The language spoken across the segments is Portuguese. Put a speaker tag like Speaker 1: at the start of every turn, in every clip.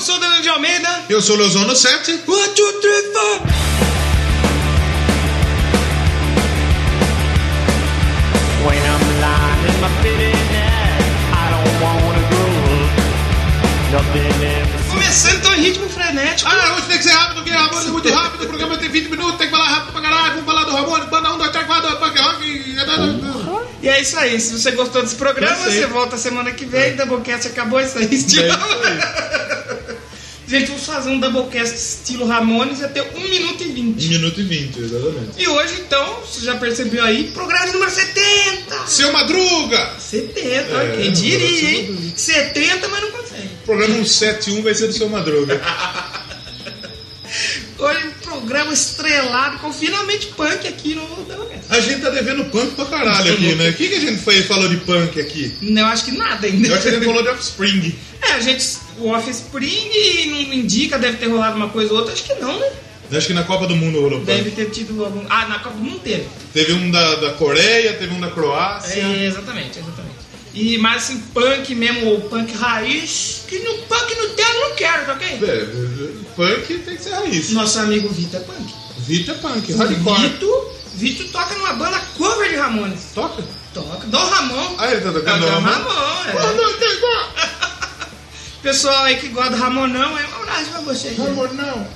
Speaker 1: sou o Danilo de Almeida.
Speaker 2: Eu sou o Leozono 7. One,
Speaker 1: two, three, four.
Speaker 3: When I'm lying in my fitted net, I don't wanna grow up. Nothing ever
Speaker 1: Começando então em ritmo frenético.
Speaker 2: Ah, hoje tem que ser rápido, porque Ramones é muito rápido. O programa tem 20 minutos, tem que falar rápido pra caralho. Vamos falar do Ramones, banda 1, 2, 3, 4, punk é rock.
Speaker 1: E é isso aí. Se você gostou desse programa,
Speaker 2: Eu sei.
Speaker 1: você volta semana que vem. Doublecast acabou, é isso aí. Estilo... Gente, vamos fazer um Doublecast estilo Ramones até 1 minuto e 20.
Speaker 2: 1 minuto e 20, exatamente.
Speaker 1: E hoje, então, você já percebeu aí, programa número 70.
Speaker 2: Seu Madruga!
Speaker 1: 70,
Speaker 2: É,
Speaker 1: olha, quem diria, hein? 70, mas não consegue.
Speaker 2: O programa 171 vai ser do Seu Madruga.
Speaker 1: Hoje um programa estrelado com finalmente punk aqui no Doublecast.
Speaker 2: A gente tá devendo punk pra caralho aqui, né? O que, que a gente foi, falou de punk aqui?
Speaker 1: Não, acho que nada ainda.
Speaker 2: Eu acho que a gente falou de Offspring.
Speaker 1: É, a gente, o Offspring não indica, deve ter rolado uma coisa ou outra, acho que não, né?
Speaker 2: Eu Acho que na Copa do Mundo rolou
Speaker 1: Deve
Speaker 2: punk.
Speaker 1: ter tido algum. Ah, na Copa do Mundo teve.
Speaker 2: Teve um da, da Coreia, teve um da Croácia.
Speaker 1: É, exatamente, exatamente. E mais assim, punk mesmo, o punk raiz, que no punk no terra eu não quero, tá ok?
Speaker 2: É, punk tem que ser raiz.
Speaker 1: Nosso amigo Vito é punk.
Speaker 2: Vita é punk, hardcore.
Speaker 1: Vito, Vito toca numa banda cover de Ramones.
Speaker 2: Toca?
Speaker 1: Toca. Dom Ramon.
Speaker 2: Ah, ele tá
Speaker 1: Toca
Speaker 2: tocando
Speaker 1: Dom
Speaker 2: uma
Speaker 1: Ramon, é. Pessoal aí que gosta do Ramonão, é um abraço pra vocês. gente.
Speaker 2: Amor, não.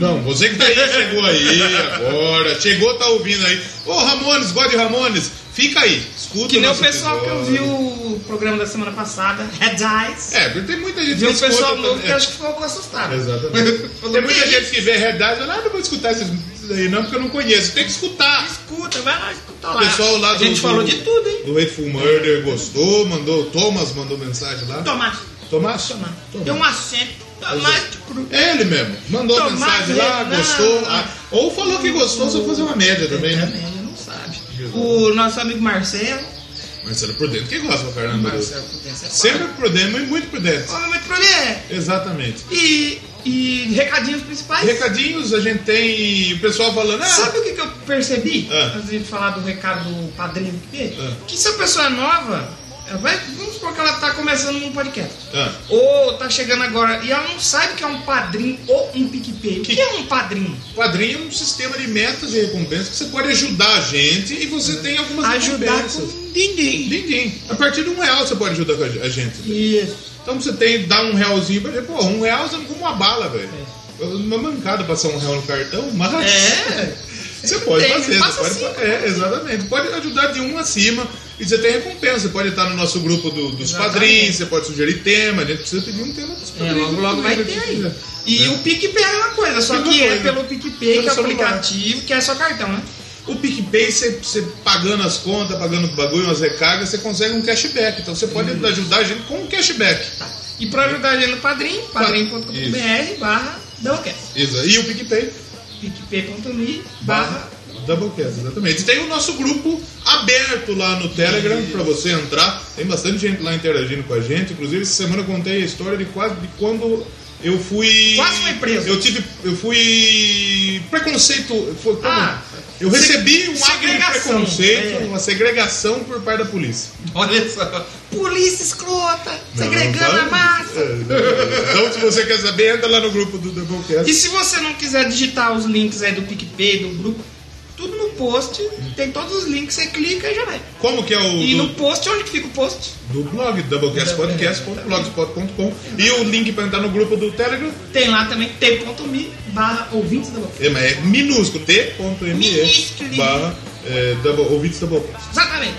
Speaker 2: Não, você que tá aí, chegou aí agora. Chegou, tá ouvindo aí. Ô Ramones, gosta de Ramones? Fica aí, escuta
Speaker 1: Que nem o
Speaker 2: nosso
Speaker 1: pessoal que
Speaker 2: episódio.
Speaker 1: ouviu o programa da semana passada, Red Eyes.
Speaker 2: É, porque tem muita gente
Speaker 1: Viu um
Speaker 2: escuta
Speaker 1: pessoal novo
Speaker 2: também.
Speaker 1: que acho que ficou um assustado.
Speaker 2: Exatamente.
Speaker 1: Falou,
Speaker 2: Tem muita
Speaker 1: "Que é
Speaker 2: gente que vê Red Eyes e fala, ah, não vou escutar esses aí não, porque eu não conheço. Tem que escutar.
Speaker 1: Escuta, vai lá escutar
Speaker 2: O
Speaker 1: lá.
Speaker 2: pessoal um lá
Speaker 1: a
Speaker 2: do-
Speaker 1: gente
Speaker 2: do-
Speaker 1: falou de tudo, hein?
Speaker 2: Do Hateful Murder gostou, mandou, o Thomas mandou mensagem lá.
Speaker 1: Tomás,
Speaker 2: Tomás?
Speaker 1: Tomás.
Speaker 2: Tomás.
Speaker 1: Tem um acento. Tomás de Cruz.
Speaker 2: É ele mesmo. Mandou
Speaker 1: Tomás
Speaker 2: mensagem lá,
Speaker 1: Renan.
Speaker 2: gostou. ah, ou falou que gostou, só fazer uma média também, né?
Speaker 1: Também, não sabe.
Speaker 2: Jesus.
Speaker 1: O nosso amigo Marcelo.
Speaker 2: Marcelo Prudente, que gosta pra caramba. do-
Speaker 1: Marcelo é Prudência.
Speaker 2: Sempre prudente, mas muito prudente.
Speaker 1: Homem pra mim.
Speaker 2: Exatamente.
Speaker 1: é. E, e recadinhos principais.
Speaker 2: Recadinhos, a gente tem o pessoal falando, ah,
Speaker 1: Sabe o que, que eu percebi?
Speaker 2: Ah.
Speaker 1: Antes de falar do recado do padrinho que teve?
Speaker 2: Ah.
Speaker 1: Que se a pessoa é nova, ela vai, vamos supor que ela está começando num podcast.
Speaker 2: ah,
Speaker 1: Ou tá chegando agora e ela não sabe que é um padrinho ou um PicPay. O que,
Speaker 2: Que-
Speaker 1: é um padrinho?
Speaker 2: padrinho é um sistema de metas e recompensas que você pode ajudar a gente e você tem algumas
Speaker 1: Ajudar com
Speaker 2: recompensas.
Speaker 1: ninguém.
Speaker 2: Ninguém. A partir de um real você pode ajudar com a a gente.
Speaker 1: Isso.
Speaker 2: Então você tem, dá um realzinho pra gente. Pô, um real você não compra uma bala, velho. É uma mancada passar um real no cartão, mas.
Speaker 1: É.
Speaker 2: Você pode
Speaker 1: Tem,
Speaker 2: fazer,
Speaker 1: passa né?
Speaker 2: você
Speaker 1: cinco.
Speaker 2: pode, é, exatamente. Pode ajudar de um acima e você tem recompensa. Você pode estar no nosso grupo do- dos
Speaker 1: Exatamente.
Speaker 2: padrinhos, você pode sugerir tema, a gente precisa pedir um tema dos
Speaker 1: É,
Speaker 2: padrinhos.
Speaker 1: logo, logo vai ter aí. E o PicPay é uma coisa, só
Speaker 2: Mesma
Speaker 1: que é
Speaker 2: coisa.
Speaker 1: pelo PicPay, que é
Speaker 2: Pelo
Speaker 1: o
Speaker 2: celular.
Speaker 1: aplicativo, que é só cartão, né?
Speaker 2: O PicPay, você, você pagando as contas, pagando o bagulho, umas recargas, você consegue um cashback. Então você pode ajudar a gente com um cashback.
Speaker 1: E pra ajudar a gente no padrinho, padrinho.com.br barra doublecast.
Speaker 2: Isso. E o PicPay,
Speaker 1: PicPay.me barra
Speaker 2: Doublecast, exatamente. E Tem o nosso grupo aberto lá no Telegram pra você entrar. Tem bastante gente lá interagindo com a gente. Inclusive, essa semana eu contei a história de quase de quando eu fui.
Speaker 1: Quase foi preso.
Speaker 2: Eu tive. Eu fui. Preconceito. Foi como?
Speaker 1: Ah,
Speaker 2: eu
Speaker 1: se-
Speaker 2: recebi um ato de
Speaker 1: segregação.
Speaker 2: preconceito,
Speaker 1: É.
Speaker 2: uma segregação por parte da polícia.
Speaker 1: Olha só. Polícia escrota, segregando
Speaker 2: Não,
Speaker 1: a
Speaker 2: não
Speaker 1: massa.
Speaker 2: fala- É, Então, se você quer saber, entra lá no grupo do Doublecast.
Speaker 1: E se você não quiser digitar os links aí do PicPay, do grupo, tudo no post, tem todos os links, você clica e já vai.
Speaker 2: Como que é o.
Speaker 1: E
Speaker 2: do-
Speaker 1: no post, onde que fica o post?
Speaker 2: do blog doublecastpodcast.blogspot.com e o link para entrar no grupo do Telegram
Speaker 1: Tem lá também t.me barra ouvintes da boca.
Speaker 2: é, mas é minúsculo
Speaker 1: Minúsculo.
Speaker 2: t.me barra é, double- ouvintes doublecast
Speaker 1: Exatamente.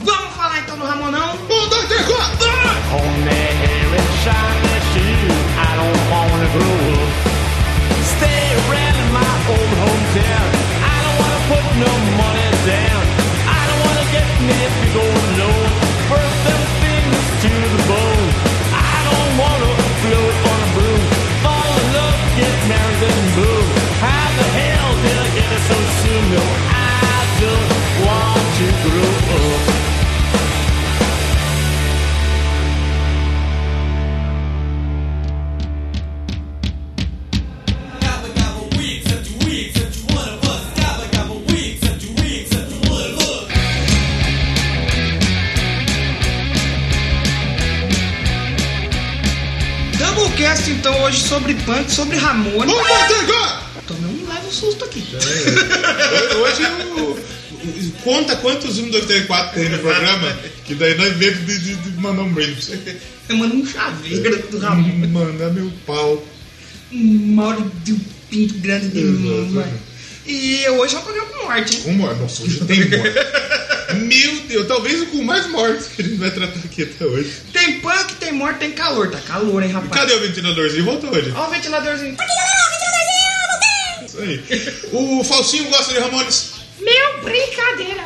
Speaker 1: Vamos falar então do Ramonão.
Speaker 2: um, dois, três, quatro
Speaker 3: on their hair and shiny shoes. I don't wanna grow up. Stay around in my old hometown. I don't wanna put no money down. I don't wanna get near people alone. Hurt them fingers to the bone. I don't wanna float on a broom. Fall in love, get married and move. How the hell did I get it so soon? No, I don't want to grow up.
Speaker 4: Gabba gabba weed, such a weed, such a one of us. Gabba gabba weed, such a weed.
Speaker 1: podcast então hoje sobre punk, sobre Ramones.
Speaker 2: Vamos bater agora!
Speaker 1: Tomei um leve susto aqui.
Speaker 2: É, Hoje o- o- Conta quantos 1, 2, 3, 4 tem no programa, que daí nós vemos de, de- de mandar um beijo pra você.
Speaker 1: Eu mando um chaveiro do Ramones.
Speaker 2: Hum, Manda meu pau.
Speaker 1: Um Mauro do Pinto Grande de Mama. E hoje é um programa com morte, hein?
Speaker 2: Com morte. Nossa, hoje tem morte. Meu Deus, talvez o com mais mortes que a gente vai tratar aqui até hoje.
Speaker 1: Tem punk, tem morte, tem calor. Tá calor, hein, rapaz?
Speaker 2: Cadê o ventiladorzinho? Voltou hoje.
Speaker 1: Ó o ventiladorzinho.
Speaker 2: Isso aí. O Falsinho gosta de Ramones.
Speaker 4: Meu, brincadeira.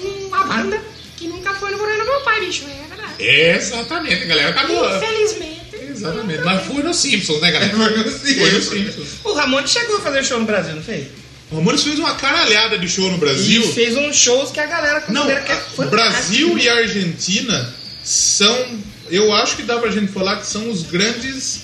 Speaker 4: Um, uma banda que nunca foi no programa do meu pai, bicho. É verdade.
Speaker 2: Exatamente, galera. Acabou.
Speaker 4: Infelizmente.
Speaker 2: Exatamente. Mas foi no Simpsons, né, galera?
Speaker 1: Foi no Simpsons.
Speaker 2: Foi no Simpsons.
Speaker 1: O Ramones chegou a fazer show no Brasil, não fez?
Speaker 2: O Ramones fez uma caralhada de show no Brasil.
Speaker 1: E fez uns shows que a galera
Speaker 2: Não,
Speaker 1: considera que é
Speaker 2: a-
Speaker 1: fantástico.
Speaker 2: Brasil e Argentina são, eu acho que dá pra gente falar que são os grandes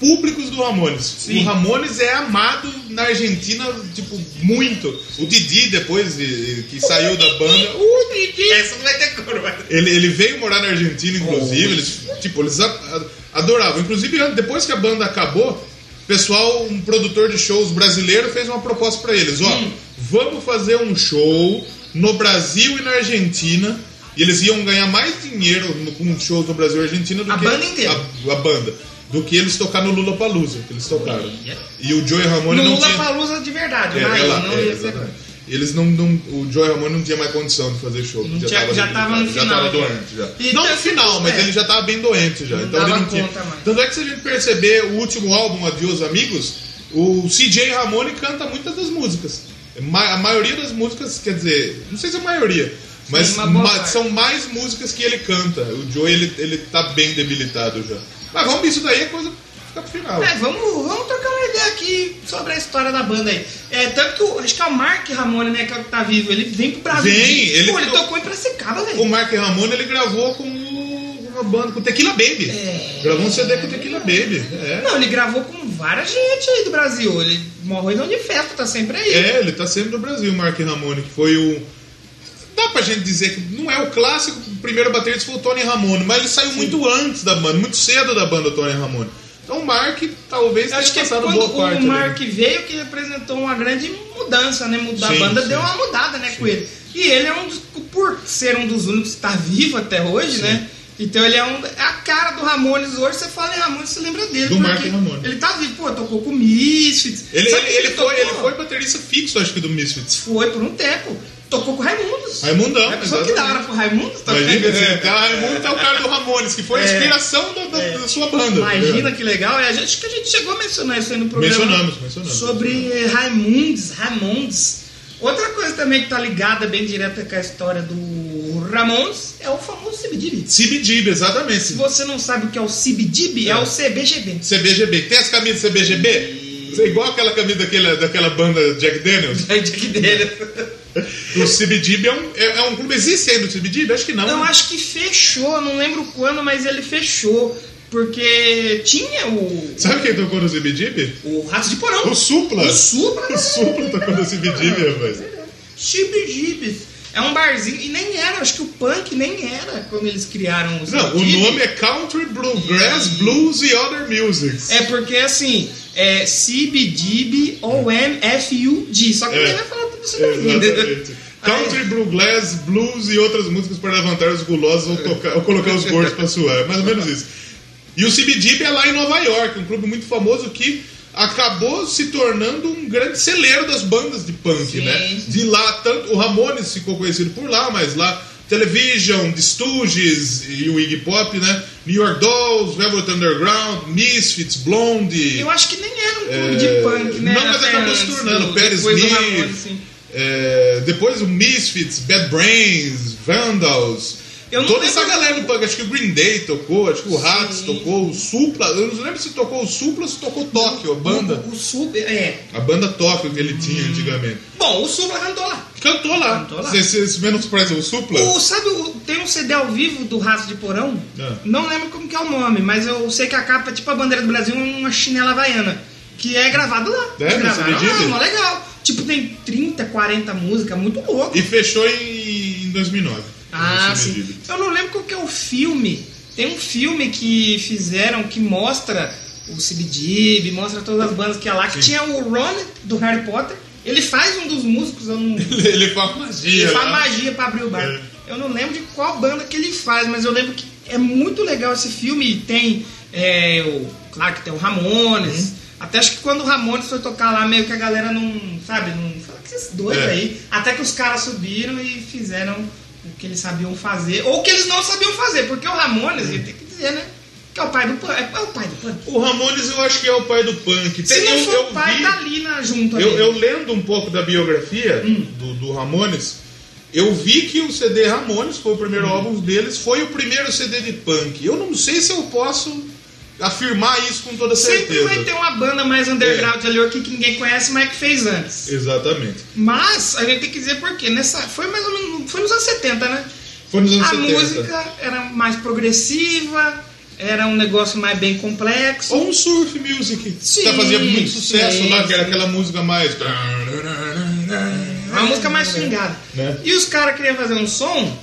Speaker 2: públicos do Ramones. O Ramones é amado na Argentina, tipo, muito. O Didi, depois de- que saiu da banda,
Speaker 1: O Didi. Essa não vai ter coroa.
Speaker 2: ele, ele veio morar na Argentina, inclusive. Eles, tipo, eles a- a- adoravam. Inclusive, an- depois que a banda acabou, o pessoal, um produtor de shows brasileiro, fez uma proposta pra eles: ó,
Speaker 1: Hum.
Speaker 2: vamos fazer um show no Brasil e na Argentina. E eles iam ganhar mais dinheiro no- com shows no Brasil e Argentina do
Speaker 1: A
Speaker 2: que
Speaker 1: banda inteira.
Speaker 2: A, a banda. Do que eles tocaram no Lula Palusa, que eles tocaram.
Speaker 1: Olha.
Speaker 2: E o Joey Ramone
Speaker 1: No
Speaker 2: não
Speaker 1: Lula
Speaker 2: tinha.
Speaker 1: Palusa de verdade,
Speaker 2: É,
Speaker 1: mas
Speaker 2: ela-
Speaker 1: não
Speaker 2: é,
Speaker 1: ia ser.
Speaker 2: exatamente. Eles não, não- O Joey Ramone não tinha mais condição de fazer show.
Speaker 1: Não tinha- já
Speaker 2: debilitado,
Speaker 1: tava no
Speaker 2: já
Speaker 1: final,
Speaker 2: tava
Speaker 1: né?
Speaker 2: doente já.
Speaker 1: E
Speaker 2: não no
Speaker 1: tanto-
Speaker 2: final, mas
Speaker 1: é.
Speaker 2: ele já tava bem doente já.
Speaker 1: Não
Speaker 2: então ele
Speaker 1: dava
Speaker 2: não tinha.
Speaker 1: conta mais.
Speaker 2: Tanto é que se a gente perceber o último álbum, Adios Amigos, o CJ Ramone canta muitas das músicas. Ma- a maioria das músicas, quer dizer, não sei se é a maioria, mas
Speaker 1: uma boa
Speaker 2: ma-
Speaker 1: parte.
Speaker 2: são mais músicas que ele canta. O Joey, ele, ele tá bem debilitado já. Mas vamos, isso daí é coisa que fica pro final.
Speaker 1: É, vamos, vamos trocar uma ideia aqui sobre a história da banda aí. É, tanto que o, acho que é o Mark Ramone, né, que é o que tá vivo, ele vem pro Brasil.
Speaker 2: Vem, ele
Speaker 1: Pô, ele
Speaker 2: to-
Speaker 1: tocou em Piracicaba, velho.
Speaker 2: O Mark Ramone ele gravou com o- uma banda, com o Tequila Baby.
Speaker 1: É.
Speaker 2: Gravou um CD com o Tequila Baby. É.
Speaker 1: Não, ele gravou com várias gente aí do Brasil. Ele morreu de festa, tá sempre aí.
Speaker 2: É, ele tá sempre no Brasil, o Mark Ramone, que foi o. Dá pra gente dizer que não é o clássico, o primeiro baterista foi o Tony Ramone, mas ele saiu muito antes da banda, muito cedo da banda o Tony Ramone. Então o Mark talvez
Speaker 1: Eu acho que
Speaker 2: tenha passado
Speaker 1: quando
Speaker 2: boa parte.
Speaker 1: o
Speaker 2: ali.
Speaker 1: Mark veio que representou uma grande mudança, né? Mudar
Speaker 2: Sim,
Speaker 1: a banda
Speaker 2: sim.
Speaker 1: deu uma mudada, né, com ele. E ele é um dos, por ser um dos únicos que tá vivo até hoje, né? Então ele é um é a cara do Ramones hoje, você fala em Ramones, você lembra dele,
Speaker 2: Do
Speaker 1: porque
Speaker 2: Mark Ramone.
Speaker 1: Ele tá vivo, pô, tocou com o Misfits.
Speaker 2: Ele,
Speaker 1: Sabe
Speaker 2: ele,
Speaker 1: quem
Speaker 2: ele foi, ele
Speaker 1: tocou?
Speaker 2: foi baterista fixo, acho que, do Misfits.
Speaker 1: Foi por um tempo. Tocou com o Raimundos.
Speaker 2: Raimundão,
Speaker 1: É, Só que da hora
Speaker 2: exatamente.
Speaker 1: pro Raimundos tocar.
Speaker 2: Imagina, esse cara Raimundo é o cara do Ramones, que foi a
Speaker 1: Tá É.
Speaker 2: inspiração da, da- da sua banda.
Speaker 1: Imagina que legal. É, a gente, acho que a gente chegou a mencionar isso aí no programa.
Speaker 2: Mencionamos, mencionamos.
Speaker 1: Sobre Raimundes, Raimundes. Outra coisa também que tá ligada bem direta com a história do Ramones é o famoso CBDB.
Speaker 2: CBGB, exatamente.
Speaker 1: Se você não sabe o que é o CBDB, é,
Speaker 2: É.
Speaker 1: o CBGB.
Speaker 2: CBGB. Tem as camisas CBGB? Isso é igual aquela camisa daquela, daquela banda Jack Daniels.
Speaker 1: É de que dele.
Speaker 2: O CBGB é um, é, é um clube. Existe ainda o CBGB? Acho que não.
Speaker 1: Não,
Speaker 2: né?
Speaker 1: acho que fechou, não lembro quando, mas ele fechou. Porque tinha o.
Speaker 2: Sabe quem tocou no CBGB?
Speaker 1: O Rato de Porão.
Speaker 2: O Supla.
Speaker 1: O Supla,
Speaker 2: O Supla tocou no CBGB, rapaz.
Speaker 1: Chibijibis. É um barzinho, e nem era, acho que o punk nem era quando eles criaram os
Speaker 2: Não, o nome é Country Bluegrass, Blues e Other Musics.
Speaker 1: É porque assim, é CBGB OMFUD. Só que
Speaker 2: É.
Speaker 1: ninguém vai falar tudo isso daí.
Speaker 2: Exatamente. Então, tipo, Country Bluegrass, Blues e outras músicas para levantar os gulosos ou, tocar- ou colocar os gordos para suar. É mais ou menos isso. E o CBGB é lá em Nova York, um clube muito famoso que acabou se tornando um grande celeiro das bandas de punk,
Speaker 1: Sim.
Speaker 2: né? De lá, tanto o Ramones ficou conhecido por lá, mas lá Television, The Stooges e o Iggy Pop, né? New York Dolls, Velvet Underground, Misfits, Blonde.
Speaker 1: Eu acho que nem era um clube
Speaker 2: É,
Speaker 1: de punk, né? assim,
Speaker 2: Não, mas
Speaker 1: Até
Speaker 2: acabou se
Speaker 1: antes
Speaker 2: tornando.
Speaker 1: do-
Speaker 2: Pérez
Speaker 1: depois do Ramones,
Speaker 2: Smith,
Speaker 1: assim.
Speaker 2: é, depois o Misfits, Bad Brains, Vandals.
Speaker 1: Eu não
Speaker 2: toda essa
Speaker 1: lembro-
Speaker 2: galera do punk. Acho que o Green Day tocou, acho que o Ratos tocou, o Supla. Eu não lembro se tocou o Supla ou se tocou Tóquio, a é banda.
Speaker 1: O, o Sub. É.
Speaker 2: A banda Tóquio que ele tinha antigamente.
Speaker 1: Bom, o Supla cantou lá.
Speaker 2: Cantou lá.
Speaker 1: Hum. Cantou lá.
Speaker 2: Se, se, se menospreza o Supla.
Speaker 1: O, sabe, o- tem um CD ao vivo do Rato de Porão?
Speaker 2: É.
Speaker 1: Não lembro como que é o nome, mas eu sei que a capa, tipo a bandeira do Brasil, é uma chinela havaiana. Que é gravado lá.
Speaker 2: É,
Speaker 1: gravado
Speaker 2: nessa
Speaker 1: lá,
Speaker 2: medida?
Speaker 1: mó legal. Tipo, tem 30, 40 músicas, muito louco.
Speaker 2: E fechou em, em 2009.
Speaker 1: ah,
Speaker 2: Esse
Speaker 1: sim.
Speaker 2: medida.
Speaker 1: Eu não lembro qual que é o filme Tem um filme que fizeram que mostra o CBGB, mostra todas as bandas que é lá, que tinha o Ron do Harry Potter. Ele faz um dos músicos, eu não.
Speaker 2: Ele, ele faz magia.
Speaker 1: Ele faz
Speaker 2: né?
Speaker 1: magia pra abrir o bar.
Speaker 2: É.
Speaker 1: Eu não lembro de qual banda que ele faz, mas eu lembro que é muito legal esse filme. E tem, é, o, claro que tem o Ramones.
Speaker 2: Uhum.
Speaker 1: Até acho que quando o Ramones foi tocar lá, meio que a galera não, sabe, não fala que esses dois
Speaker 2: É.
Speaker 1: aí. Até que os caras subiram e fizeram o que eles sabiam fazer, ou o que eles não sabiam fazer, porque o Ramones, ele tem que dizer, né? Que é o pai do punk. É, é o pai do punk.
Speaker 2: O Ramones eu acho que é o pai do punk.
Speaker 1: Se
Speaker 2: Tem-
Speaker 1: não
Speaker 2: eu-
Speaker 1: for
Speaker 2: eu
Speaker 1: o pai,
Speaker 2: vi-
Speaker 1: tá ali na, junto.
Speaker 2: Eu,
Speaker 1: ali.
Speaker 2: eu lendo um pouco da biografia
Speaker 1: Hum.
Speaker 2: do, do Ramones, eu vi que o CD Ramones, foi o
Speaker 1: Hum.
Speaker 2: primeiro álbum deles, foi o primeiro CD de punk. Eu não sei se eu posso afirmar isso com toda
Speaker 1: Sempre
Speaker 2: certeza. É.
Speaker 1: vai ter uma banda mais underground ali ou aqui que ninguém conhece, mas é que fez antes.
Speaker 2: Exatamente.
Speaker 1: Mas a gente tem que dizer por quê. Nessa, foi mais ou menos. Foi nos anos 70, né?
Speaker 2: Foi nos anos
Speaker 1: a
Speaker 2: 70.
Speaker 1: música era mais progressiva, era um negócio mais bem complexo.
Speaker 2: Ou um surf music.
Speaker 1: Sim,
Speaker 2: que fazia muito sucesso
Speaker 1: sim,
Speaker 2: lá, que era
Speaker 1: sim.
Speaker 2: aquela música mais.
Speaker 1: Uma música mais swingada.
Speaker 2: Né?
Speaker 1: E os caras queriam fazer um som,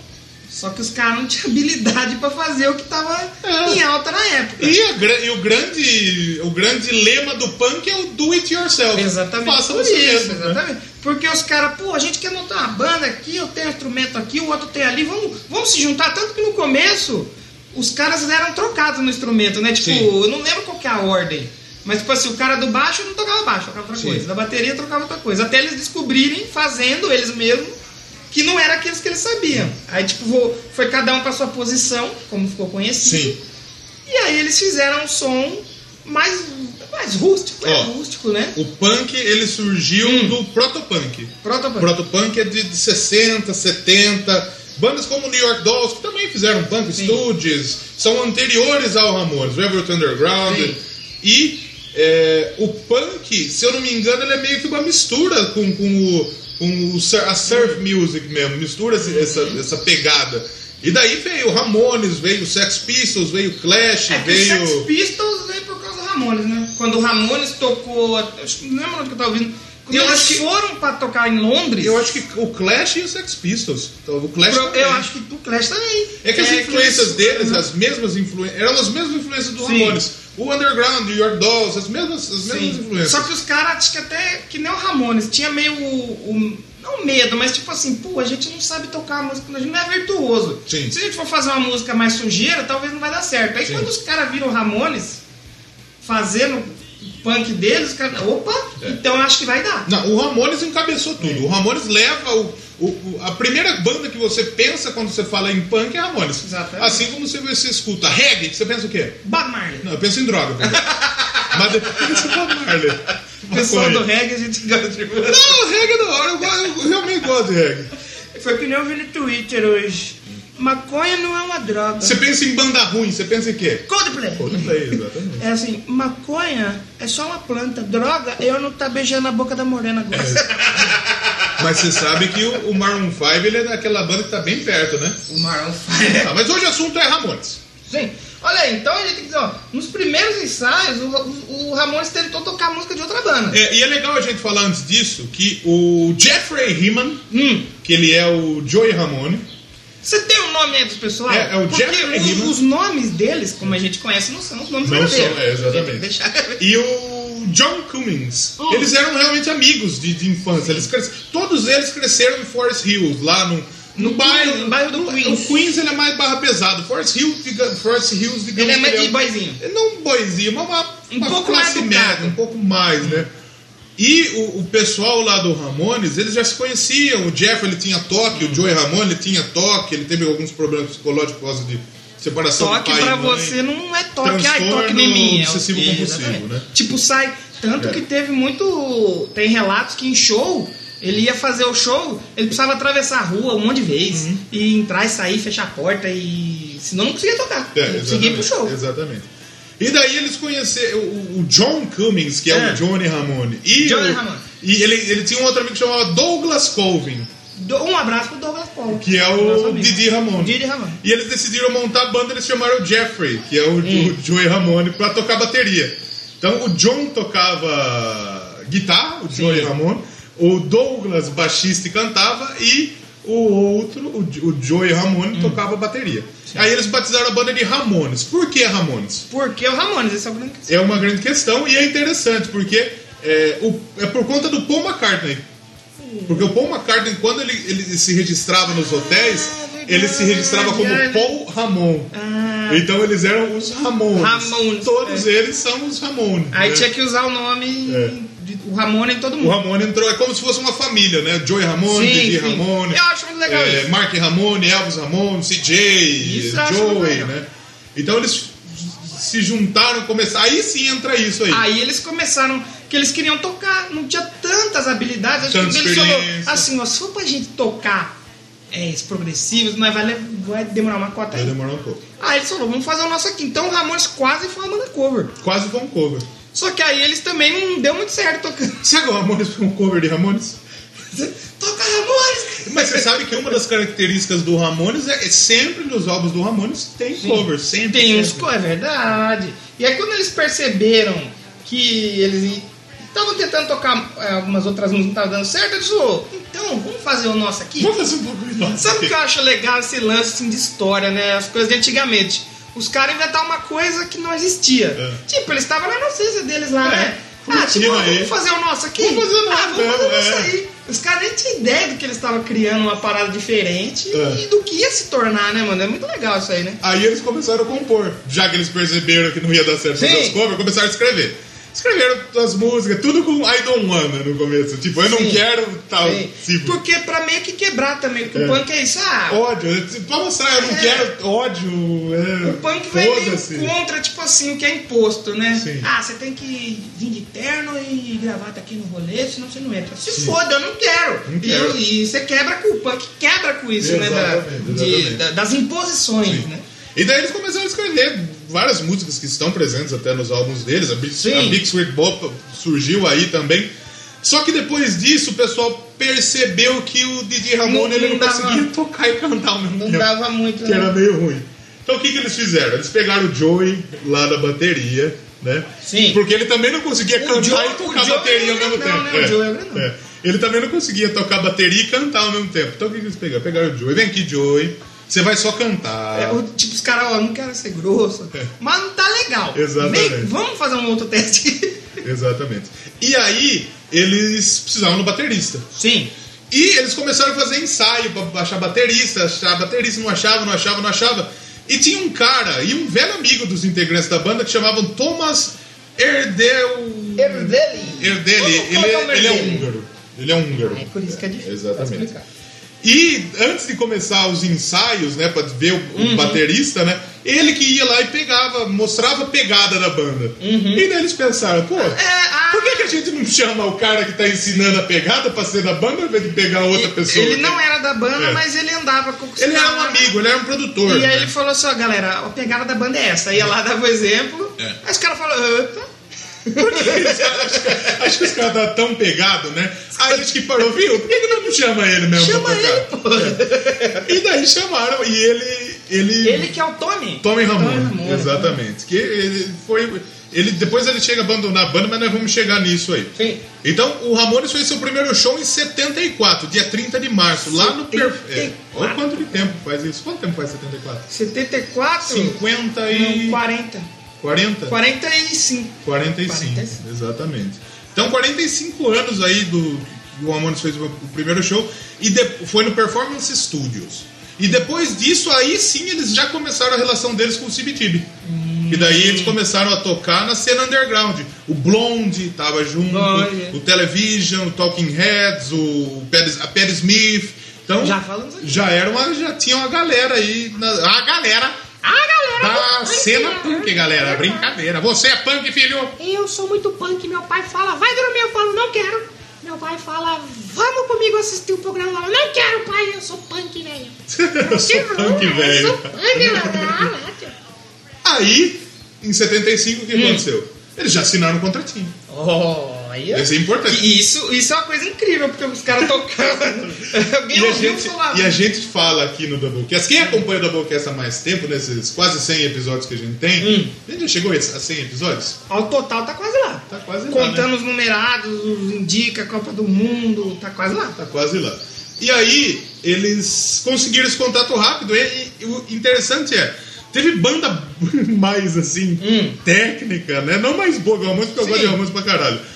Speaker 1: só que os caras não tinham habilidade pra fazer o que tava
Speaker 2: É.
Speaker 1: em alta na época.
Speaker 2: E, a gra- e o, grande, o grande lema do punk é o do it yourself.
Speaker 1: Exatamente.
Speaker 2: Faça
Speaker 1: por
Speaker 2: você
Speaker 1: isso,
Speaker 2: mesmo, né?
Speaker 1: exatamente. Porque os caras, pô, a gente quer montar uma banda aqui, eu tenho um instrumento aqui, o outro tem ali, vamos, vamos se juntar. Tanto que no começo, os caras eram trocados no instrumento, né? Tipo,
Speaker 2: Sim.
Speaker 1: eu não lembro qual que é a ordem. Mas, tipo assim, o cara do baixo não tocava baixo, tocava outra
Speaker 2: Sim.
Speaker 1: coisa. Da bateria trocava outra coisa. Até eles descobrirem, fazendo eles mesmos, que não era aqueles que eles sabiam. Aí, tipo, vo- foi cada um pra sua posição, como ficou conhecido.
Speaker 2: Sim.
Speaker 1: E aí eles fizeram um som mais, mais rústico, é
Speaker 2: Ó.
Speaker 1: rústico, né?
Speaker 2: O punk ele surgiu
Speaker 1: Hum.
Speaker 2: do protopunk.
Speaker 1: Protopunk.
Speaker 2: Protopunk é de, de 60, 70. Bandas como New York Dolls, que também fizeram punk,
Speaker 1: Sim.
Speaker 2: Stooges, são anteriores ao Ramones, Velvet Underground.
Speaker 1: Sim.
Speaker 2: E é, o punk, se eu não me engano, ele é meio que uma mistura com, com, o, com o sur- a surf
Speaker 1: Hum.
Speaker 2: music mesmo, mistura esse- essa,
Speaker 1: Uhum.
Speaker 2: essa pegada. E daí veio o Ramones, veio o Sex Pistols, veio o Clash,
Speaker 1: É que o
Speaker 2: veio.
Speaker 1: Sex Pistols veio por causa do Ramones, né? Quando o Ramones tocou. Acho que não lembro onde que eu tava ouvindo. Quando
Speaker 2: Eu
Speaker 1: eles
Speaker 2: acho que-
Speaker 1: foram pra tocar em Londres.
Speaker 2: Eu acho que o Clash e o Sex Pistols. Então, o Clash
Speaker 1: pro-
Speaker 2: também.
Speaker 1: eu acho que o Clash também.
Speaker 2: É que as influências
Speaker 1: que- né?
Speaker 2: deles, as mesmas influências, eram as mesmas influências do
Speaker 1: Sim.
Speaker 2: Ramones. O Underground, o York Dolls, as mesmas, as mesmas
Speaker 1: Sim.
Speaker 2: influências.
Speaker 1: Só que os caras, acho que até que nem o Ramones, tinha meio o, o- não medo, mas tipo assim, pô, a gente não sabe tocar a música, a gente não é virtuoso.
Speaker 2: Sim.
Speaker 1: Se a gente for fazer uma música mais sujeira, talvez não vai dar certo. Aí
Speaker 2: Sim.
Speaker 1: quando os caras viram o Ramones fazendo o punk deles, os caras, opa,
Speaker 2: É.
Speaker 1: então eu acho que vai dar.
Speaker 2: Não, o Ramones encabeçou tudo. O Ramones leva o, o- o- a primeira banda que você pensa quando você fala em punk é Ramones.
Speaker 1: Exatamente.
Speaker 2: Assim como você, você escuta reggae, que você pensa o quê?
Speaker 1: Bob Marley.
Speaker 2: Não, eu penso em droga. Mas depois pensa em Bob Marley.
Speaker 1: O pessoal
Speaker 2: Maconha.
Speaker 1: do reggae a gente gosta de
Speaker 2: Não, reggae é da hora, eu, go- eu realmente gosto de reggae.
Speaker 1: Foi que nem eu vi no Twitter hoje. Maconha não é uma droga.
Speaker 2: Você pensa em banda ruim, você pensa em quê?
Speaker 1: Coldplay.
Speaker 2: Pô, não sei, exatamente.
Speaker 1: É assim, maconha é só uma planta. Droga, eu não tá beijando a boca da morena agora.
Speaker 2: É. Mas você sabe que o, o Maroon 5 ele é daquela banda que tá bem perto, né?
Speaker 1: O Marão faz.
Speaker 2: Tá, mas hoje o assunto é Ramones.
Speaker 1: Sim. Olha aí, então a gente tem que dizer, ó, nos primeiros ensaios, o, o, o Ramones tentou tocar a música de outra banda.
Speaker 2: É, e é legal a gente falar antes disso que o Jeffrey Heeman, que ele é o Joey Ramone,
Speaker 1: Hum. Você tem o nome aí dos pessoal?
Speaker 2: É, é o
Speaker 1: Porque
Speaker 2: Jeffrey
Speaker 1: os,
Speaker 2: Riemann.
Speaker 1: os nomes deles, como a gente conhece, não são os nomes
Speaker 2: Não são,
Speaker 1: verdadeiros.
Speaker 2: é, exatamente.
Speaker 1: Tem que deixar-
Speaker 2: e o John Cummings. Eles eram realmente amigos de, de infância. Eles cres- Todos eles cresceram em Forest Hills, lá no, no, bairro.
Speaker 1: no bairro do Queens.
Speaker 2: O Queens ele é mais barra pesado. Forest Hills, diga- Forest Hills
Speaker 1: Ele
Speaker 2: digamos
Speaker 1: é mais
Speaker 2: que
Speaker 1: de boyzinho.
Speaker 2: É Não um boizinho, mas uma,
Speaker 1: Um
Speaker 2: uma
Speaker 1: pouco mais educado.
Speaker 2: média, um pouco mais, né? E o, o pessoal lá do Ramones, eles já se conheciam. O Jeff ele tinha toque,
Speaker 1: Uhum.
Speaker 2: o Joey Ramone ele tinha toque, ele teve alguns problemas psicológicos por causa de separação do
Speaker 1: Toque
Speaker 2: pai
Speaker 1: pra
Speaker 2: e mãe.
Speaker 1: você não é toque, ai,
Speaker 2: Transtorno
Speaker 1: toque em mim. é o-
Speaker 2: obsessivo compulsivo,
Speaker 1: exatamente.
Speaker 2: né?
Speaker 1: Tipo, sai. Tanto
Speaker 2: É.
Speaker 1: que teve muito. Tem relatos que em show, ele ia fazer o show, ele precisava atravessar a rua um monte de vezes.
Speaker 2: Uhum.
Speaker 1: E entrar e sair, fechar a porta e. Senão não conseguia tocar.
Speaker 2: É,
Speaker 1: não conseguia ir pro
Speaker 2: exatamente,
Speaker 1: show.
Speaker 2: Exatamente. E daí eles conheceram o, o John Cummings, que é,
Speaker 1: É.
Speaker 2: o Johnny Ramone. E
Speaker 1: Johnny
Speaker 2: o-
Speaker 1: Ramone.
Speaker 2: E ele, ele tinha um outro amigo que chamava Douglas Colvin,
Speaker 1: Do- Um abraço pro Douglas Paul.
Speaker 2: que é
Speaker 1: nosso
Speaker 2: o
Speaker 1: amigo.
Speaker 2: Didi Ramone.
Speaker 1: Didi Ramone.
Speaker 2: E eles decidiram montar a banda, eles chamaram o Jeffrey, que é o, o Joey Ramone, pra tocar bateria. Então o John tocava guitarra, o Joey Ramone, o Douglas, baixista e cantava, e o outro, o, o Joey Ramone,
Speaker 1: Hum.
Speaker 2: tocava bateria. Aí eles batizaram a banda de Ramones. Por que Ramones?
Speaker 1: Porque o Ramones, esse é o grande questão.
Speaker 2: É uma grande questão e é interessante, porque é, o- é por conta do Paul McCartney. Porque o Paul McCartney, quando ele, ele se registrava nos hotéis,
Speaker 1: Ah, verdade. Ah.
Speaker 2: ele se registrava como Paul Ramon. Então eles eram os Ramones.
Speaker 1: Ramones, é.
Speaker 2: Todos eles são os Ramones.
Speaker 1: Aí
Speaker 2: né?
Speaker 1: tinha que usar o nome,
Speaker 2: É.
Speaker 1: de, o Ramone em todo
Speaker 2: O
Speaker 1: mundo.
Speaker 2: Ramone entrou, é como se fosse uma família, né? Joey Ramone,
Speaker 1: Sim,
Speaker 2: Didi
Speaker 1: sim.
Speaker 2: Ramone.
Speaker 1: Eu acho muito legal
Speaker 2: é,
Speaker 1: isso.
Speaker 2: Mark Ramone, Elvis Ramone, CJ,
Speaker 1: Isso eu acho muito
Speaker 2: Joey,
Speaker 1: legal.
Speaker 2: né? Então eles se juntaram, começaram. Aí sim entra isso aí.
Speaker 1: Aí eles começaram, que eles queriam tocar, não tinha tantas habilidades. Acho que
Speaker 2: Tanta
Speaker 1: eles falou
Speaker 2: experiência.
Speaker 1: assim, ó, se for pra gente tocar é, esses progressivos, nós é, vai, le- vai demorar uma cota
Speaker 2: Vai
Speaker 1: aí.
Speaker 2: demorar um pouco.
Speaker 1: Aí eles falaram, vamos fazer o nosso aqui. Então o Ramones quase foi uma banda cover.
Speaker 2: Quase foi um cover.
Speaker 1: Só que aí eles também não deu muito certo tocando.
Speaker 2: Será que o Ramones foi um cover de Ramones?
Speaker 1: Toca Ramones!
Speaker 2: Mas você sabe que uma das características do Ramones é, é sempre nos álbuns do Ramones tem cover, sempre.
Speaker 1: Tem uns
Speaker 2: sempre.
Speaker 1: co- é verdade. E aí quando eles perceberam que eles estavam tentando tocar é, algumas outras músicas não estavam dando certo, eles falaram, então vamos fazer o nosso aqui.
Speaker 2: Vamos fazer um cover nosso.
Speaker 1: Sabe o que eu acho legal esse lance assim, de história, né? As coisas de antigamente. Os caras inventaram uma coisa que não existia.
Speaker 2: É.
Speaker 1: Tipo, eles estavam na inocência deles lá,
Speaker 2: É.
Speaker 1: né? Ah,
Speaker 2: Curtindo
Speaker 1: tipo,
Speaker 2: aí.
Speaker 1: vamos fazer o nosso aqui?
Speaker 2: Vamos fazer o nosso
Speaker 1: Ah, vamos fazer o nosso
Speaker 2: mesmo, é.
Speaker 1: aí. Os caras nem tinham ideia do que eles estavam criando uma parada diferente
Speaker 2: É.
Speaker 1: e do que ia se tornar, né, mano? É muito legal isso aí, né?
Speaker 2: Aí eles começaram a compor. Já que eles perceberam que não ia dar certo
Speaker 1: Sim.
Speaker 2: fazer os covers, começaram a escrever. Escreveram as músicas, tudo com I don't wanna no começo. Tipo, eu não
Speaker 1: Sim.
Speaker 2: quero tal.
Speaker 1: Sim.
Speaker 2: Tipo,
Speaker 1: Porque pra meio que quebrar também, porque
Speaker 2: É.
Speaker 1: o punk é isso. Ah,
Speaker 2: ódio. Tipo, Pra mostrar, eu não
Speaker 1: É.
Speaker 2: quero ódio. É,
Speaker 1: O punk vai
Speaker 2: foda-se.
Speaker 1: meio contra, tipo assim, o que é imposto, né?
Speaker 2: Sim.
Speaker 1: Ah, você tem que vir de terno e gravata aqui no rolê, senão você não entra. Se foda, eu não quero.
Speaker 2: Não quero.
Speaker 1: E, e você quebra com o punk, quebra com isso, né?
Speaker 2: Exatamente,
Speaker 1: da- de-
Speaker 2: exatamente.
Speaker 1: da- das imposições,
Speaker 2: Sim.
Speaker 1: né?
Speaker 2: E daí eles começaram a escrever várias músicas que estão presentes até nos álbuns deles. A Big,
Speaker 1: Sim.
Speaker 2: a Big Sweet Bop surgiu aí também. Só que depois disso o pessoal percebeu que o Didi Ramon
Speaker 1: Não-
Speaker 2: ele não
Speaker 1: não dava-
Speaker 2: conseguia tocar e cantar ao mesmo
Speaker 1: Não
Speaker 2: tempo,
Speaker 1: dava muito.
Speaker 2: que era
Speaker 1: Né?
Speaker 2: meio ruim. Então o que, que eles fizeram? Eles pegaram o Joey lá da bateria, né?
Speaker 1: Sim.
Speaker 2: Porque ele também não conseguia cantar
Speaker 1: Joey-
Speaker 2: e tocar
Speaker 1: o Joey
Speaker 2: bateria
Speaker 1: é
Speaker 2: ao mesmo
Speaker 1: grandão,
Speaker 2: tempo.
Speaker 1: né? O Joey é grandão.
Speaker 2: É. Ele também não conseguia tocar bateria e cantar ao mesmo tempo. Então o que, que eles pegaram? Pegaram o Joey, vem aqui, Joey. Você vai só cantar.
Speaker 1: É, o- tipo, os caras, ó, não quero ser grosso,
Speaker 2: É.
Speaker 1: mas não tá legal.
Speaker 2: Exatamente.
Speaker 1: Meio- vamos fazer um outro teste.
Speaker 2: Exatamente. E aí, eles precisavam do baterista.
Speaker 1: Sim.
Speaker 2: E eles começaram a fazer ensaio pra achar baterista, achar baterista, não achava, não achava, não achava. E tinha um cara e um velho amigo dos integrantes da banda que chamavam Thomas Herdel.
Speaker 1: Herdeli.
Speaker 2: Herdeli.
Speaker 1: Vamos
Speaker 2: Ele,
Speaker 1: colocar o
Speaker 2: é- ele é
Speaker 1: Herdeli.
Speaker 2: húngaro. Ele é húngaro.
Speaker 1: É por isso que é difícil.
Speaker 2: Exatamente.
Speaker 1: explicar.
Speaker 2: E antes de começar os ensaios, né, pra ver o,
Speaker 1: Uhum.
Speaker 2: o baterista, né, ele que ia lá e pegava, mostrava a pegada da banda.
Speaker 1: Uhum.
Speaker 2: E daí eles pensaram, pô,
Speaker 1: ah.
Speaker 2: por que, que a gente não chama o cara que tá ensinando a pegada pra ser da banda, ao invés de pegar outra pessoa?
Speaker 1: Ele não era da banda,
Speaker 2: É.
Speaker 1: mas ele andava com os
Speaker 2: Ele era um
Speaker 1: caras.
Speaker 2: amigo, ele era um produtor.
Speaker 1: E aí
Speaker 2: né?
Speaker 1: ele falou assim, ó, galera, a pegada da banda é essa. Aí ia lá dava o exemplo.
Speaker 2: É.
Speaker 1: Aí os caras falaram, opa.
Speaker 2: Acho que os caras estavam tão pegados, né? Aí a gente que parou, viu? Por que, que não chama ele mesmo? pra
Speaker 1: Chama
Speaker 2: um tocar?
Speaker 1: ele, pô.
Speaker 2: E daí chamaram e ele. Ele,
Speaker 1: Ele que é o Tommy.
Speaker 2: Tommy Ramone,
Speaker 1: Ramone. né?
Speaker 2: exatamente. Que ele foi. Ele, depois ele chega a abandonar a banda, mas nós vamos chegar nisso aí.
Speaker 1: Sim.
Speaker 2: Então, o Ramones fez seu primeiro show em 74, dia 30 de março, lá no Per- É,
Speaker 1: 74.
Speaker 2: olha quanto de tempo faz isso. Quanto tempo faz 74?
Speaker 1: 74?
Speaker 2: 50
Speaker 1: Não,
Speaker 2: e.
Speaker 1: 40.
Speaker 2: 40?
Speaker 1: 45.
Speaker 2: 45,
Speaker 1: 45.
Speaker 2: exatamente. Então, 45 anos aí do que o Ramones fez o primeiro show e de- foi no Performance Studios. E depois disso, aí sim eles já começaram a relação deles com o CBTB. E daí
Speaker 1: Hum.
Speaker 2: eles começaram a tocar na cena underground. O Blonde tava junto,
Speaker 1: Blonde.
Speaker 2: o Television, o Talking Heads, o Patti- a Patti Smith. Então,
Speaker 1: Já falamos aqui.
Speaker 2: já era uma, já tinha uma galera aí, na- a galera
Speaker 4: Ah, galera!
Speaker 2: da cena punk, galera. Brincadeira. Você é punk, filho?
Speaker 4: Eu sou muito punk. Meu pai fala, vai dormir. Eu falo, não quero. Meu pai fala, vamos comigo assistir o programa. Eu falo, não quero, pai. Eu sou punk, velho.
Speaker 2: Eu sou punk,
Speaker 4: Eu sou
Speaker 2: velho.
Speaker 4: punk, mano. Ah, lá, tio.
Speaker 2: Aí, em 75, o que aconteceu? Eles já assinaram um contratinho.
Speaker 1: Olha.
Speaker 2: Isso é importante.
Speaker 1: E Isso, isso é uma coisa incrível, porque os caras tocavam. Alguém
Speaker 2: E a,
Speaker 1: ouviu
Speaker 2: gente,
Speaker 1: falar. né?
Speaker 2: e a gente fala aqui no Doublecast, quem acompanha o Doublecast há mais tempo, nesses quase 100 episódios que a gente tem,
Speaker 1: Hum.
Speaker 2: a gente já chegou a 100 episódios?
Speaker 1: Ao total tá quase lá.
Speaker 2: Tá quase lá,
Speaker 1: Contando
Speaker 2: né?
Speaker 1: os numerados, os indica, Copa do Mundo, tá quase lá.
Speaker 2: Tá quase lá. E aí eles conseguiram esse contato rápido. E, e o interessante é, teve banda mais assim,
Speaker 1: Hum.
Speaker 2: técnica, né? Não mais boa que o Ramones, porque eu gosto de Ramones pra caralho.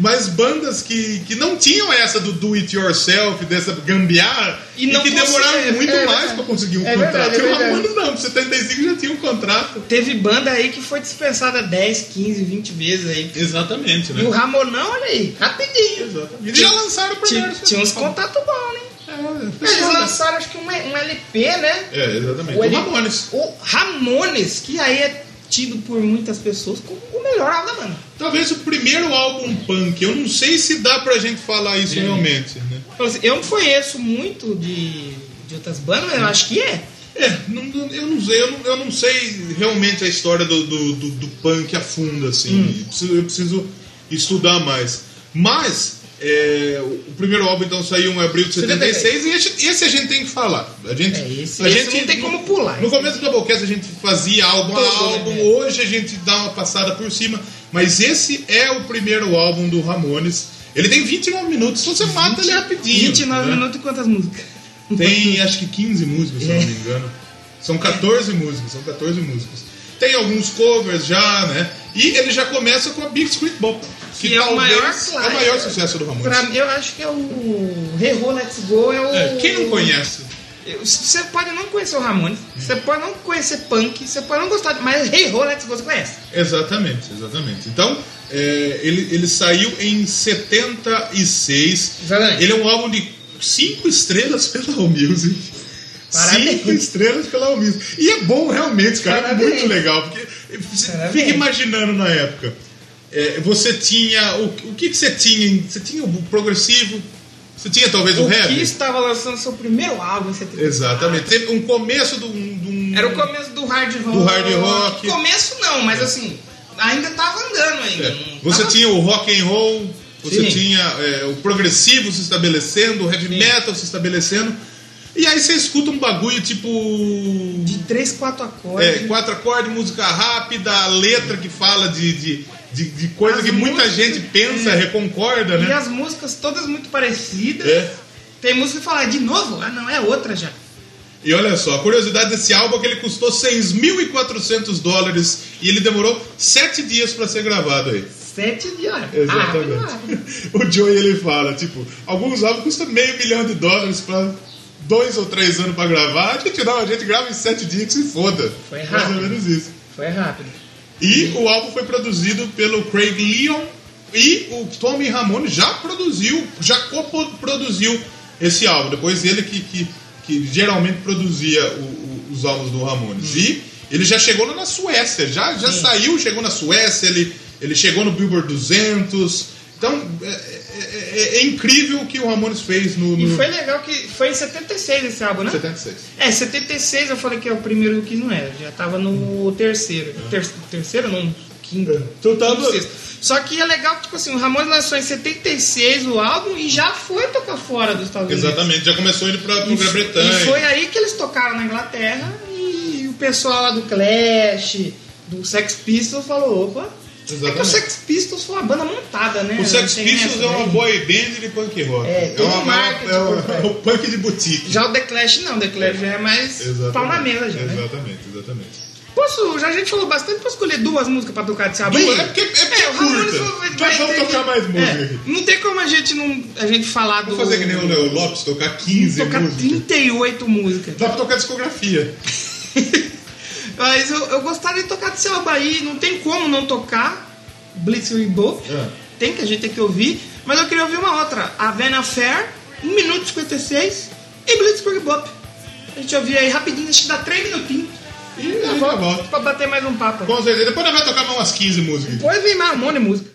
Speaker 2: Mas bandas que, que não tinham essa do do it yourself, dessa gambiarra,
Speaker 1: E
Speaker 2: e,
Speaker 1: não
Speaker 2: que
Speaker 1: consegui-
Speaker 2: demoraram
Speaker 1: é,
Speaker 2: muito
Speaker 1: é
Speaker 2: mais
Speaker 1: verdade.
Speaker 2: pra conseguir um
Speaker 1: É
Speaker 2: contrato.
Speaker 1: verdade, é
Speaker 2: e o
Speaker 1: verdade.
Speaker 2: Ramones não, pra 75 já tinha um contrato.
Speaker 1: Teve banda aí que foi dispensada 10, 15, 20 vezes aí.
Speaker 2: Exatamente,
Speaker 1: E o Ramonão, olha aí, rapidinho.
Speaker 2: Exatamente. E já lançaram o
Speaker 1: Tinha,
Speaker 2: primeiro.
Speaker 1: tinha uns contatos bons, né? Eles lançaram acho que um, um LP, né?
Speaker 2: É, exatamente. O
Speaker 1: LP
Speaker 2: Ramones.
Speaker 1: O Ramones, que aí é tido por muitas pessoas como o melhor álbum da banda.
Speaker 2: Talvez o primeiro álbum punk. Eu não sei se dá pra gente falar isso realmente, né?
Speaker 1: Então, assim, Eu não conheço muito de, de outras bandas, mas eu acho que é.
Speaker 2: É, não- não- eu não sei, eu não, eu não sei realmente a história do, do, do- do punk a fundo, assim.
Speaker 1: Hum.
Speaker 2: Eu, preciso, eu preciso estudar mais. Mas é, o o primeiro álbum então saiu em abril de 76 e esse, esse a gente tem que falar. A gente,
Speaker 1: É, esse-
Speaker 2: a
Speaker 1: esse
Speaker 2: gente
Speaker 1: não tem como pular.
Speaker 2: No começo do Doublecast a gente fazia álbum a
Speaker 1: Todo,
Speaker 2: álbum,
Speaker 1: né?
Speaker 2: hoje a gente dá uma passada por cima, mas esse é o primeiro álbum do Ramones. Ele tem 29 minutos, então você mata ele rapidinho.
Speaker 1: 29
Speaker 2: né?
Speaker 1: minutos e quantas músicas?
Speaker 2: Tem acho que 15 músicas, se eu
Speaker 1: É.
Speaker 2: não me engano. São 14 músicas, são 14 músicas. Tem alguns covers já, né? E ele já começa com a Big Street Bop,
Speaker 1: Que é o
Speaker 2: talvez
Speaker 1: maior
Speaker 2: é o maior sucesso do Ramones.
Speaker 1: Pra mim, eu acho que é o Rerô Let's Go é o.
Speaker 2: É, quem não conhece?
Speaker 1: Eu- Você pode não conhecer o Ramones, você pode não conhecer punk, você pode não gostar, de- mas Rerô Let's Go você conhece.
Speaker 2: Exatamente, exatamente. Então, é, ele, ele saiu em 76.
Speaker 1: Exatamente.
Speaker 2: Ele é um álbum de 5 estrelas pela All Music.
Speaker 1: Parabéns.
Speaker 2: 5 estrelas pela All Music. E é bom realmente, cara.
Speaker 1: Parabéns.
Speaker 2: É muito legal. Porque você
Speaker 1: Parabéns.
Speaker 2: fica imaginando na época. é, você tinha. O, o que, que você tinha? em- Você tinha o progressivo? Você tinha talvez o,
Speaker 1: O
Speaker 2: rap?
Speaker 1: que estava lançando seu primeiro álbum em 74.
Speaker 2: Exatamente. Teve um começo de um. de um-
Speaker 1: Era o começo do hard rock.
Speaker 2: Do hard rock.
Speaker 1: Começo não, mas assim, ainda tava andando ainda.
Speaker 2: É.
Speaker 1: Não
Speaker 2: Você
Speaker 1: tava-
Speaker 2: tinha o rock and roll, você
Speaker 1: Sim.
Speaker 2: tinha é, o progressivo se estabelecendo, o heavy metal se estabelecendo. E aí você escuta um bagulho tipo.
Speaker 1: De 3, 4 acordes.
Speaker 2: é, quatro acordes, música rápida, a letra que fala de, de, de, de coisa
Speaker 1: As
Speaker 2: que muita
Speaker 1: músicas-
Speaker 2: gente pensa,
Speaker 1: é.
Speaker 2: reconcorda,
Speaker 1: E
Speaker 2: né?
Speaker 1: as músicas todas muito parecidas.
Speaker 2: É.
Speaker 1: Tem música que fala de novo? Ah, não, é outra já.
Speaker 2: E olha só, a curiosidade desse álbum é que ele custou 6.400 dólares e ele demorou sete dias para ser gravado aí.
Speaker 1: Sete dias. olha,
Speaker 2: Exatamente.
Speaker 1: rápido, rápido.
Speaker 2: o Joey ele fala, tipo, alguns álbuns custam meio milhão de dólares pra dois ou três anos pra gravar. A gente não, a gente grava em sete dias que se foda.
Speaker 1: Foi
Speaker 2: Mais
Speaker 1: rápido.
Speaker 2: ou menos isso.
Speaker 1: Foi rápido.
Speaker 2: E o álbum foi produzido pelo Craig Leon e o Tommy Ramone já produziu, já coproduziu esse álbum. Depois ele que, que, que geralmente produzia o- o- os álbuns do Ramones.
Speaker 1: Hum.
Speaker 2: E ele já chegou na Suécia, já, já saiu, chegou na Suécia, ele, ele chegou no Billboard 200. Então é, é- é- é incrível o que o Ramones fez no,
Speaker 1: E
Speaker 2: no
Speaker 1: foi legal que foi em 76 esse álbum, né?
Speaker 2: 76.
Speaker 1: É, 76 eu falei que é o primeiro que não era, já tava no terceiro. Ter- terceiro não, quinto.
Speaker 2: É. Tu tá tava-
Speaker 1: quinto, sexto. Só que é legal que, tipo assim, o Ramones lançou em 76 o álbum e já foi tocar fora dos Estados Unidos.
Speaker 2: Exatamente, já começou ele pra, pra
Speaker 1: E,
Speaker 2: Grã-Bretanha.
Speaker 1: e foi aí que eles tocaram na Inglaterra e o pessoal lá do Clash, do Sex Pistols falou, opa. É que o
Speaker 2: Exatamente.
Speaker 1: Sex Pistols foi uma banda montada, né?
Speaker 2: O Sex
Speaker 1: Tem
Speaker 2: Pistols
Speaker 1: essa né?
Speaker 2: é uma
Speaker 1: daí.
Speaker 2: boy band de punk rock.
Speaker 1: É, tem um
Speaker 2: uma,
Speaker 1: marketing
Speaker 2: é, uma-
Speaker 1: por trás.
Speaker 2: é um punk de boutique.
Speaker 1: Já o The Clash não, The Clash já é mais pau na mesa já, né?
Speaker 2: Exatamente, exatamente.
Speaker 1: Posso, já a gente falou bastante, posso escolher duas músicas pra tocar desse álbum?
Speaker 2: Duas,
Speaker 1: aí?
Speaker 2: é porque- é porque
Speaker 1: o Ramones
Speaker 2: curta.
Speaker 1: vai-
Speaker 2: Mas
Speaker 1: vai
Speaker 2: vamos
Speaker 1: ter É,
Speaker 2: tocar mais música aqui.
Speaker 1: Não tem como a gente não a gente falar do
Speaker 2: Vou fazer que nem o Léo Lopes, tocar 15
Speaker 1: tocar
Speaker 2: músicas.
Speaker 1: 38 músicas.
Speaker 2: Dá pra tocar discografia.
Speaker 1: Mas eu, eu gostaria de tocar desse álbum aí, não tem como não tocar Blitzkrieg Bop.
Speaker 2: É.
Speaker 1: Tem que a gente tem que ouvir, mas eu queria ouvir uma outra, a Vanna Fair, 1 minuto e 56 e Blitzkrieg Bop. A gente ouvir aí rapidinho, acho que dá 3 minutinhos
Speaker 2: E a gente volta.
Speaker 1: pra bater mais um papo.
Speaker 2: Com certeza. Depois nós vamos tocar mais umas 15 músicas.
Speaker 1: Depois vem mais um monte de música.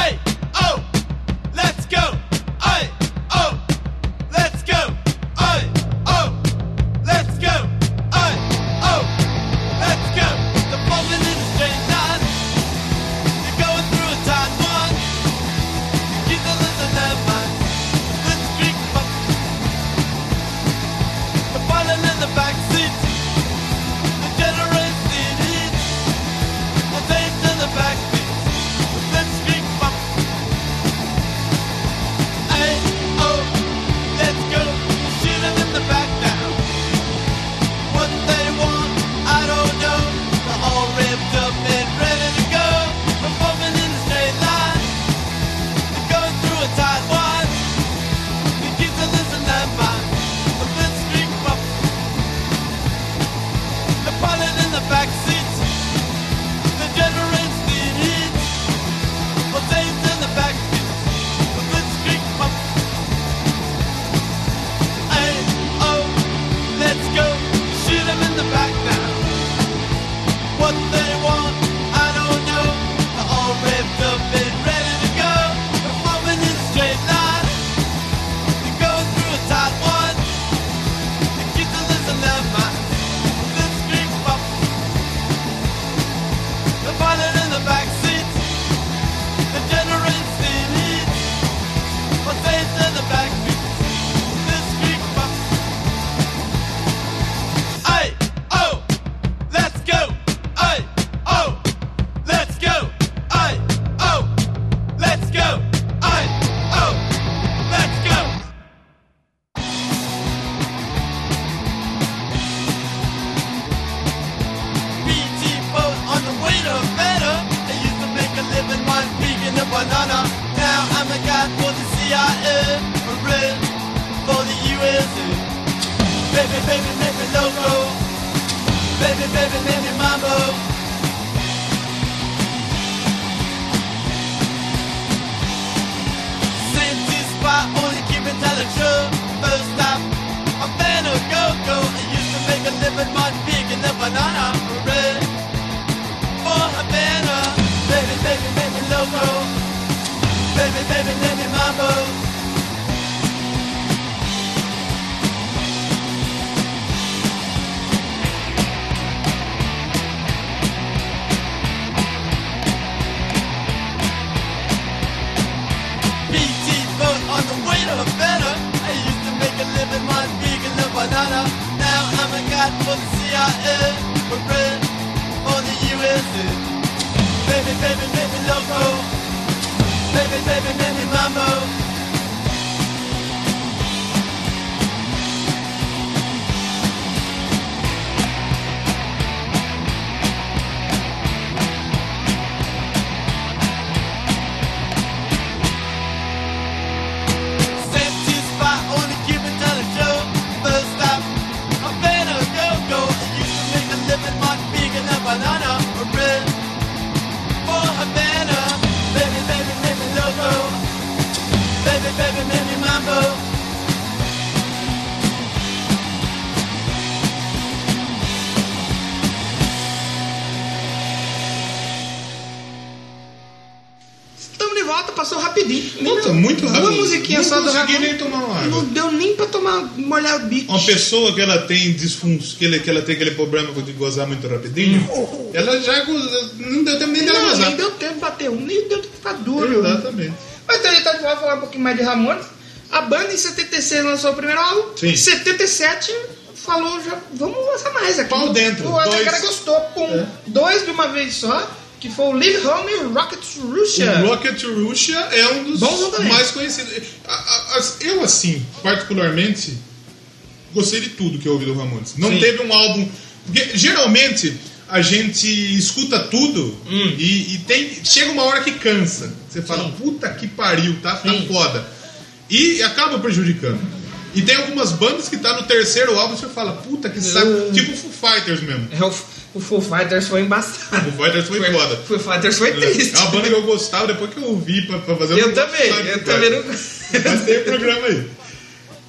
Speaker 3: Ay, oh, let's go. Ay, oh, let's go. oh, Ay, oh, let's go.
Speaker 5: oh, oh, to love my good street pop. The pilot in the back seat, the generous in it. My face in the back seat, this street pop. Hey, oh, let's go. Hey, oh, let's go. Hey, oh, let's go. Hey, oh, let's go. BT boat on the way to better. I used to make a living while speaking a banana. Now I'm a guy for the CIA, a red for the USA. Baby, baby, baby, loco. Baby, baby, baby, mambo. Safety spot, only keep it till the show. First stop, I'm better go go. I used to make a living by speaking a banana, a red for Havana. Baby, baby, baby, loco. Baby, baby, baby, mambo. BT boat on the way to Havana. I used to make a living on vegan and banana. Now I'm a god for the CIA, for red for the USA. Baby, baby, baby, loco. Baby, baby, baby, mambo. Safety spot, only keep it till the show. First stop, I'm better go go. Used to make a living on vegan and banana, a red for Havana. Baby, baby, baby, loco. Baby, baby, baby, mambo.
Speaker 1: Estamos de volta, passou rapidinho. Nem
Speaker 2: Puta,
Speaker 1: deu-
Speaker 2: muito rápido.
Speaker 1: Uma musiquinha só
Speaker 2: Não
Speaker 1: do
Speaker 2: consegui
Speaker 1: Ramon.
Speaker 2: nem tomar uma água.
Speaker 1: Não deu nem pra tomar, molhar o bico.
Speaker 2: Uma pessoa que ela tem disfunção, que, ela- que ela tem aquele problema de gozar muito rapidinho, ela já goza- não deu tempo nem dela
Speaker 1: Uhum. Não,
Speaker 2: gozar.
Speaker 1: nem deu né? tempo de bater um, nem deu tempo de ficar duro.
Speaker 2: Exatamente.
Speaker 1: Mas então a gente vai falar um pouquinho mais de Ramones. A banda em 76 lançou o primeiro álbum.
Speaker 2: Sim.
Speaker 1: Em 77 falou, já, vamos lançar mais aqui.
Speaker 2: Pau dentro,
Speaker 1: O outro
Speaker 2: dois.
Speaker 1: cara gostou. Pum,
Speaker 2: É.
Speaker 1: Dois de uma vez só, que foi o Live Home e o Rocket to Russia.
Speaker 2: O Rocket Russia é um dos
Speaker 1: É. Bom jogador.
Speaker 2: mais conhecidos. A- a- as- Eu, assim, particularmente, gostei de tudo que eu ouvi do Ramones. Não
Speaker 1: Sim.
Speaker 2: teve um álbum. Porque geralmente a gente escuta tudo
Speaker 1: Hum.
Speaker 2: e, e tem, chega uma hora que cansa. Você fala, puta que pariu, tá, tá
Speaker 1: Sim.
Speaker 2: foda. E acaba prejudicando. E tem algumas bandas que tá no terceiro álbum e você fala, puta que saco. Tipo Foo Fighters mesmo.
Speaker 1: É, o, o Foo Fighters foi embaçado.
Speaker 2: Foo Fighters foi foda.
Speaker 1: O Foo Fighters foi triste.
Speaker 2: É uma banda que eu gostava depois que eu ouvi pra, pra fazer
Speaker 1: Eu
Speaker 2: um-
Speaker 1: também,
Speaker 2: sabe,
Speaker 1: eu
Speaker 2: cara?
Speaker 1: também não...
Speaker 2: Mas tem o programa aí.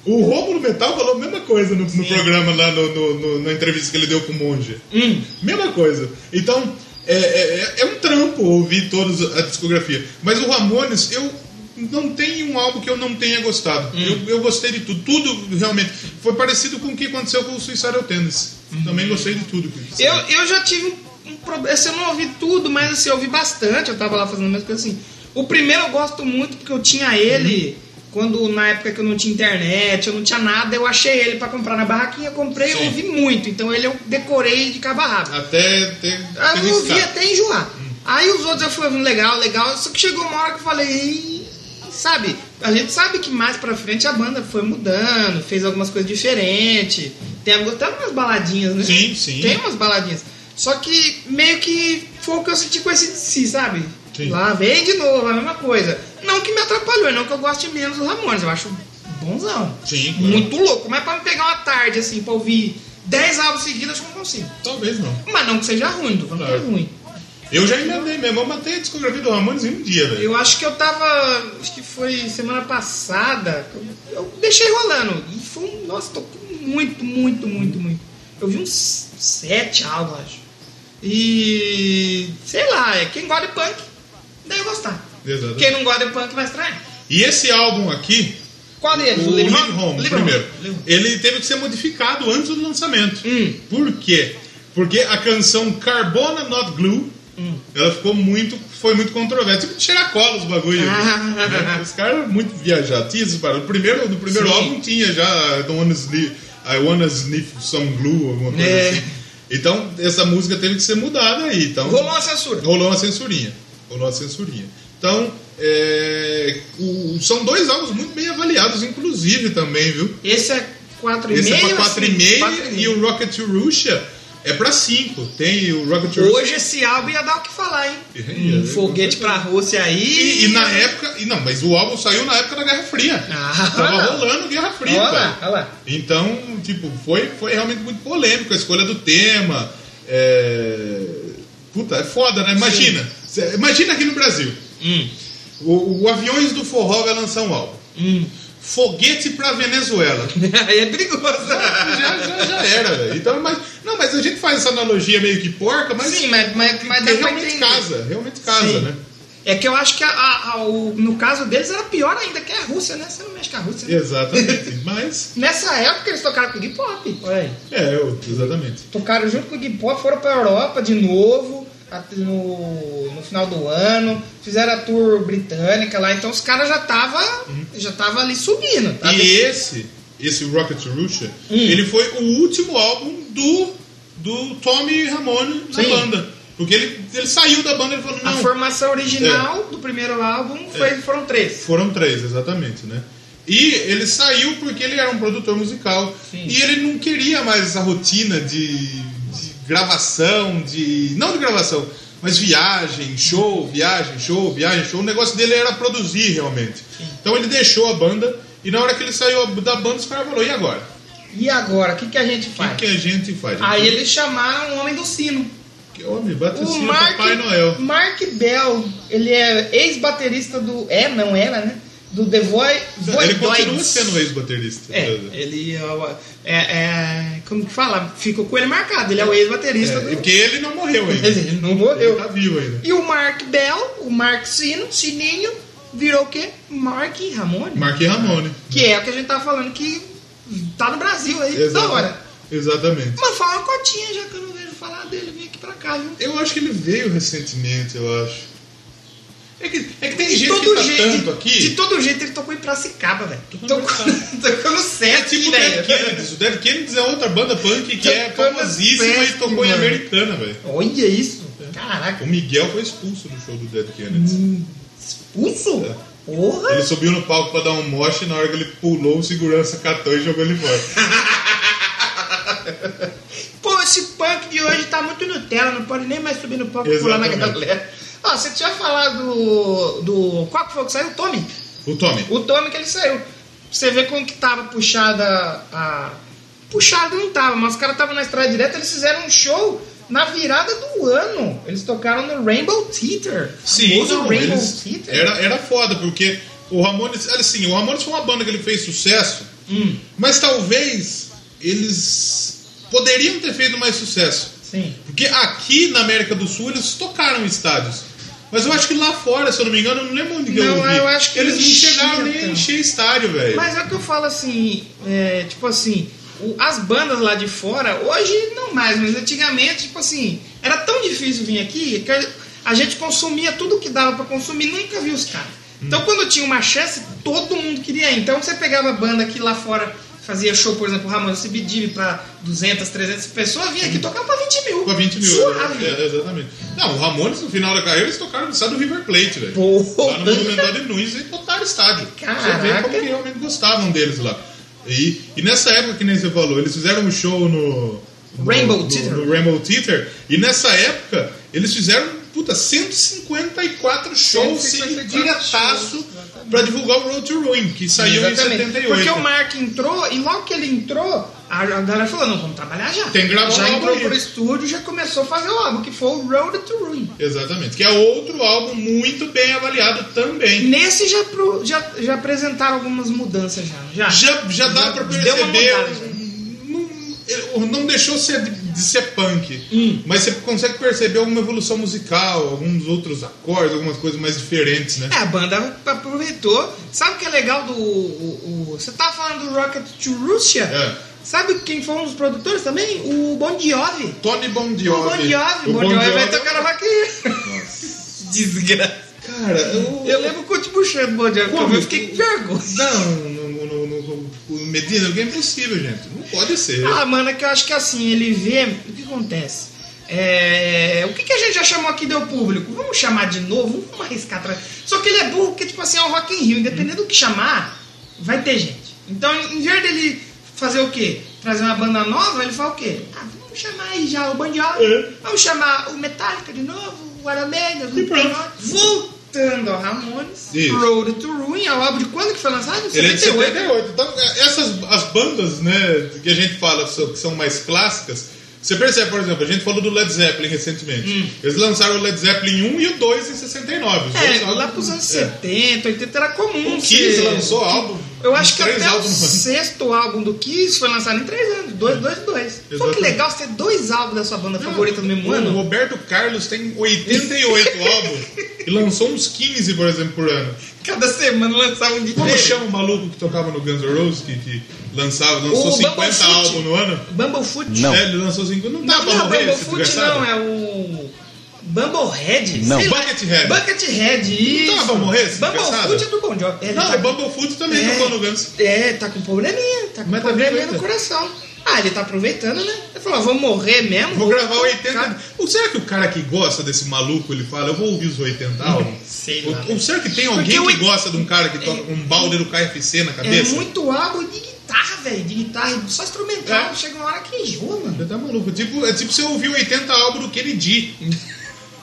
Speaker 2: O Rômulo Metal falou a mesma coisa no, no programa lá, no, no- no- na entrevista que ele deu com o Monge.
Speaker 1: Hum.
Speaker 2: Mesma coisa. Então, é, é- é um trampo ouvir toda a discografia. Mas o Ramones, eu não tenho um álbum que eu não tenha gostado.
Speaker 1: Hum.
Speaker 2: Eu, eu gostei de tudo. Tudo realmente. Foi parecido com o que aconteceu com o Suicidal Tennis. Também gostei de tudo. que-
Speaker 1: Hum. Eu, eu já tive um, um problema. Assim, eu não ouvi tudo, mas assim, eu ouvi bastante. Eu tava lá fazendo as mesmas coisas assim. O primeiro eu gosto muito porque eu tinha ele quando na época que eu não tinha internet, eu não tinha nada, eu achei ele pra comprar na barraquinha, eu comprei e
Speaker 2: Sim.
Speaker 1: ouvi muito. Então ele eu decorei de cabo a rabo.
Speaker 2: Até ter.
Speaker 1: Aí
Speaker 2: ter
Speaker 1: eu ouvi
Speaker 2: riscado.
Speaker 1: até enjoar. Aí os outros eu fui ouvindo legal, legal. Só que chegou uma hora que eu falei, "Ih", sabe? A gente sabe que mais pra frente a banda foi mudando, fez algumas coisas diferentes. Tem algu- tem algumas baladinhas, né?
Speaker 2: Sim, sim.
Speaker 1: Tem umas baladinhas. Só que meio que foi o que eu senti com esse de si, sabe?
Speaker 2: Sim.
Speaker 1: Lá vem de novo, a mesma coisa. Não que me atrapalhou, não que eu goste menos do Ramones, eu acho bonzão.
Speaker 2: Sim, claro.
Speaker 1: Muito louco, mas pra me pegar uma tarde, assim, pra ouvir 10 álbuns seguidos, acho que eu não consigo.
Speaker 2: Talvez não.
Speaker 1: Mas não que seja ruim, não que é
Speaker 2: Claro.
Speaker 1: ruim.
Speaker 2: Eu já emendei mesmo. Eu matei a discografia do Ramones em um dia, velho.
Speaker 1: Eu acho que eu tava. Acho que foi semana passada. Eu, eu deixei rolando. E foi um. Nossa, tocou muito, muito, muito, muito. Eu vi uns sete álbuns, acho. E. Sei lá, é quem gosta de punk deve gostar.
Speaker 2: Exatamente.
Speaker 1: Quem não gosta de punk vai estranhar.
Speaker 2: E esse álbum aqui,
Speaker 1: Qual deles?
Speaker 2: O
Speaker 1: Live
Speaker 2: Live
Speaker 1: Home?
Speaker 2: Home,
Speaker 1: Live
Speaker 2: primeiro.
Speaker 1: Home, Live Home.
Speaker 2: Ele teve que ser modificado antes do lançamento.
Speaker 1: Hum.
Speaker 2: Por quê? Porque a canção Carbona Not Glue,
Speaker 1: Hum.
Speaker 2: ela ficou muito, foi muito controversa. Tipo de xeracola os bagulho.
Speaker 1: Ah.
Speaker 2: Né? Os caras muito viajados. Tinha esses barulhos. Primeiro, no primeiro
Speaker 1: Sim.
Speaker 2: álbum tinha já I don't wanna sniff, I wanna sniff some glue, alguma coisa
Speaker 1: É.
Speaker 2: assim. Então, essa música teve que ser mudada aí. Então,
Speaker 1: Rolou uma censura.
Speaker 2: Rolou uma censurinha. Rolou uma censurinha. Então, é, o- são dois álbuns muito bem avaliados, inclusive, também, viu?
Speaker 1: Esse é 4,5.
Speaker 2: Esse é pra
Speaker 1: assim,
Speaker 2: 4,5
Speaker 1: 4,5.
Speaker 2: e o Rocket to Russia é pra 5. Tem o Rocket to Russia.
Speaker 1: Hoje esse álbum ia dar o que falar, hein?
Speaker 2: Ia,
Speaker 1: Um
Speaker 2: ia,
Speaker 1: foguete
Speaker 2: com
Speaker 1: pra Rússia aí.
Speaker 2: E, e na época. E não, mas o álbum saiu na época da Guerra Fria.
Speaker 1: Ah,
Speaker 2: Tava
Speaker 1: olha.
Speaker 2: rolando Guerra Fria,
Speaker 1: Olha
Speaker 2: cara.
Speaker 1: lá, olha lá.
Speaker 2: Então, tipo, foi, foi realmente muito polêmico a escolha do tema. É... Puta, é foda, né? Imagina. Cê- Imagina aqui no Brasil.
Speaker 1: Hum.
Speaker 2: O, o Aviões do Forró vai lançar um álbum.
Speaker 1: Hum.
Speaker 2: Foguete pra Venezuela.
Speaker 1: Aí é perigoso.
Speaker 2: já, já, já era, velho. Então, mas, não, mas a gente faz essa analogia meio que porca, mas,
Speaker 1: Sim, mas, mas, mas dá
Speaker 2: é
Speaker 1: pra
Speaker 2: realmente
Speaker 1: entender.
Speaker 2: casa. Realmente casa,
Speaker 1: Sim.
Speaker 2: né?
Speaker 1: É que eu acho que a- a- a- o- no caso deles era pior ainda, que é a Rússia, né? Você não mexe com a Rússia. né?
Speaker 2: Exatamente. mas,
Speaker 1: Nessa época eles tocaram com o Iggy Pop. Olha aí.
Speaker 2: é, eu- exatamente.
Speaker 1: Tocaram junto com o Iggy Pop, foram pra Europa de novo a- no, no final do ano. Fizeram a tour britânica lá. Então os caras já tava, já tava ali subindo. tá?
Speaker 2: Uhum. E esse, esse Rocket Russia,
Speaker 1: Hum.
Speaker 2: ele foi o último álbum do, do Tommy Ramone na
Speaker 1: Sim.
Speaker 2: banda. Porque ele, ele saiu da banda e falou,
Speaker 1: A
Speaker 2: não,
Speaker 1: formação
Speaker 2: É.
Speaker 1: original do primeiro álbum foi, foram três.
Speaker 2: foram três, exatamente, né? E ele saiu porque ele era um produtor musical.
Speaker 1: Sim.
Speaker 2: E ele não queria mais essa rotina de, de gravação, de. Não de gravação, mas viagem, show, viagem, show, viagem, show. O negócio dele era produzir realmente. Então ele deixou a banda e na hora que ele saiu da banda, os caras falaram, e agora?
Speaker 1: E agora, o que, que a gente
Speaker 2: O que, é?
Speaker 1: faz?
Speaker 2: que a gente faz?
Speaker 1: Aí eles chamaram o Homem do Sino.
Speaker 2: Que homem, bate
Speaker 1: O
Speaker 2: assim no
Speaker 1: Mark,
Speaker 2: Papai Noel.
Speaker 1: Mark Bell, ele é ex-baterista do. É, não era, né? Do The Void.
Speaker 2: Ele continua sendo ex-baterista.
Speaker 1: É, ele é, o- é, é- Como que fala? Ficou com ele marcado. Ele é o ex-baterista
Speaker 2: É,
Speaker 1: do.
Speaker 2: porque ele não morreu ainda.
Speaker 1: Mas ele não
Speaker 2: Ele
Speaker 1: morreu.
Speaker 2: tá vivo ainda.
Speaker 1: E o Mark Bell, o Mark Sino, Sininho, virou o quê? Mark Ramone.
Speaker 2: Mark Ramone.
Speaker 1: Que é o que a gente tava falando que tá no Brasil aí,
Speaker 2: Exata-
Speaker 1: da hora.
Speaker 2: Exatamente.
Speaker 1: Mas fala uma cotinha já que eu não vejo falar dele, vem aqui pra cá, viu?
Speaker 2: Eu acho que ele veio recentemente, eu acho. É que, é que tem
Speaker 1: De
Speaker 2: gente que
Speaker 1: todo
Speaker 2: tá
Speaker 1: jeito,
Speaker 2: tanto
Speaker 1: de-
Speaker 2: aqui.
Speaker 1: De todo jeito ele tocou em Piracicaba, velho. Tocou,
Speaker 2: Piracicaba.
Speaker 1: tocou no
Speaker 2: É
Speaker 1: set,
Speaker 2: tipo o Dead Kennedys. O Dead Kennedys é outra banda punk que é
Speaker 1: Tocando
Speaker 2: famosíssima
Speaker 1: Fest,
Speaker 2: e tocou em
Speaker 1: mano.
Speaker 2: americana, velho.
Speaker 1: Olha isso.
Speaker 2: O
Speaker 1: Caraca,
Speaker 2: Miguel foi expulso do show do Dead Kennedys.
Speaker 1: expulso?
Speaker 2: É.
Speaker 1: Porra!
Speaker 2: Ele subiu no palco pra dar um moche e na hora que ele pulou, o segurança catou e jogou ele fora.
Speaker 1: Pô, esse punk de hoje tá muito Nutella, não pode nem mais subir no palco e pular na
Speaker 2: Exatamente.
Speaker 1: galera. Ó, você tinha falado do, do. Qual que foi que saiu? O Tommy.
Speaker 2: O Tommy.
Speaker 1: O Tommy que ele saiu. Você vê como que tava puxada a. Puxada não tava, mas os caras estavam na estrada direta, eles fizeram um show na virada do ano. Eles tocaram no Rainbow Theater.
Speaker 2: Sim,
Speaker 1: Famoso
Speaker 2: não,
Speaker 1: Rainbow
Speaker 2: eles-
Speaker 1: Theater.
Speaker 2: era, era foda, porque o Ramones, assim, o Ramones foi uma banda que ele fez sucesso,
Speaker 1: Hum.
Speaker 2: mas talvez eles poderiam ter feito mais sucesso.
Speaker 1: Sim.
Speaker 2: Porque aqui na América do Sul eles tocaram estádios. Mas eu acho que lá fora, se eu não me engano, eu não lembro onde que eu
Speaker 1: Não,
Speaker 2: ouvi.
Speaker 1: eu acho que
Speaker 2: eles não
Speaker 1: enchia,
Speaker 2: chegaram nem a
Speaker 1: cara.
Speaker 2: encher estádio, velho.
Speaker 1: Mas é o que eu falo assim, é, tipo assim, o- as bandas lá de fora, hoje não mais, mas antigamente, tipo assim, era tão difícil vir aqui que a- a gente consumia tudo que dava pra consumir, nunca via os caras.
Speaker 2: Hum.
Speaker 1: Então quando tinha uma chance, todo mundo queria ir. Então você pegava a banda que lá fora fazia show, por exemplo, o Ramon Cibidib pra 200, 300 pessoas, vinha aqui tocar pra 20 mil.
Speaker 2: Com 20 Hum. mil.
Speaker 1: Suave.
Speaker 2: É, exatamente. Não, o Ramones no final da carreira eles tocaram no estádio do River Plate, velho.
Speaker 1: Pô,
Speaker 2: Lá no Monumental de Nunes e lotaram o estádio. Você vê
Speaker 1: Caraca.
Speaker 2: como que realmente gostavam deles lá. E, e nessa época, que nem você falou, eles fizeram um show no. no-
Speaker 1: Rainbow
Speaker 2: no,
Speaker 1: Theater.
Speaker 2: no Rainbow Theater. E nessa época, eles fizeram, puta, 154 shows
Speaker 1: 154
Speaker 2: diretaço
Speaker 1: shows,
Speaker 2: pra divulgar o Road to Ruin, que saiu
Speaker 1: Exatamente.
Speaker 2: em 78.
Speaker 1: Porque é o Mark entrou e logo que ele entrou, a a galera falou: não, vamos trabalhar já.
Speaker 2: Tem que gravar um
Speaker 1: Já
Speaker 2: álbum
Speaker 1: entrou
Speaker 2: aí.
Speaker 1: pro estúdio já começou a fazer o álbum, que foi o Road to Ruin.
Speaker 2: Exatamente. Que é outro álbum muito bem avaliado também.
Speaker 1: Nesse já, pro- já, já apresentaram algumas mudanças já. não Já,
Speaker 2: já, já dá pra
Speaker 1: deu uma
Speaker 2: perceber.
Speaker 1: mudada, já.
Speaker 2: um- um- Não deixou ser de, de ser punk,
Speaker 1: Hum.
Speaker 2: mas você consegue perceber alguma evolução musical, alguns outros acordes, algumas coisas mais diferentes, né?
Speaker 1: É, a banda aproveitou. Sabe o que é legal do o, o Você tá falando do Rocket to Russia?
Speaker 2: É.
Speaker 1: Sabe quem foi um dos produtores também? O Bon Jovi.
Speaker 2: Tony Bon
Speaker 1: O
Speaker 2: Jovi.
Speaker 1: Bon Jovi.
Speaker 2: O
Speaker 1: Bon Jovi então vai
Speaker 2: Jovi-
Speaker 1: tocar na vaquinha. Desgraça.
Speaker 2: Cara, eu...
Speaker 1: Eu lembro o Cut puxando o Bon Jovi.
Speaker 2: Como?
Speaker 1: Como? Eu fiquei com vergonha.
Speaker 2: Não, no, no, no, no- o Medina é impossível, gente. Não pode ser.
Speaker 1: Ah, mano, é que eu acho que assim, ele vê. O que acontece? É, o que, que a gente já chamou aqui deu público? Vamos chamar de novo? Vamos arriscar atrás. Só que ele é burro porque, tipo assim, é um Rock in Rio. Independente do que chamar, vai ter gente. Então, em vez dele fazer o quê? Trazer uma banda nova, ele fala o quê? Ah, vamos chamar aí já o Bandiol.
Speaker 2: É.
Speaker 1: Vamos chamar o Metallica de novo, o Iron Maiden, o Pink Floyd. Voltando ao Ramones,
Speaker 2: Isso.
Speaker 1: Road to Ruin, a obra de quando que foi lançado?
Speaker 2: Ele é de 78. Então, é, essas as bandas, né, que a gente fala so- que são mais clássicas, você percebe, por exemplo, a gente falou do Led Zeppelin recentemente. Eles lançaram o Led Zeppelin 1 e o 2 em 69. Os dois
Speaker 1: Hum. É,
Speaker 2: álbuns-
Speaker 1: lá pros anos
Speaker 2: é.
Speaker 1: 70, 80 era comum.
Speaker 2: O Kiss
Speaker 1: ser-
Speaker 2: lançou álbum.
Speaker 1: Eu acho que
Speaker 2: três
Speaker 1: até o
Speaker 2: álbuns no ano.
Speaker 1: sexto álbum do Kiss foi lançado em três anos. Dois, dois, dois. Pô, que
Speaker 2: Exatamente.
Speaker 1: legal você ter dois álbuns da sua banda favorita no mesmo
Speaker 2: O
Speaker 1: um ano.
Speaker 2: Roberto Carlos tem 88 álbuns e lançou uns 15, por exemplo, por ano.
Speaker 1: Cada semana lançava um de
Speaker 2: Como
Speaker 1: três.
Speaker 2: chama o maluco que tocava no Guns N' Roses, que, que lançava, lançou
Speaker 1: O
Speaker 2: 50
Speaker 1: Bumblefoot.
Speaker 2: álbuns no ano?
Speaker 1: Bumblefoot?
Speaker 6: Não.
Speaker 2: É, ele lançou 50. Não dá
Speaker 1: Não,
Speaker 2: pra
Speaker 1: não,
Speaker 2: morrer, esse
Speaker 1: Bumblefoot
Speaker 2: desgraçado.
Speaker 1: não, é o. Bumblehead?
Speaker 6: Não.
Speaker 1: Sei lá.
Speaker 2: Buckethead. Então é
Speaker 1: Buckethead, isso.
Speaker 2: dá pra morrer, esse
Speaker 1: Bumblefoot
Speaker 2: desgraçado?
Speaker 1: é do Bon Jovi. Ele
Speaker 2: tá Não,
Speaker 1: tá-
Speaker 2: o Bumblefoot também
Speaker 1: É.
Speaker 2: tocou no Guns.
Speaker 1: É, tá com probleminha, tá com
Speaker 2: Mas tá
Speaker 1: probleminha
Speaker 2: vivendo.
Speaker 1: no coração. Ah, ele tá aproveitando, né? Ele falou, ah, vou morrer mesmo.
Speaker 2: Vou gravar
Speaker 1: tocar.
Speaker 2: 80. Ou será que o cara que gosta desse maluco, ele fala, eu vou ouvir os 80 álbuns?
Speaker 1: Sei lá.
Speaker 2: Ou, ou será que tem
Speaker 1: Uhum. Porque
Speaker 2: alguém
Speaker 1: o
Speaker 2: que
Speaker 1: oit-
Speaker 2: gosta de um cara que toca com um balde do KFC na
Speaker 1: É
Speaker 2: cabeça?
Speaker 1: muito álbum de guitarra, velho. De guitarra, só instrumental.
Speaker 2: É.
Speaker 1: Chega uma hora que enjoa, mano.
Speaker 2: Ele Tá maluco. Tipo, é tipo você ouvir 80 álbuns do Kennedy.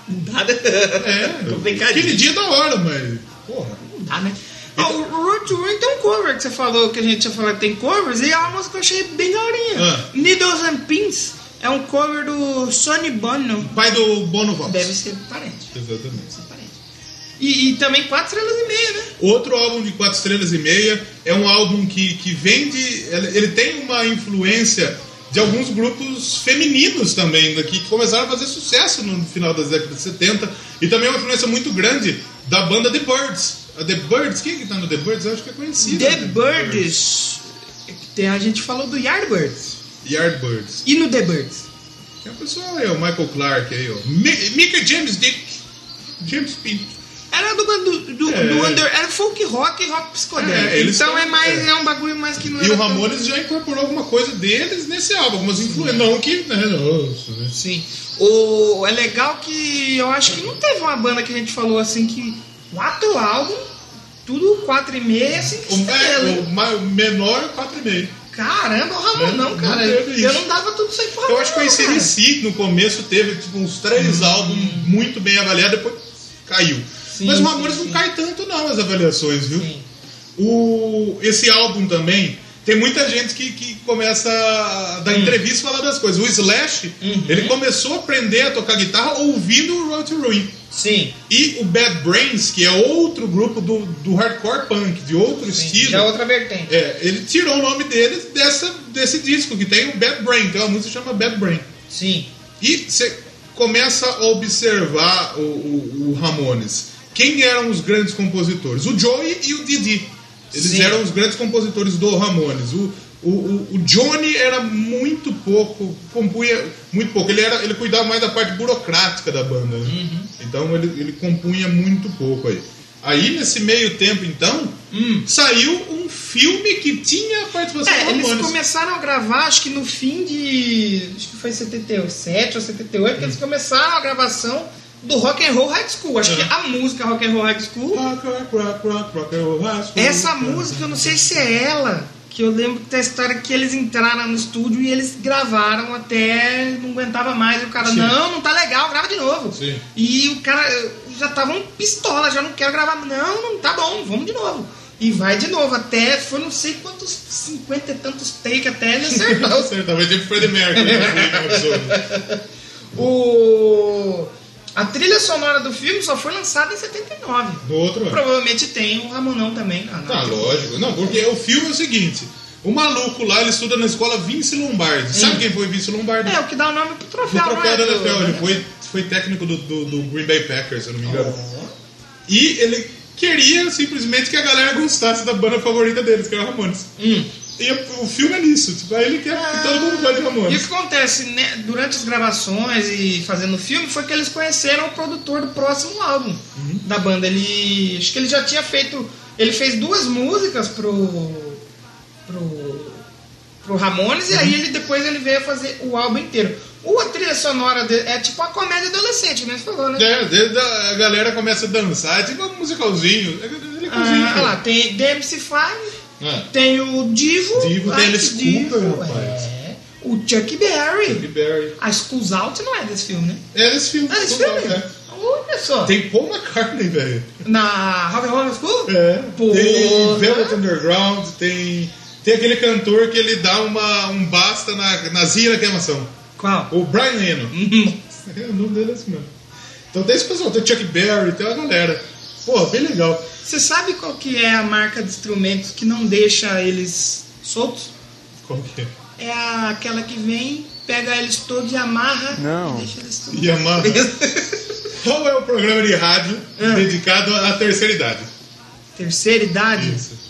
Speaker 1: Não dá, né?
Speaker 2: É,
Speaker 1: Complicadinho.
Speaker 2: Kennedy é da hora, mas. Porra.
Speaker 1: Não dá, né? Ah, o Road to Ruin tem um cover que você falou, que a gente já falou que tem covers, e é uma música que eu achei bem daorinha.
Speaker 2: Ah.
Speaker 1: Needles and Pins é um cover do Sonny Bono.
Speaker 2: Pai do Bono Vox.
Speaker 1: Deve ser parente.
Speaker 2: Exatamente.
Speaker 1: parente. E, e também quatro estrelas e meia, né?
Speaker 2: Outro álbum de 4 estrelas e meia é um álbum que, que vem de. Ele ele tem uma influência de alguns grupos femininos também, né, que começaram a fazer sucesso no final das décadas de 70. E também é uma influência muito grande da banda The Birds. A The Birds, quem é que tá no The Birds? Eu acho que é conhecido.
Speaker 1: The Birds. Tem, a gente falou do Yardbirds.
Speaker 2: Yardbirds.
Speaker 1: E no The Birds?
Speaker 2: Tem a pessoa aí, é o Michael Clark aí, ó. Mi- Mika James Dick. James Pink.
Speaker 1: Era do, do, do,
Speaker 2: É.
Speaker 1: do under, era folk rock e rock psicodélico.
Speaker 2: É, eles
Speaker 1: então
Speaker 2: são-
Speaker 1: é mais
Speaker 2: é.
Speaker 1: é. um bagulho mais que não
Speaker 2: E
Speaker 1: era
Speaker 2: o
Speaker 1: tão-
Speaker 2: Ramones já incorporou alguma coisa deles nesse álbum, algumas influências. Não que. Né, nossa, né?
Speaker 1: Sim. O é legal que eu acho que não teve uma banda que a gente falou assim que quatro álbum, tudo quatro e meia, assim, cinco
Speaker 2: O, é,
Speaker 1: estrelas.
Speaker 2: o ma- o menor é 4,5.
Speaker 1: Caramba, o Ramon
Speaker 2: É,
Speaker 1: não,
Speaker 2: não
Speaker 1: cara.
Speaker 2: teve
Speaker 1: eu
Speaker 2: isso.
Speaker 1: não dava tudo isso aí pro Ramon.
Speaker 2: Então, Eu acho que o
Speaker 1: não, cara.
Speaker 2: ACDC no começo teve tipo, uns três álbuns muito bem avaliados, depois caiu.
Speaker 1: Uhum. Sim,
Speaker 2: Mas o
Speaker 1: sim,
Speaker 2: Ramones não
Speaker 1: sim.
Speaker 2: cai tanto não as avaliações, viu?
Speaker 1: Sim.
Speaker 2: O, esse álbum também, tem muita gente que, que começa a
Speaker 1: Hum.
Speaker 2: dar entrevista e falar das coisas. O Slash,
Speaker 1: Uhum.
Speaker 2: ele começou a aprender a tocar guitarra ouvindo o Road to Ruin.
Speaker 1: Sim.
Speaker 2: E o Bad Brains, que é outro grupo do, do hardcore punk, de outro estilo.
Speaker 1: Já é outra vertente.
Speaker 2: É, ele tirou o nome deles dessa, desse disco, que tem o Bad Brain, tem uma música que chama Bad Brain.
Speaker 1: Sim.
Speaker 2: E você começa a observar o, o- o Ramones. Quem eram os grandes compositores? O Joey e o Didi. Eles
Speaker 1: Sim.
Speaker 2: eram os grandes compositores do Ramones. O, o, o- o Johnny era muito pouco, compunha muito pouco. Ele, era, ele cuidava mais da parte burocrática da banda. né? Então ele, ele compunha muito pouco aí. Aí nesse meio tempo, então, saiu um filme que tinha a participação do
Speaker 1: É, eles
Speaker 2: Ramones.
Speaker 1: começaram a gravar, acho que no fim de. Acho que foi 77 ou 78, que eles
Speaker 2: Uhum.
Speaker 1: começaram a gravação do Rock and Roll High School. Acho que
Speaker 2: Uhum.
Speaker 1: a música Rock and Roll High School.
Speaker 2: Rock, rock, rock, rock, rock and roll, rock, rock,
Speaker 1: Essa
Speaker 2: rock.
Speaker 1: música, eu não sei se é ela, que eu lembro que tem a história que eles entraram no estúdio e eles gravaram até não aguentava mais. E o cara,
Speaker 2: Sim.
Speaker 1: não, não tá legal, grava de novo.
Speaker 2: Sim.
Speaker 1: E o cara eh, já tava um pistola, já não quero gravar. Não, não tá bom, vamos de novo. E vai de novo, até foi não sei quantos, cinquenta e tantos takes até ele acertar
Speaker 2: Tá certo, talvez tipo Freddie Mercury. né, que começou.
Speaker 1: O... A trilha sonora do filme só foi lançada em 79.
Speaker 2: No outro ano.
Speaker 1: Provavelmente tem o Ramonão também. na- na-
Speaker 2: Tá, lógico. Não, porque o filme é o seguinte: o maluco lá ele estuda na escola Vince Lombardi. Sabe quem foi Vince Lombardi?
Speaker 1: É, o que dá o nome pro
Speaker 2: Foi
Speaker 1: troféu, não é?
Speaker 2: trocado né?
Speaker 1: Do-
Speaker 2: na NFL. Ele foi, foi técnico do, do- do Green Bay Packers, se eu não me engano. E ele queria simplesmente que a galera gostasse da banda favorita deles, que era o Ramones.
Speaker 1: Hum.
Speaker 2: E o filme é nisso. Tipo, aí ele quer que todo mundo goste
Speaker 1: Ah. E
Speaker 2: de
Speaker 1: o que
Speaker 2: Ramones.
Speaker 1: acontece né, durante as gravações e fazendo o filme foi que eles conheceram o produtor do próximo álbum da banda. Ele acho que ele já tinha feito, ele fez duas músicas pro pro, pro Ramones e aí ele depois ele veio fazer o álbum inteiro. O a trilha sonora de- é tipo uma comédia adolescente, né? Você falou, né?
Speaker 2: É, desde a a galera começa a dançar, é tipo um musicalzinho. É, é musicalzinho.
Speaker 1: Ah, olha lá,
Speaker 2: cara.
Speaker 1: tem DMC 5
Speaker 2: É.
Speaker 1: Tem o Divo.
Speaker 2: Divo,
Speaker 1: ah,
Speaker 2: tem Alice
Speaker 1: que Divo,
Speaker 2: Cooper, rapaz.
Speaker 1: é. O Chuck Berry.
Speaker 2: Chuck Berry.
Speaker 1: A Schools Out não é desse filme, né?
Speaker 2: É esse filme.
Speaker 1: É desse
Speaker 2: total,
Speaker 1: filme?
Speaker 2: né?
Speaker 1: Olha só.
Speaker 2: Tem Paul McCartney, velho.
Speaker 1: Na Rock and Roll School?
Speaker 2: É.
Speaker 1: Pô,
Speaker 2: Tem Velvet Underground, tem. Tem aquele cantor que ele dá uma, um basta na, na zira queimação.
Speaker 1: Qual?
Speaker 2: O Brian Eno.
Speaker 1: Uhum.
Speaker 2: o nome dele é esse mesmo. Então tem esse pessoal, tem o Chuck Berry, tem uma galera. Pô, bem legal.
Speaker 1: Você sabe qual que é a marca de instrumentos que não deixa eles soltos?
Speaker 2: Qual que é?
Speaker 1: É a- aquela que vem, pega eles todos e amarra e deixa eles todos.
Speaker 2: Yamaha. Qual é o programa de rádio
Speaker 1: É.
Speaker 2: dedicado à terceira idade?
Speaker 1: Terceira idade?
Speaker 2: Isso.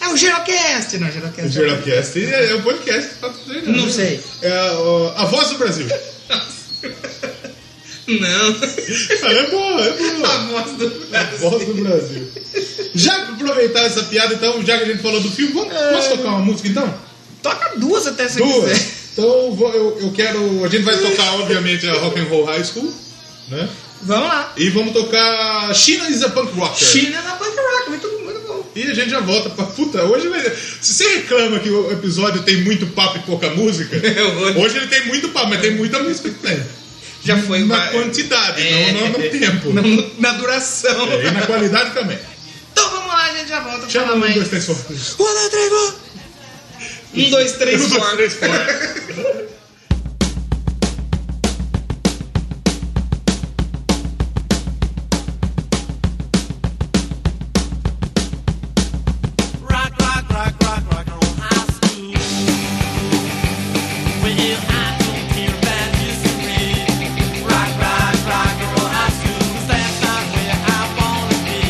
Speaker 1: É o Gerocast, não, Gerocast.
Speaker 2: O Geralcast. E É é um podcast. pra terceira idade.
Speaker 1: Não sei.
Speaker 2: É ó, a voz do Brasil.
Speaker 1: Não.
Speaker 2: Ah, é bom, é bom.
Speaker 1: A voz do Brasil.
Speaker 2: Voz do Brasil. Já que aproveitaram essa piada, então, já que a gente falou do filme, vamos, posso tocar uma música então?
Speaker 1: Toca duas até É. se
Speaker 2: Duas.
Speaker 1: quiser.
Speaker 2: Então vou- eu, eu quero. A gente vai tocar, obviamente, a Rock and Roll High School, né?
Speaker 1: Vamos lá.
Speaker 2: E vamos tocar China is a Punk Rocker.
Speaker 1: China na punk rock, muito, muito bom.
Speaker 2: E a gente já volta pra. Puta, hoje vai. Se você reclama que o episódio tem muito papo e pouca música,
Speaker 1: hoje-
Speaker 2: hoje ele tem muito papo, mas tem muita música que tem.
Speaker 1: Já foi
Speaker 2: Na
Speaker 1: uma-
Speaker 2: quantidade,
Speaker 1: É,
Speaker 2: não, não no tempo.
Speaker 1: não no- na duração.
Speaker 2: É, e na qualidade também.
Speaker 1: Então vamos lá, a gente já volta. pra
Speaker 2: Chama
Speaker 1: falar
Speaker 2: um,
Speaker 1: mais.
Speaker 2: dois, três, quatro.
Speaker 1: Um, dois, três,
Speaker 2: Um, dois,
Speaker 1: quatro.
Speaker 2: três, quatro.
Speaker 5: Rock, rock, rock, rock, rock and roll high school. Well, I don't care about history. Rock, rock, rock and roll high school. 'cause that's not where I wanna be.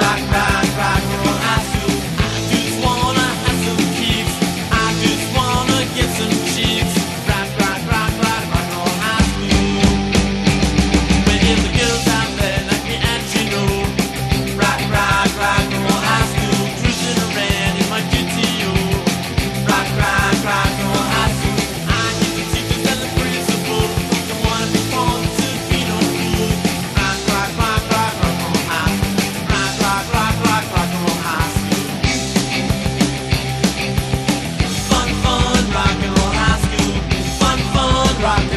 Speaker 5: Rock, rock, rock and roll high school. I just wanna have some kicks. I just wanna get some cheap. Oh, Oh,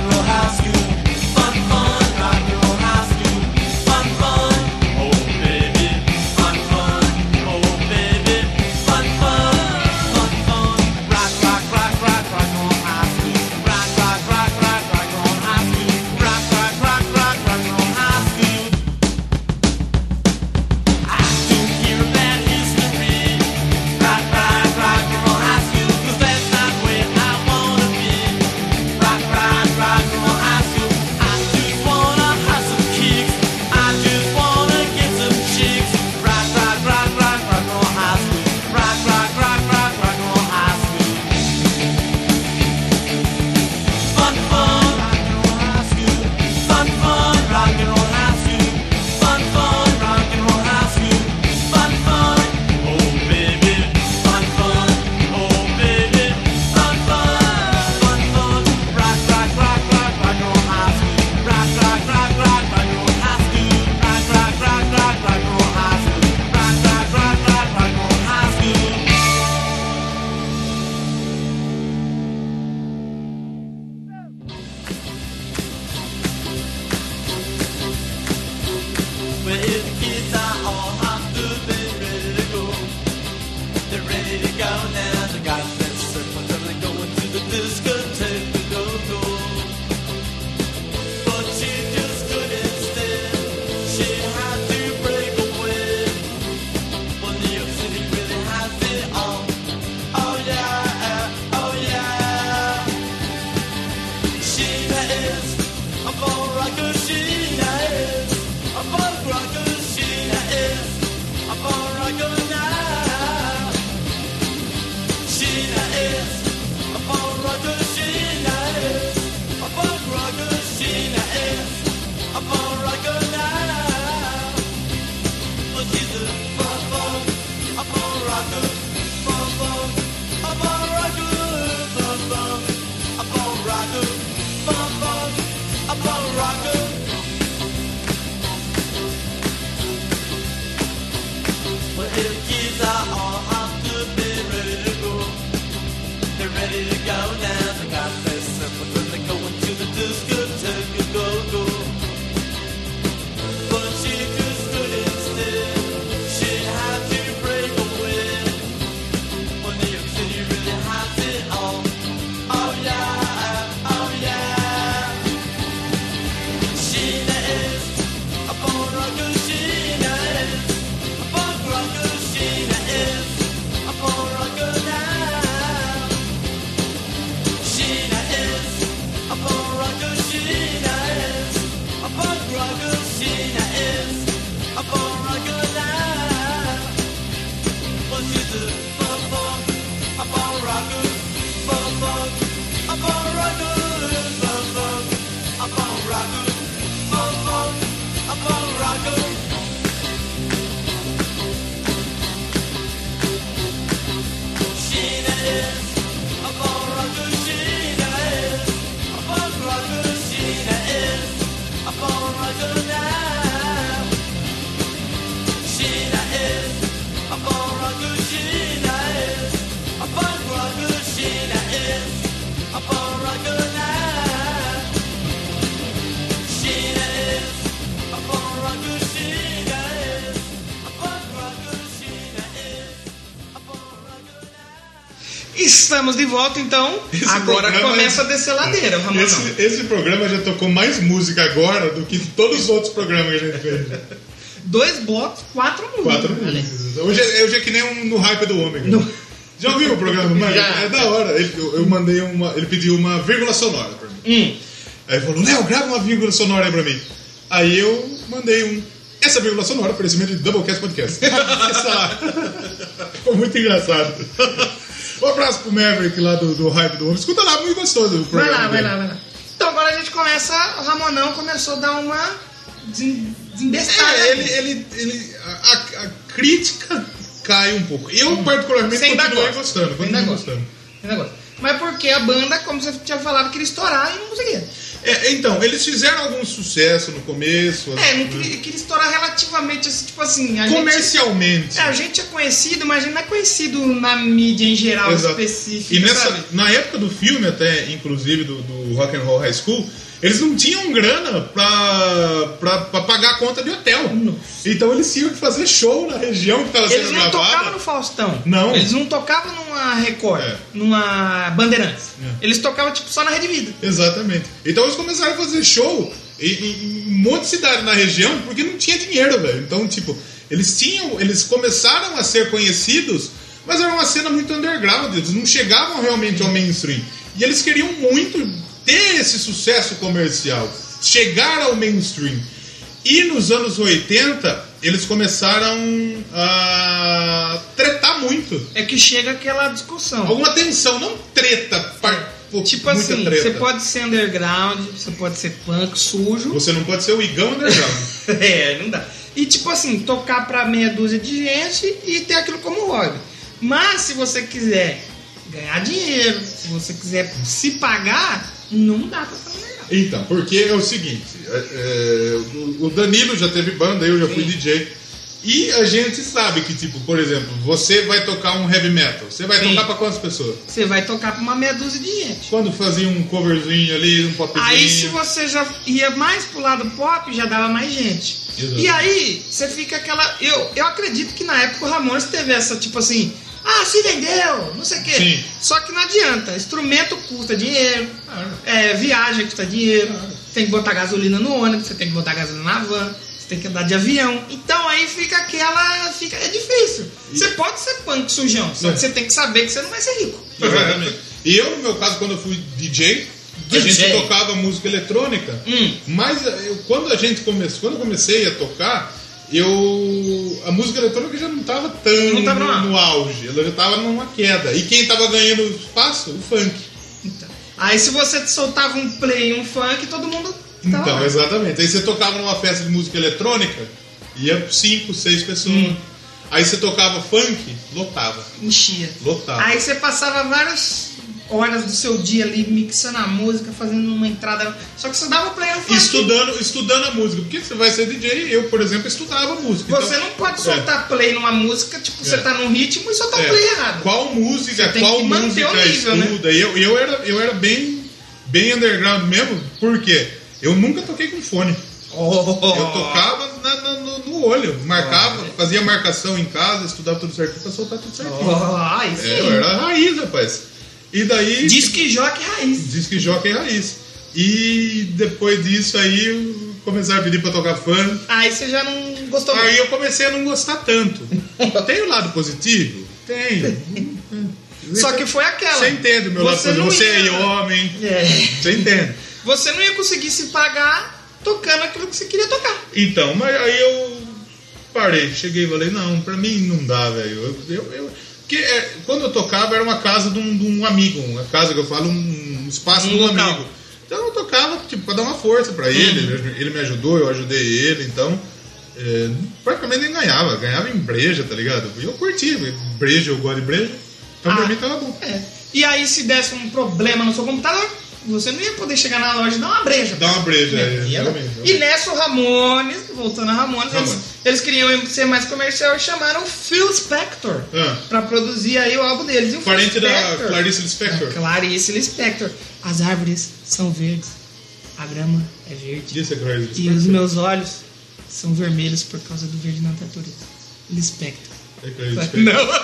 Speaker 5: Oh oh
Speaker 1: Estamos de volta, então.
Speaker 2: Esse
Speaker 1: agora
Speaker 2: programa
Speaker 1: começa
Speaker 2: é-
Speaker 1: a descer ladeira, o Ramonão.
Speaker 2: Esse, esse programa já tocou mais música agora do que todos os outros programas que a gente fez.
Speaker 1: Dois blocos, quatro músicas.
Speaker 2: Quatro
Speaker 1: Olha aí.
Speaker 2: músicas. Hoje, é- hoje é que nem um no hype do Ômega.
Speaker 1: No-
Speaker 2: Já ouviu o programa? Mano,
Speaker 1: Já.
Speaker 2: É da hora. Ele, eu, eu mandei uma. Ele pediu uma vírgula sonora pra mim.
Speaker 1: Hum.
Speaker 2: Aí ele falou, Léo, grava uma vírgula sonora aí pra mim. Aí eu mandei um. Essa vírgula sonora, é oferecimento de Doublecast Podcast. Essa- Ficou muito engraçado. Um abraço pro Maverick lá do, do hype do Ômega. Escuta lá, muito gostoso o
Speaker 1: Vai
Speaker 2: programa.
Speaker 1: lá, vai
Speaker 2: dele.
Speaker 1: lá, vai lá. Então agora a gente começa, o Ramonão começou a dar uma desem- desembestada.
Speaker 2: É, ele, ele, ele, a, a- a crítica cai um pouco. Eu,
Speaker 1: Hum.
Speaker 2: particularmente,
Speaker 1: Você ainda
Speaker 2: continuei
Speaker 1: gosta.
Speaker 2: gostando.
Speaker 1: Ainda
Speaker 2: Continuei
Speaker 1: gosta.
Speaker 2: gostando.
Speaker 1: Esse negócio. Mas porque a banda, como você tinha falado, queria estourar e não conseguia.
Speaker 2: É, então, eles fizeram algum sucesso no começo.
Speaker 1: É, não
Speaker 2: né?
Speaker 1: queria, queria estourar relativamente, assim, tipo assim... A gente,
Speaker 2: comercialmente.
Speaker 1: é, a gente é conhecido, mas a gente não é conhecido na mídia em geral
Speaker 2: Exato.
Speaker 1: específica,
Speaker 2: E nessa,
Speaker 1: sabe?
Speaker 2: na época do filme, até, inclusive, do, do Rock and Roll High School, eles não tinham grana pra, pra, pra pagar a conta de hotel. Então eles tinham que fazer show na região que estava
Speaker 1: Eles
Speaker 2: sendo
Speaker 1: não tocavam
Speaker 2: gravada.
Speaker 1: no Faustão.
Speaker 2: Não.
Speaker 1: Eles não tocavam numa Record,
Speaker 2: É.
Speaker 1: numa Bandeirantes.
Speaker 2: É.
Speaker 1: Eles tocavam, tipo, só na Rede Vida.
Speaker 2: Exatamente. Então eles começaram a fazer show em, em- em um monte de cidade na região porque não tinha dinheiro, velho. Então, tipo, eles tinham. Eles começaram a ser conhecidos, mas era uma cena muito underground. Eles não chegavam realmente ao mainstream. E eles queriam muito ter esse sucesso comercial, chegar ao mainstream. E nos anos 80, eles começaram a tretar muito.
Speaker 1: É que chega aquela discussão.
Speaker 2: Alguma tensão, não treta, par- pô,
Speaker 1: Tipo
Speaker 2: muita
Speaker 1: assim,
Speaker 2: treta.
Speaker 1: você pode ser underground, você pode ser punk sujo.
Speaker 2: Você não pode ser o Igão Underground.
Speaker 1: é, não dá. E tipo assim, tocar pra meia dúzia de gente e ter aquilo como hobby. Mas se você quiser ganhar dinheiro, se você quiser se pagar, não dá pra fazer legal.
Speaker 2: Então, porque é o seguinte: é, é, o- o Danilo já teve banda, eu já fui
Speaker 1: Sim.
Speaker 2: DJ. E a gente sabe que, tipo, por exemplo, você vai tocar um heavy metal. Você vai
Speaker 1: Sim.
Speaker 2: tocar pra quantas pessoas?
Speaker 1: Você vai tocar pra uma meia dúzia de gente.
Speaker 2: Quando fazia um coverzinho ali, um popzinho.
Speaker 1: Aí se você já ia mais pro lado pop, já dava mais gente.
Speaker 2: Exato.
Speaker 1: E aí, você fica aquela. Eu, eu acredito que na época o Ramones teve essa, tipo assim, ah, se vendeu, não sei o quê.
Speaker 2: Sim.
Speaker 1: Só que não adianta. Instrumento custa dinheiro,
Speaker 2: Claro.
Speaker 1: é, viagem custa dinheiro,
Speaker 2: Claro.
Speaker 1: tem que botar gasolina no ônibus, você tem que botar gasolina na van, você tem que andar de avião. Então aí fica aquela. Fica, é difícil. Você pode ser punk sujão, só
Speaker 2: É.
Speaker 1: que você tem que saber que você não vai ser rico.
Speaker 2: Exatamente. E eu, no meu caso, quando eu fui DJ, a
Speaker 1: DJ.
Speaker 2: gente tocava música eletrônica,
Speaker 1: Hum.
Speaker 2: mas eh, eu- quando a gente começou, quando eu comecei a tocar, eu a música eletrônica já não estava tão
Speaker 1: Não tava lá.
Speaker 2: no, no auge, ela já estava numa queda. E quem estava ganhando espaço? O funk.
Speaker 1: Então, aí se você soltava um play, um funk, todo mundo. tava
Speaker 2: Então,
Speaker 1: Tá lá.
Speaker 2: exatamente. Aí você tocava numa festa de música eletrônica, ia cinco, seis pessoas.
Speaker 1: Hum.
Speaker 2: Aí você tocava funk, lotava.
Speaker 1: Enchia.
Speaker 2: Lotava.
Speaker 1: Aí você passava várias horas do seu dia ali mixando a música, fazendo uma entrada. Só que você dava play no funk.
Speaker 2: Estudando, estudando a música. Porque você vai ser DJ, eu, por exemplo, estudava música.
Speaker 1: Você
Speaker 2: Então,
Speaker 1: não pode
Speaker 2: é.
Speaker 1: soltar play numa música, tipo, você
Speaker 2: É.
Speaker 1: tá num ritmo e soltar
Speaker 2: É,
Speaker 1: play errado.
Speaker 2: Qual música,
Speaker 1: Você tem
Speaker 2: qual
Speaker 1: que manter
Speaker 2: música
Speaker 1: o nível, né?
Speaker 2: estuda? E Eu, eu era, eu era bem, bem underground mesmo, porque eu nunca toquei com fone.
Speaker 1: Oh.
Speaker 2: Eu tocava na- na- no, no olho, marcava, fazia marcação em casa, estudava tudo certinho pra soltar tudo
Speaker 1: Oh.
Speaker 2: certinho.
Speaker 1: Ó, Ah, isso
Speaker 2: É, eu
Speaker 1: aí.
Speaker 2: era a raiz, rapaz. E daí.
Speaker 1: Diz que joque raiz.
Speaker 2: Diz que joga é raiz. E depois disso aí começaram a pedir pra tocar funk.
Speaker 1: Aí você já não gostou
Speaker 2: Então, Aí
Speaker 1: muito.
Speaker 2: eu comecei a não gostar tanto. Tem o lado positivo? Tem.
Speaker 1: Só que foi aquela.
Speaker 2: Você entende o meu lado
Speaker 1: Você
Speaker 2: positivo.
Speaker 1: não
Speaker 2: Você é
Speaker 1: ia-
Speaker 2: homem.
Speaker 1: É.
Speaker 2: Você entende.
Speaker 1: Você não ia conseguir se pagar tocando aquilo que você queria tocar.
Speaker 2: Então, mas aí eu parei, cheguei e falei, não, pra mim não dá, velho. Eu, eu, eu- porque é, quando eu tocava era uma casa de um, de um amigo, uma casa que eu falo, um espaço
Speaker 1: Um
Speaker 2: de um
Speaker 1: local. Uhum.
Speaker 2: amigo. Então eu tocava tipo, pra dar uma força pra ele, ele- ele me ajudou, eu ajudei ele, então é, praticamente nem ganhava, ganhava em breja, tá ligado? E eu curtia, breja, eu gosto de breja, então
Speaker 1: Ah.
Speaker 2: pra mim tava bom.
Speaker 1: É. E aí, se desse um problema no seu computador, você não ia poder chegar na loja e dar uma breja. Né?
Speaker 2: Dá uma breja, é,
Speaker 1: E ela-
Speaker 2: realmente.
Speaker 1: E nessa o Ramones, voltando a Ramones, eles,
Speaker 2: Ramones.
Speaker 1: eles queriam ser mais comercial e chamaram o Phil Spector
Speaker 2: Ah.
Speaker 1: pra produzir aí o álbum deles. E o Phil
Speaker 2: Parente da
Speaker 1: Spector-
Speaker 2: Clarice Lispector.
Speaker 1: É, Clarice Lispector. As árvores são verdes, a grama é verde.
Speaker 2: Disse a Clarice
Speaker 1: E
Speaker 2: Lispector.
Speaker 1: os meus olhos são vermelhos por causa do verde na natureza. Lispector.
Speaker 2: É Clarice Lispector.
Speaker 1: Não.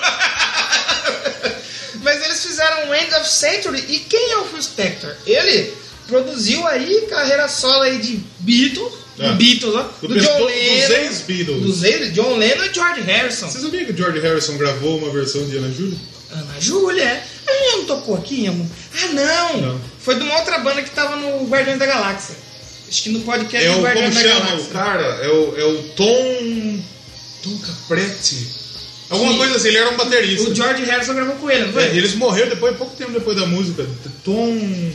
Speaker 1: Mas eles lançaram End of Century. E quem é o Phil Spector? Ele produziu aí carreira solo aí de Beatles,
Speaker 2: É.
Speaker 1: do Beatles, ó,
Speaker 2: Do
Speaker 1: do,
Speaker 2: pessoal
Speaker 1: John
Speaker 2: dos
Speaker 1: Lennon,
Speaker 2: ex Beatles.
Speaker 1: dos ex, John Lennon e George Harrison.
Speaker 2: Você sabia que o George Harrison gravou uma versão de Ana Júlia?
Speaker 1: Ana Júlia, é. a gente não tocou aqui, amor? Ah, não.
Speaker 2: Não.
Speaker 1: Foi de uma outra banda que tava no Guardiões da Galáxia. Acho que no podcast
Speaker 2: É
Speaker 1: do
Speaker 2: o, como
Speaker 1: Guardiões da
Speaker 2: chama o
Speaker 1: Galáxia.
Speaker 2: cara? É o, é o Tom. Tom Capretti. Alguma
Speaker 1: Sim.
Speaker 2: coisa assim, ele era um baterista.
Speaker 1: O George Harrison gravou com ele, não foi?
Speaker 2: É, eles morreram depois, pouco tempo depois da música. Tom.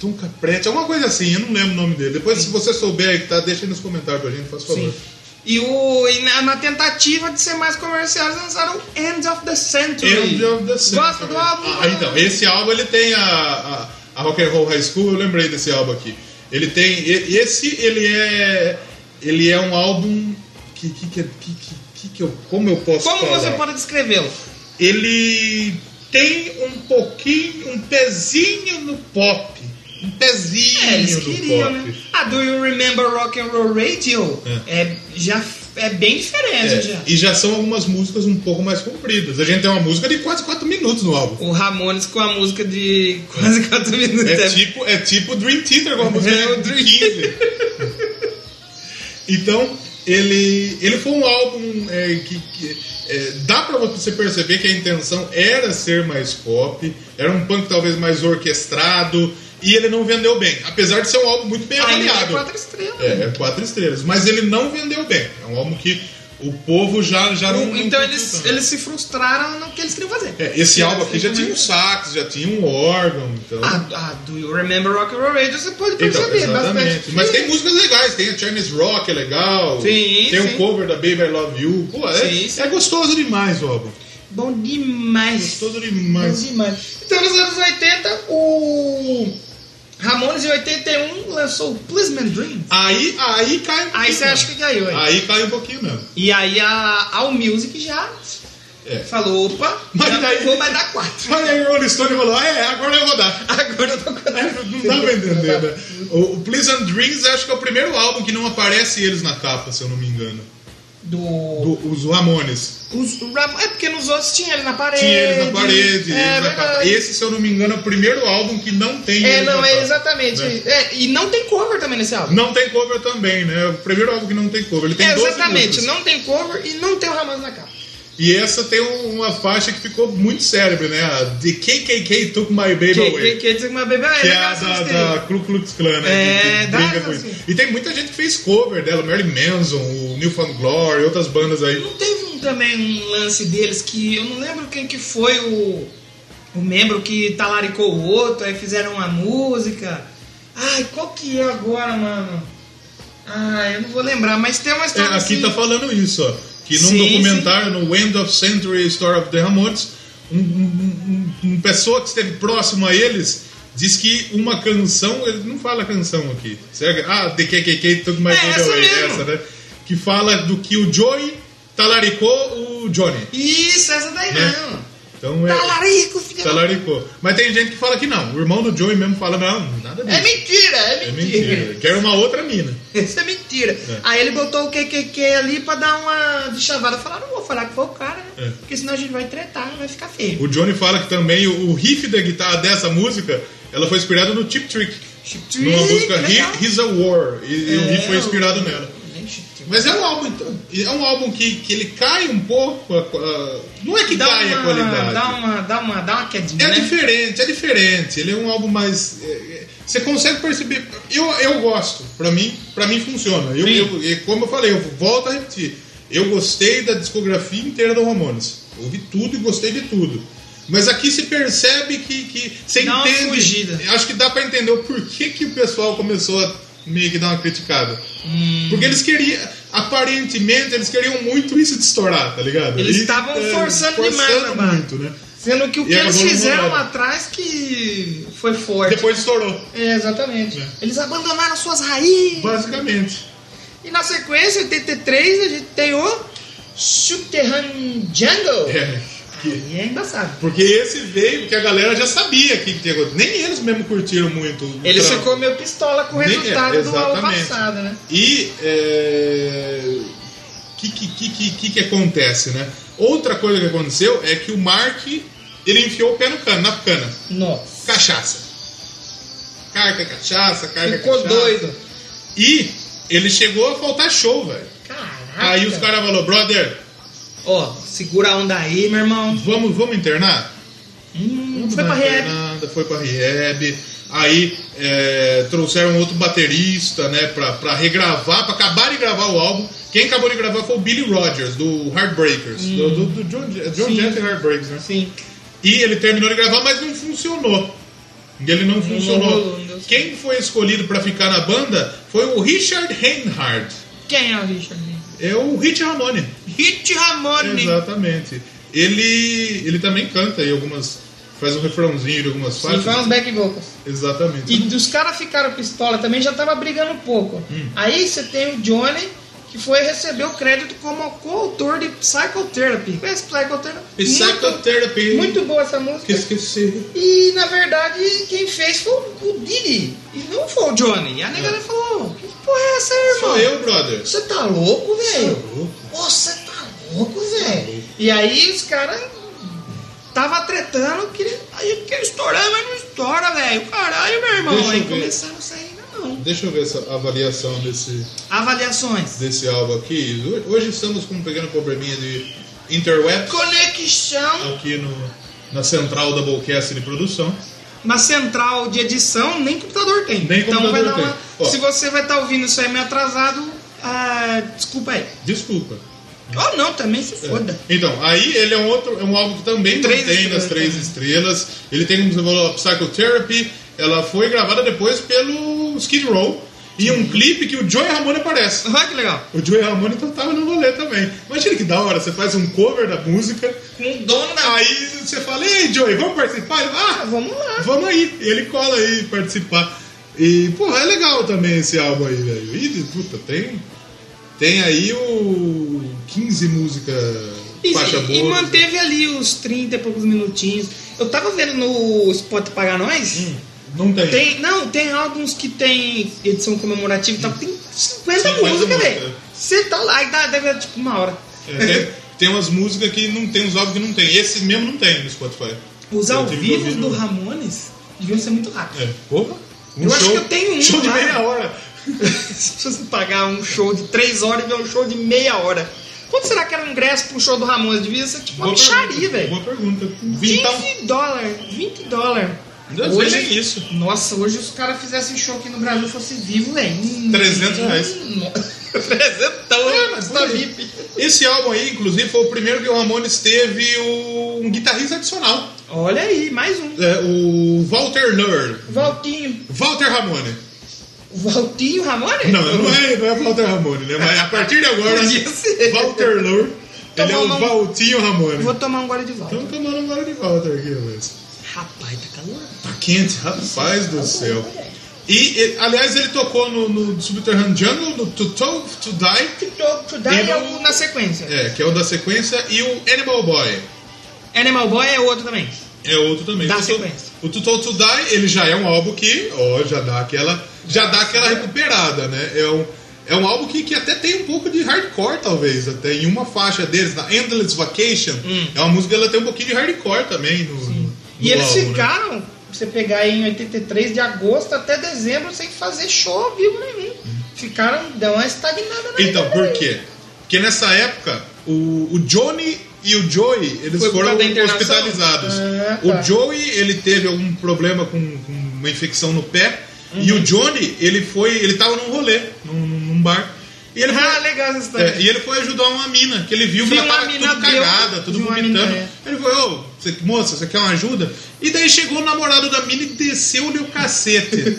Speaker 2: Tom Capretti, alguma coisa assim, eu não lembro o nome dele. Depois, se você souber aí que tá, deixa aí nos comentários pra gente, faz favor.
Speaker 1: Sim. E, o, e na, na tentativa de ser mais comerciais, lançaram End of the Century.
Speaker 2: End of the Sun.
Speaker 1: Gosta do álbum?
Speaker 2: Ah, então, esse álbum ele tem a, a, a Rock and Roll High School, eu lembrei desse álbum aqui. Ele tem. e- Esse ele é. Ele é um álbum. Que, que, que, que, que, que- que eu, como eu posso
Speaker 1: Como
Speaker 2: falar?
Speaker 1: você pode descrevê-lo?
Speaker 2: ele tem um pouquinho, um pezinho no pop. Um pezinho
Speaker 1: É, eles
Speaker 2: no
Speaker 1: queriam,
Speaker 2: pop.
Speaker 1: né? A Do You Remember Rock and Roll Radio
Speaker 2: É.
Speaker 1: é, já, é bem diferente
Speaker 2: É,
Speaker 1: já.
Speaker 2: e já são algumas músicas um pouco mais compridas. A gente tem uma música de quase 4 minutos no álbum.
Speaker 1: O Ramones com a música de quase 4 minutos.
Speaker 2: É tipo, é tipo Dream Theater com a música
Speaker 1: É, o
Speaker 2: de
Speaker 1: Dream
Speaker 2: 15. então, ele, ele foi um álbum é, que, que, é, dá pra você perceber que a intenção era ser mais pop, era um punk talvez mais orquestrado, e ele não vendeu bem. Apesar de ser um álbum muito bem
Speaker 1: Ah, ele dá
Speaker 2: avaliado.
Speaker 1: quatro estrelas.
Speaker 2: É, é quatro estrelas. Mas ele não vendeu bem. É um álbum que o povo já, já não. não
Speaker 1: então
Speaker 2: curtiu
Speaker 1: eles,
Speaker 2: tanto.
Speaker 1: eles se frustraram no que eles queriam fazer.
Speaker 2: É, esse álbum aqui já
Speaker 1: Eles-
Speaker 2: tinha um sax, já tinha um órgão. Então...
Speaker 1: Ah, ah, do You Remember Rock and Roll Radio você pode
Speaker 2: Então,
Speaker 1: perceber
Speaker 2: exatamente.
Speaker 1: bastante.
Speaker 2: Mas tem músicas legais, tem a Chinese Rock, é legal.
Speaker 1: Sim,
Speaker 2: tem o
Speaker 1: sim.
Speaker 2: cover da Baby I Love You. Pô, é,
Speaker 1: Sim, sim.
Speaker 2: é gostoso demais o álbum.
Speaker 1: Bom demais. Bom
Speaker 2: Gostoso demais.
Speaker 1: demais. Então nos anos 80, o Ramones em 81 lançou o Please Man Dream.
Speaker 2: Aí, aí cai um pouquinho.
Speaker 1: Aí você acha que ganhou, hein?
Speaker 2: Aí cai um pouquinho mesmo.
Speaker 1: E aí a All Music já
Speaker 2: É.
Speaker 1: falou, opa,
Speaker 2: Mas
Speaker 1: já
Speaker 2: daí-
Speaker 1: vou mais dar 4.
Speaker 2: Mas aí o Rolling Stone falou, ah, é, agora eu vou dar. É,
Speaker 1: Agora eu tô com
Speaker 2: Não dá pra entender, né? O, o Please and Dreams acho que é o primeiro álbum que não aparece eles na capa, se eu não me engano.
Speaker 1: Do...
Speaker 2: Do- os Ramones.
Speaker 1: Os Ram- É porque nos outros tinha ele na parede.
Speaker 2: Tinha eles na parede,
Speaker 1: É,
Speaker 2: eles na
Speaker 1: verdade.
Speaker 2: capa. Esse, se eu não me engano, é o primeiro álbum que não tem
Speaker 1: É,
Speaker 2: eles na
Speaker 1: não, é
Speaker 2: capa,
Speaker 1: exatamente.
Speaker 2: né?
Speaker 1: É, e não tem cover também nesse álbum.
Speaker 2: Não tem cover também, né? O primeiro álbum que não tem cover. Ele tem
Speaker 1: É,
Speaker 2: 12
Speaker 1: exatamente,
Speaker 2: músicas.
Speaker 1: não tem cover e não tem o Ramones na capa.
Speaker 2: E essa tem um- uma faixa que ficou muito célebre, né? A The KKK Took My Baby
Speaker 1: Que,
Speaker 2: Away.
Speaker 1: que, que dizer que uma bebê é
Speaker 2: Que é a
Speaker 1: legal essa
Speaker 2: da,
Speaker 1: música aí.
Speaker 2: da Ku Klux Klan, né?
Speaker 1: É,
Speaker 2: que, que
Speaker 1: dá,
Speaker 2: brinca com
Speaker 1: assim.
Speaker 2: isso. E tem muita gente que fez cover dela, Marilyn Manson, o Newfound Glory, outras bandas aí.
Speaker 1: Não teve um, também um lance deles que eu não lembro quem que foi o, o membro que talaricou o outro, aí fizeram uma música. Ai, qual que é agora, mano? Ai, eu não vou lembrar, mas tem uma
Speaker 2: É,
Speaker 1: história
Speaker 2: aqui
Speaker 1: assim.
Speaker 2: tá falando isso, ó. Que num
Speaker 1: Sim,
Speaker 2: documentário, no End of Century Story of the Ramones, um, um- um- um pessoa que esteve próximo a eles diz que uma canção, ele não fala canção aqui, será que- Ah, The KKK Took My
Speaker 1: É,
Speaker 2: Baby
Speaker 1: essa
Speaker 2: Away,
Speaker 1: mesmo.
Speaker 2: essa, né? Que fala do que o Joey talaricou o Johnny.
Speaker 1: Isso, essa daí
Speaker 2: Né?
Speaker 1: não.
Speaker 2: Então é.
Speaker 1: Talarico, filho. da-
Speaker 2: Talaricou. Mas tem gente que fala que não. O irmão do Joey mesmo fala, não, nada disso.
Speaker 1: É mentira, é
Speaker 2: É
Speaker 1: mentira.
Speaker 2: mentira. Quer uma outra mina.
Speaker 1: Isso é mentira. Aí ele botou o QQQ ali pra dar uma de chavada. Falaram, não vou falar que foi o cara, né?
Speaker 2: É.
Speaker 1: Porque senão a gente vai tretar, vai ficar feio.
Speaker 2: O Johnny fala que também o, o riff da guitarra dessa música, ela foi inspirada no Tip Trick.
Speaker 1: Chip
Speaker 2: numa
Speaker 1: trick,
Speaker 2: música
Speaker 1: Hum, legal.
Speaker 2: He- He's a War. E, e o
Speaker 1: É,
Speaker 2: riff foi
Speaker 1: o-
Speaker 2: inspirado nela.
Speaker 1: Gente, que-
Speaker 2: Mas é um álbum, então, e é um álbum que, que ele cai um pouco. a- a- não é que
Speaker 1: dá
Speaker 2: cai
Speaker 1: uma,
Speaker 2: a qualidade.
Speaker 1: Dá uma, dá uma, dá uma quedinha,
Speaker 2: É
Speaker 1: né?
Speaker 2: diferente, é diferente. Ele é um álbum mais. é, é, Você consegue perceber. Eu, eu gosto. Pra mim, pra mim funciona. Eu, eu- e como eu falei, eu volto a repetir. Eu gostei da discografia inteira do Ramones. Ouvi tudo e gostei de tudo. Mas aqui se percebe que, que você
Speaker 1: Dá uma
Speaker 2: entende.
Speaker 1: fugida.
Speaker 2: Acho que dá pra entender o porquê que o pessoal começou a meio que dar uma criticada.
Speaker 1: Hum.
Speaker 2: Porque eles queriam. Aparentemente, eles queriam muito isso de estourar, tá ligado?
Speaker 1: Eles
Speaker 2: E,
Speaker 1: estavam
Speaker 2: é,
Speaker 1: forçando demais na barra.
Speaker 2: muito, né?
Speaker 1: Sendo que o
Speaker 2: E
Speaker 1: que eles
Speaker 2: acabou não
Speaker 1: fizeram
Speaker 2: rolando.
Speaker 1: atrás que foi forte.
Speaker 2: Depois estourou.
Speaker 1: É, exatamente.
Speaker 2: É.
Speaker 1: Eles abandonaram suas raízes.
Speaker 2: Basicamente.
Speaker 1: E na sequência, em 83, a gente tem o Subterranean Jungle.
Speaker 2: É. que-
Speaker 1: E é embaçado.
Speaker 2: Porque esse veio porque a galera já sabia que que tinha acontecido. Nem eles mesmo curtiram muito. o
Speaker 1: Ele
Speaker 2: trampo.
Speaker 1: ficou meio pistola com o
Speaker 2: Nem- é,
Speaker 1: resultado do ano
Speaker 2: exatamente.
Speaker 1: passado, né?
Speaker 2: E é, o que, que, que, que, que que acontece, né? Outra coisa que aconteceu é que o Mark Ele enfiou o pé no cano, na cana.
Speaker 1: Nossa.
Speaker 2: Cachaça. Carca, é cachaça, carca,
Speaker 1: Ficou
Speaker 2: cachaça.
Speaker 1: doido.
Speaker 2: E ele chegou a faltar show, velho.
Speaker 1: Caraca.
Speaker 2: Aí os caras falaram, brother,
Speaker 1: Ó, segura a onda aí, meu irmão.
Speaker 2: vamos, vamos internar?
Speaker 1: Hum,
Speaker 2: Vamos
Speaker 1: foi
Speaker 2: dar
Speaker 1: pra Rehab.
Speaker 2: internada, Foi pra Rehab. Aí é, trouxeram outro baterista, né, pra, pra regravar, pra acabar de gravar o álbum. Quem acabou de gravar foi o Billy Rogers, do Heartbreakers. Do, do, do John, é John
Speaker 1: Sim.
Speaker 2: Jett e Heartbreakers, né?
Speaker 1: Sim.
Speaker 2: E ele terminou de gravar, mas não funcionou. Ele não funcionou.
Speaker 1: rolou, não deu certo.
Speaker 2: Quem foi escolhido pra ficar na banda foi o Richard Reinhardt.
Speaker 1: Quem é o Richard?
Speaker 2: É o Rich Ramone.
Speaker 1: Hit Ramone.
Speaker 2: Exatamente. Ele, ele também canta aí algumas. Faz um refrãozinho de algumas
Speaker 1: Sim,
Speaker 2: faixas.
Speaker 1: foi uns back vocals.
Speaker 2: Exatamente.
Speaker 1: E dos caras ficaram pistola também, já tava brigando um pouco.
Speaker 2: Hum.
Speaker 1: Aí você tem o Johnny, que foi receber o crédito como coautor de Psychotherapy. Conhece Psychotherapy?
Speaker 2: é Psychotherapy.
Speaker 1: Muito, muito boa essa música.
Speaker 2: que esqueci.
Speaker 1: E na verdade, quem fez foi o Didi. E não foi o Johnny. E a nega falou: Que porra é essa, aí, irmão?
Speaker 2: É. Sou eu, brother.
Speaker 1: Você tá louco, velho?
Speaker 2: Tá louco.
Speaker 1: Você tá louco, velho? E aí os caras tava tretando, queria, aí queria estourar, mas não estoura, velho. Caralho, meu irmão.
Speaker 2: Deixa eu
Speaker 1: aí
Speaker 2: ver.
Speaker 1: começaram a sair na mão.
Speaker 2: Deixa eu ver essa avaliação desse,
Speaker 1: Avaliações.
Speaker 2: desse álbum aqui. Ho- Hoje estamos com um pequeno probleminha de interwebs
Speaker 1: Conexão
Speaker 2: aqui no, na central da Bolcast de produção.
Speaker 1: na central de edição, nem computador tem. Então,
Speaker 2: Nem computador
Speaker 1: vai dar
Speaker 2: tem.
Speaker 1: uma-
Speaker 2: Ó.
Speaker 1: Se você vai estar ouvindo isso aí meio atrasado, ah, desculpa aí.
Speaker 2: Desculpa.
Speaker 1: Ou não, também se
Speaker 2: É.
Speaker 1: foda.
Speaker 2: Então, aí ele é um outro, é um álbum que também
Speaker 1: Três
Speaker 2: mantém nas
Speaker 1: estrelas
Speaker 2: três
Speaker 1: também.
Speaker 2: estrelas. Ele tem como você falou, a Psychotherapy, ela foi gravada depois pelo Skid Row e um clipe que o Joey Ramone aparece.
Speaker 1: Olha que legal.
Speaker 2: O Joey Ramone então tava no rolê também. Imagina que da hora, você faz um cover da música,
Speaker 1: Com o dono da.
Speaker 2: aí você fala, ei Joey, vamos participar? Ele,
Speaker 1: Ah,
Speaker 2: ah,
Speaker 1: vamos lá.
Speaker 2: vamos aí. E ele cola aí participar. E, porra, é legal também esse álbum aí, velho. E, puta, tem. Tem aí o. 15 música
Speaker 1: E,
Speaker 2: faixa
Speaker 1: e
Speaker 2: boa.
Speaker 1: manteve ali os 30 e poucos minutinhos. Eu tava vendo no Spot Paga Nós.
Speaker 2: Não tem.
Speaker 1: é Tem, não, tem álbuns que tem edição comemorativa e tal, que tem 50,
Speaker 2: 50
Speaker 1: músicas,
Speaker 2: músicas.
Speaker 1: velho. Você tá lá e dá, deve dar tipo uma hora.
Speaker 2: É, tem, tem umas músicas que não tem, uns álbuns que não tem. Esse mesmo não tem no Spotify.
Speaker 1: Os
Speaker 2: Eu
Speaker 1: ao
Speaker 2: tive que
Speaker 1: vivo
Speaker 2: ouvir
Speaker 1: do
Speaker 2: no-
Speaker 1: Ramones deviam ser muito rápido.
Speaker 2: É, porra. Um
Speaker 1: Eu
Speaker 2: show,
Speaker 1: acho que eu tenho um
Speaker 2: Show de
Speaker 1: lá.
Speaker 2: meia hora.
Speaker 1: Se você pagar um show de 3 horas e ver um show de meia hora. Quanto será que era um ingresso pra um show do Ramones? Devia ser tipo uma
Speaker 2: Boa
Speaker 1: bicharia,
Speaker 2: pergunta,
Speaker 1: velho.
Speaker 2: Boa pergunta. um
Speaker 1: 20
Speaker 2: Vintão.
Speaker 1: dólares, 20 dólares.
Speaker 2: Às Então, vezes é isso.
Speaker 1: Nossa, hoje os caras fizessem show aqui no Brasil fosse vivo, velho. Hum,
Speaker 2: 300 reais.
Speaker 1: no- Ah, 300
Speaker 2: É,
Speaker 1: reais
Speaker 2: mas
Speaker 1: da
Speaker 2: por aí.
Speaker 1: VIP.
Speaker 2: Esse álbum aí, inclusive, foi o primeiro que o Ramones teve o- um guitarrista adicional.
Speaker 1: Olha aí, mais um.
Speaker 2: É, o Walter Lerner.
Speaker 1: Valtinho.
Speaker 2: Walter Ramone.
Speaker 1: Valtinho Ramone?
Speaker 2: Não, não é, não é Walter Ramone, né? Mas a partir de agora,
Speaker 1: Podia ser.
Speaker 2: Walter Lerner, ele é
Speaker 1: Tomar
Speaker 2: o
Speaker 1: uma-
Speaker 2: Valtinho Ramone.
Speaker 1: Vou tomar um gole de volta.
Speaker 2: Estamos tomando agora de Walter aqui, Luiz.
Speaker 1: Rapaz, tá calor.
Speaker 2: Tá quente, rapaz do céu. E, e, aliás, ele tocou no, no Subterranean Jungle, no To Talk To Die,
Speaker 1: Tô- tô- Daí
Speaker 2: E
Speaker 1: é
Speaker 2: não-
Speaker 1: o na sequência.
Speaker 2: é, que é o da sequência, e o Animal Boy.
Speaker 1: Animal Boy é outro também.
Speaker 2: É outro também.
Speaker 1: Da
Speaker 2: O To-
Speaker 1: sequência.
Speaker 2: O To Talk To Die, ele já é um álbum que, ó, já dá aquela, já dá aquela recuperada, né? É um, é um álbum que, que até tem um pouco de hardcore, talvez, até em uma faixa deles, na Endless Vacation, é uma música que ela tem um pouquinho de hardcore também no, no-
Speaker 1: Hum. E
Speaker 2: no
Speaker 1: eles
Speaker 2: álbum, né?
Speaker 1: ficaram, pra você pegar aí em 83 de agosto até dezembro, sem fazer show ao vivo nenhum. Ficaram, deu uma estagnada na
Speaker 2: Então,
Speaker 1: vida
Speaker 2: por
Speaker 1: deles.
Speaker 2: quê? Porque nessa época, o, o Johnny e o Joey, eles
Speaker 1: Foi por
Speaker 2: foram
Speaker 1: causa da internação?
Speaker 2: hospitalizados.
Speaker 1: Ah, tá.
Speaker 2: O Joey, ele teve algum problema com, com uma infecção no pé. E
Speaker 1: Uhum.
Speaker 2: o Johnny, ele foi, ele tava num rolê, num, num bar. E ele,
Speaker 1: Ah,
Speaker 2: foi,
Speaker 1: legal essa
Speaker 2: é,
Speaker 1: história.
Speaker 2: e ele foi ajudar uma mina, que ele viu que
Speaker 1: Sim,
Speaker 2: ela
Speaker 1: uma
Speaker 2: tava
Speaker 1: mina
Speaker 2: tudo
Speaker 1: deu-
Speaker 2: cagada, tudo
Speaker 1: de uma mina,
Speaker 2: vomitando.
Speaker 1: é.
Speaker 2: Ele falou, ô, você- moça, você quer uma ajuda? E daí chegou o namorado da mina e desceu-lhe o cacete.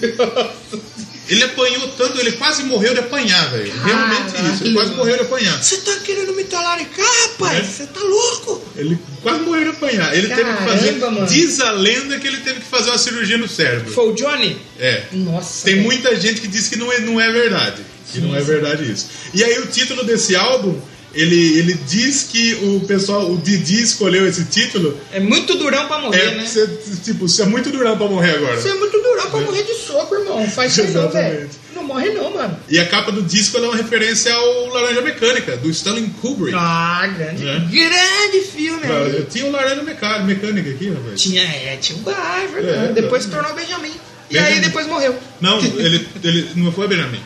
Speaker 2: Ele apanhou tanto, ele quase morreu de apanhar, velho. Realmente isso, ele quase morreu de apanhar.
Speaker 1: Você tá querendo me talaricar, rapaz?
Speaker 2: É.
Speaker 1: Você tá louco?
Speaker 2: Ele quase morreu de apanhar. Ele
Speaker 1: Caramba,
Speaker 2: teve que fazer.
Speaker 1: mano.
Speaker 2: Diz a lenda que ele teve que fazer uma cirurgia no cérebro.
Speaker 1: Foi o Johnny?
Speaker 2: É.
Speaker 1: Nossa.
Speaker 2: Tem
Speaker 1: velho.
Speaker 2: muita gente que diz que não é, não é verdade. Que não é verdade isso. E aí o título desse álbum, ele, ele diz que o pessoal, o Didi escolheu esse título.
Speaker 1: É muito durão pra morrer,
Speaker 2: é,
Speaker 1: né?
Speaker 2: cê- tipo, você é muito durão pra morrer agora.
Speaker 1: Você é muito durão pra morrer de soco, irmão. Faz isso não,
Speaker 2: Exatamente.
Speaker 1: velho. Não morre não, mano.
Speaker 2: E a capa do disco ela é uma referência ao Laranja Mecânica, do Stanley Kubrick.
Speaker 1: Ah, grande.
Speaker 2: É.
Speaker 1: Grande filme,
Speaker 2: Cara,
Speaker 1: aí.
Speaker 2: Eu tinha o Laranja Meca- Mecânica aqui, rapaz.
Speaker 1: Tinha, é, tinha o bar, é verdade.
Speaker 2: É,
Speaker 1: depois
Speaker 2: verdade.
Speaker 1: se tornou Benjamin. E
Speaker 2: Benjamin.
Speaker 1: aí depois morreu.
Speaker 2: Não, é. ele, ele não foi Benjamin.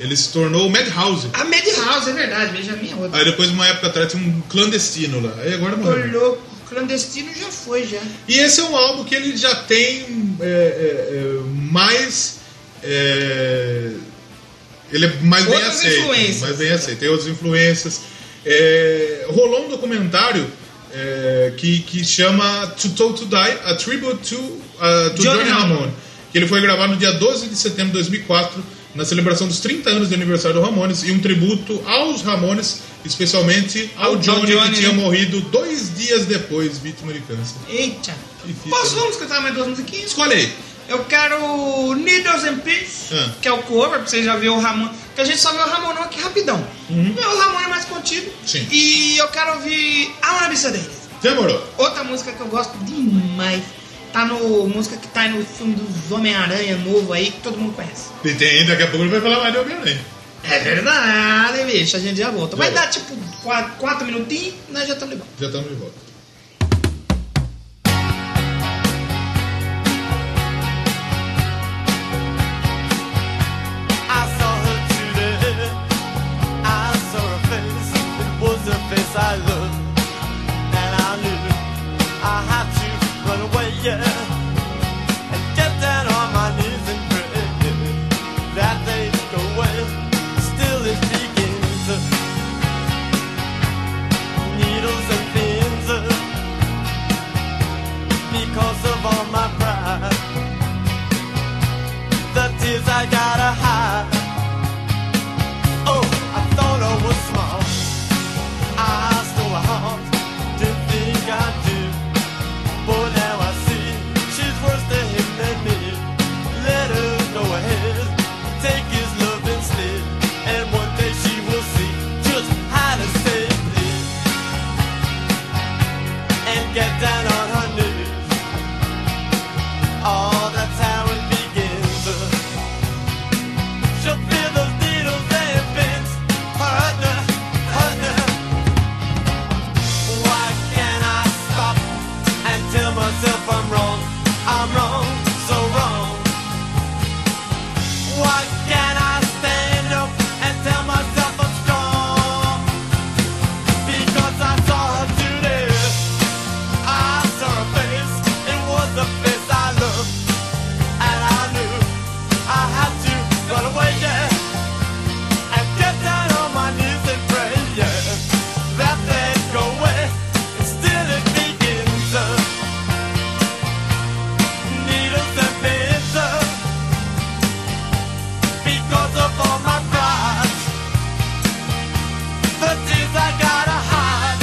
Speaker 2: Ele se tornou o Madhouse.
Speaker 1: A Madhouse, é verdade, Benjamin é outro.
Speaker 2: Aí depois, uma época atrás, tinha um clandestino lá. Aí agora
Speaker 1: Tô
Speaker 2: morreu.
Speaker 1: louco, clandestino já foi, já.
Speaker 2: E esse é um álbum que ele já tem é, é, é, mais. é, ele é mais bem
Speaker 1: Outras
Speaker 2: aceito.
Speaker 1: influências.
Speaker 2: Mais bem aceito. Tem outras influências. É, rolou um documentário é, que, que chama To Told to Die, A Tribute to, uh, to
Speaker 1: Johnny
Speaker 2: Johnny Ramone. Que ele foi gravado no dia 12 de setembro de 2004, na celebração dos 30 anos do aniversário do Ramones, e um tributo aos Ramones, especialmente ao,
Speaker 1: Ao
Speaker 2: Johnny,
Speaker 1: Johnny,
Speaker 2: que tinha
Speaker 1: né?
Speaker 2: morrido dois dias depois, vítima de câncer.
Speaker 1: Eita.
Speaker 2: Que fita,
Speaker 1: Posso,
Speaker 2: né?
Speaker 1: vamos escutar mais duas musiquinhas?
Speaker 2: Escolhe aí.
Speaker 1: Eu quero Needles and Pins,
Speaker 2: Ah.
Speaker 1: que é o cover, pra você já ver o Ramon. Porque a gente só viu o Ramonão aqui rapidão. Não, O Ramon é mais contido.
Speaker 2: Sim.
Speaker 1: E eu quero ouvir a Larissa Davis.
Speaker 2: Demorou.
Speaker 1: Outra música que eu gosto demais. Tá no. Música que tá aí no filme dos Homem-Aranha novo aí, que todo mundo conhece.
Speaker 2: E tem, daqui a pouco ele vai falar mais de Homem-Aranha.
Speaker 1: É verdade, bicho. A gente já volta. Vai
Speaker 2: Já
Speaker 1: dar tipo 4 minutinhos, nós já estamos ligando.
Speaker 2: Já estamos de volta.
Speaker 5: I saw her today. I saw her face. It was her face I loved, and I knew I had to run away, yeah, and get down on my knees and pray that they'd go away. Still, it begins. Needles and pins, because of all my pride the tears I gotta hide. Oh, I thought I was smart. I stole a heart, didn't think I did. But now I see she's worse to him than me. Let her go ahead, take his love instead. And one day she will see just how to save it. And get down on her knees. Oh, that's how it begins. She'll feel those needles and pins hurting, hurting. Why can't I stop and tell myself I'm wrong? I'm wrong, so wrong. Why can't I stand up and tell myself I'm strong? Because I saw her today. I saw her face, it was the face I loved, and I knew I had to run away, yeah, and get down on my knees and pray, yeah, that they'd go away, and still it begins. uh, Needles and pins, uh, because of all my pride, the tears I gotta hide.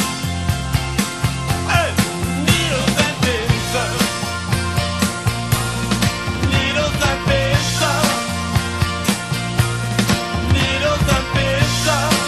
Speaker 5: Needles and pencils. Needles and pencils. Needles and pencils.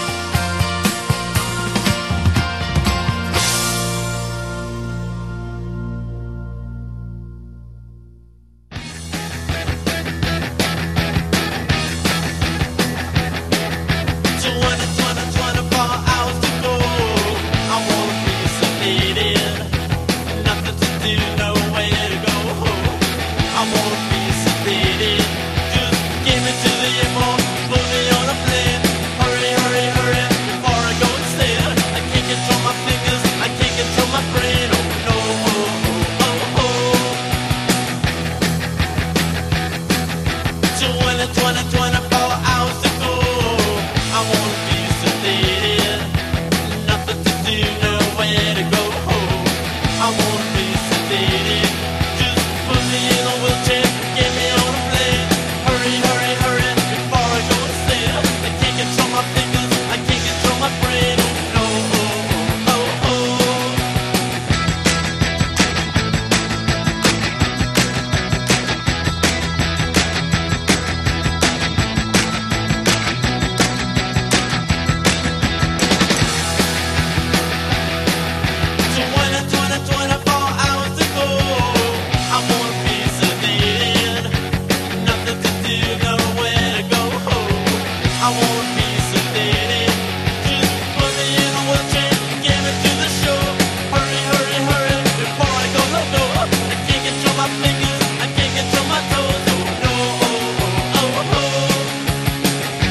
Speaker 5: My brain, oh no, oh, oh, oh, oh. 20, 20, 24 hours to go. I wanna be sedated. Nothing to do, nowhere to go home. I wanna be sedated. Just put me in a wheelchair, get me on a plane. Hurry, hurry, hurry, before I go to sleep. I can't control my fingers, I can't control my brain. Oh no, oh, oh, oh, oh. I won't be sedated. Just put me in a wheelchair, get me to the shore. Hurry, hurry, hurry, before I go loco. I can't control my fingers, I can't control my toes. Oh no, oh, oh, oh, oh.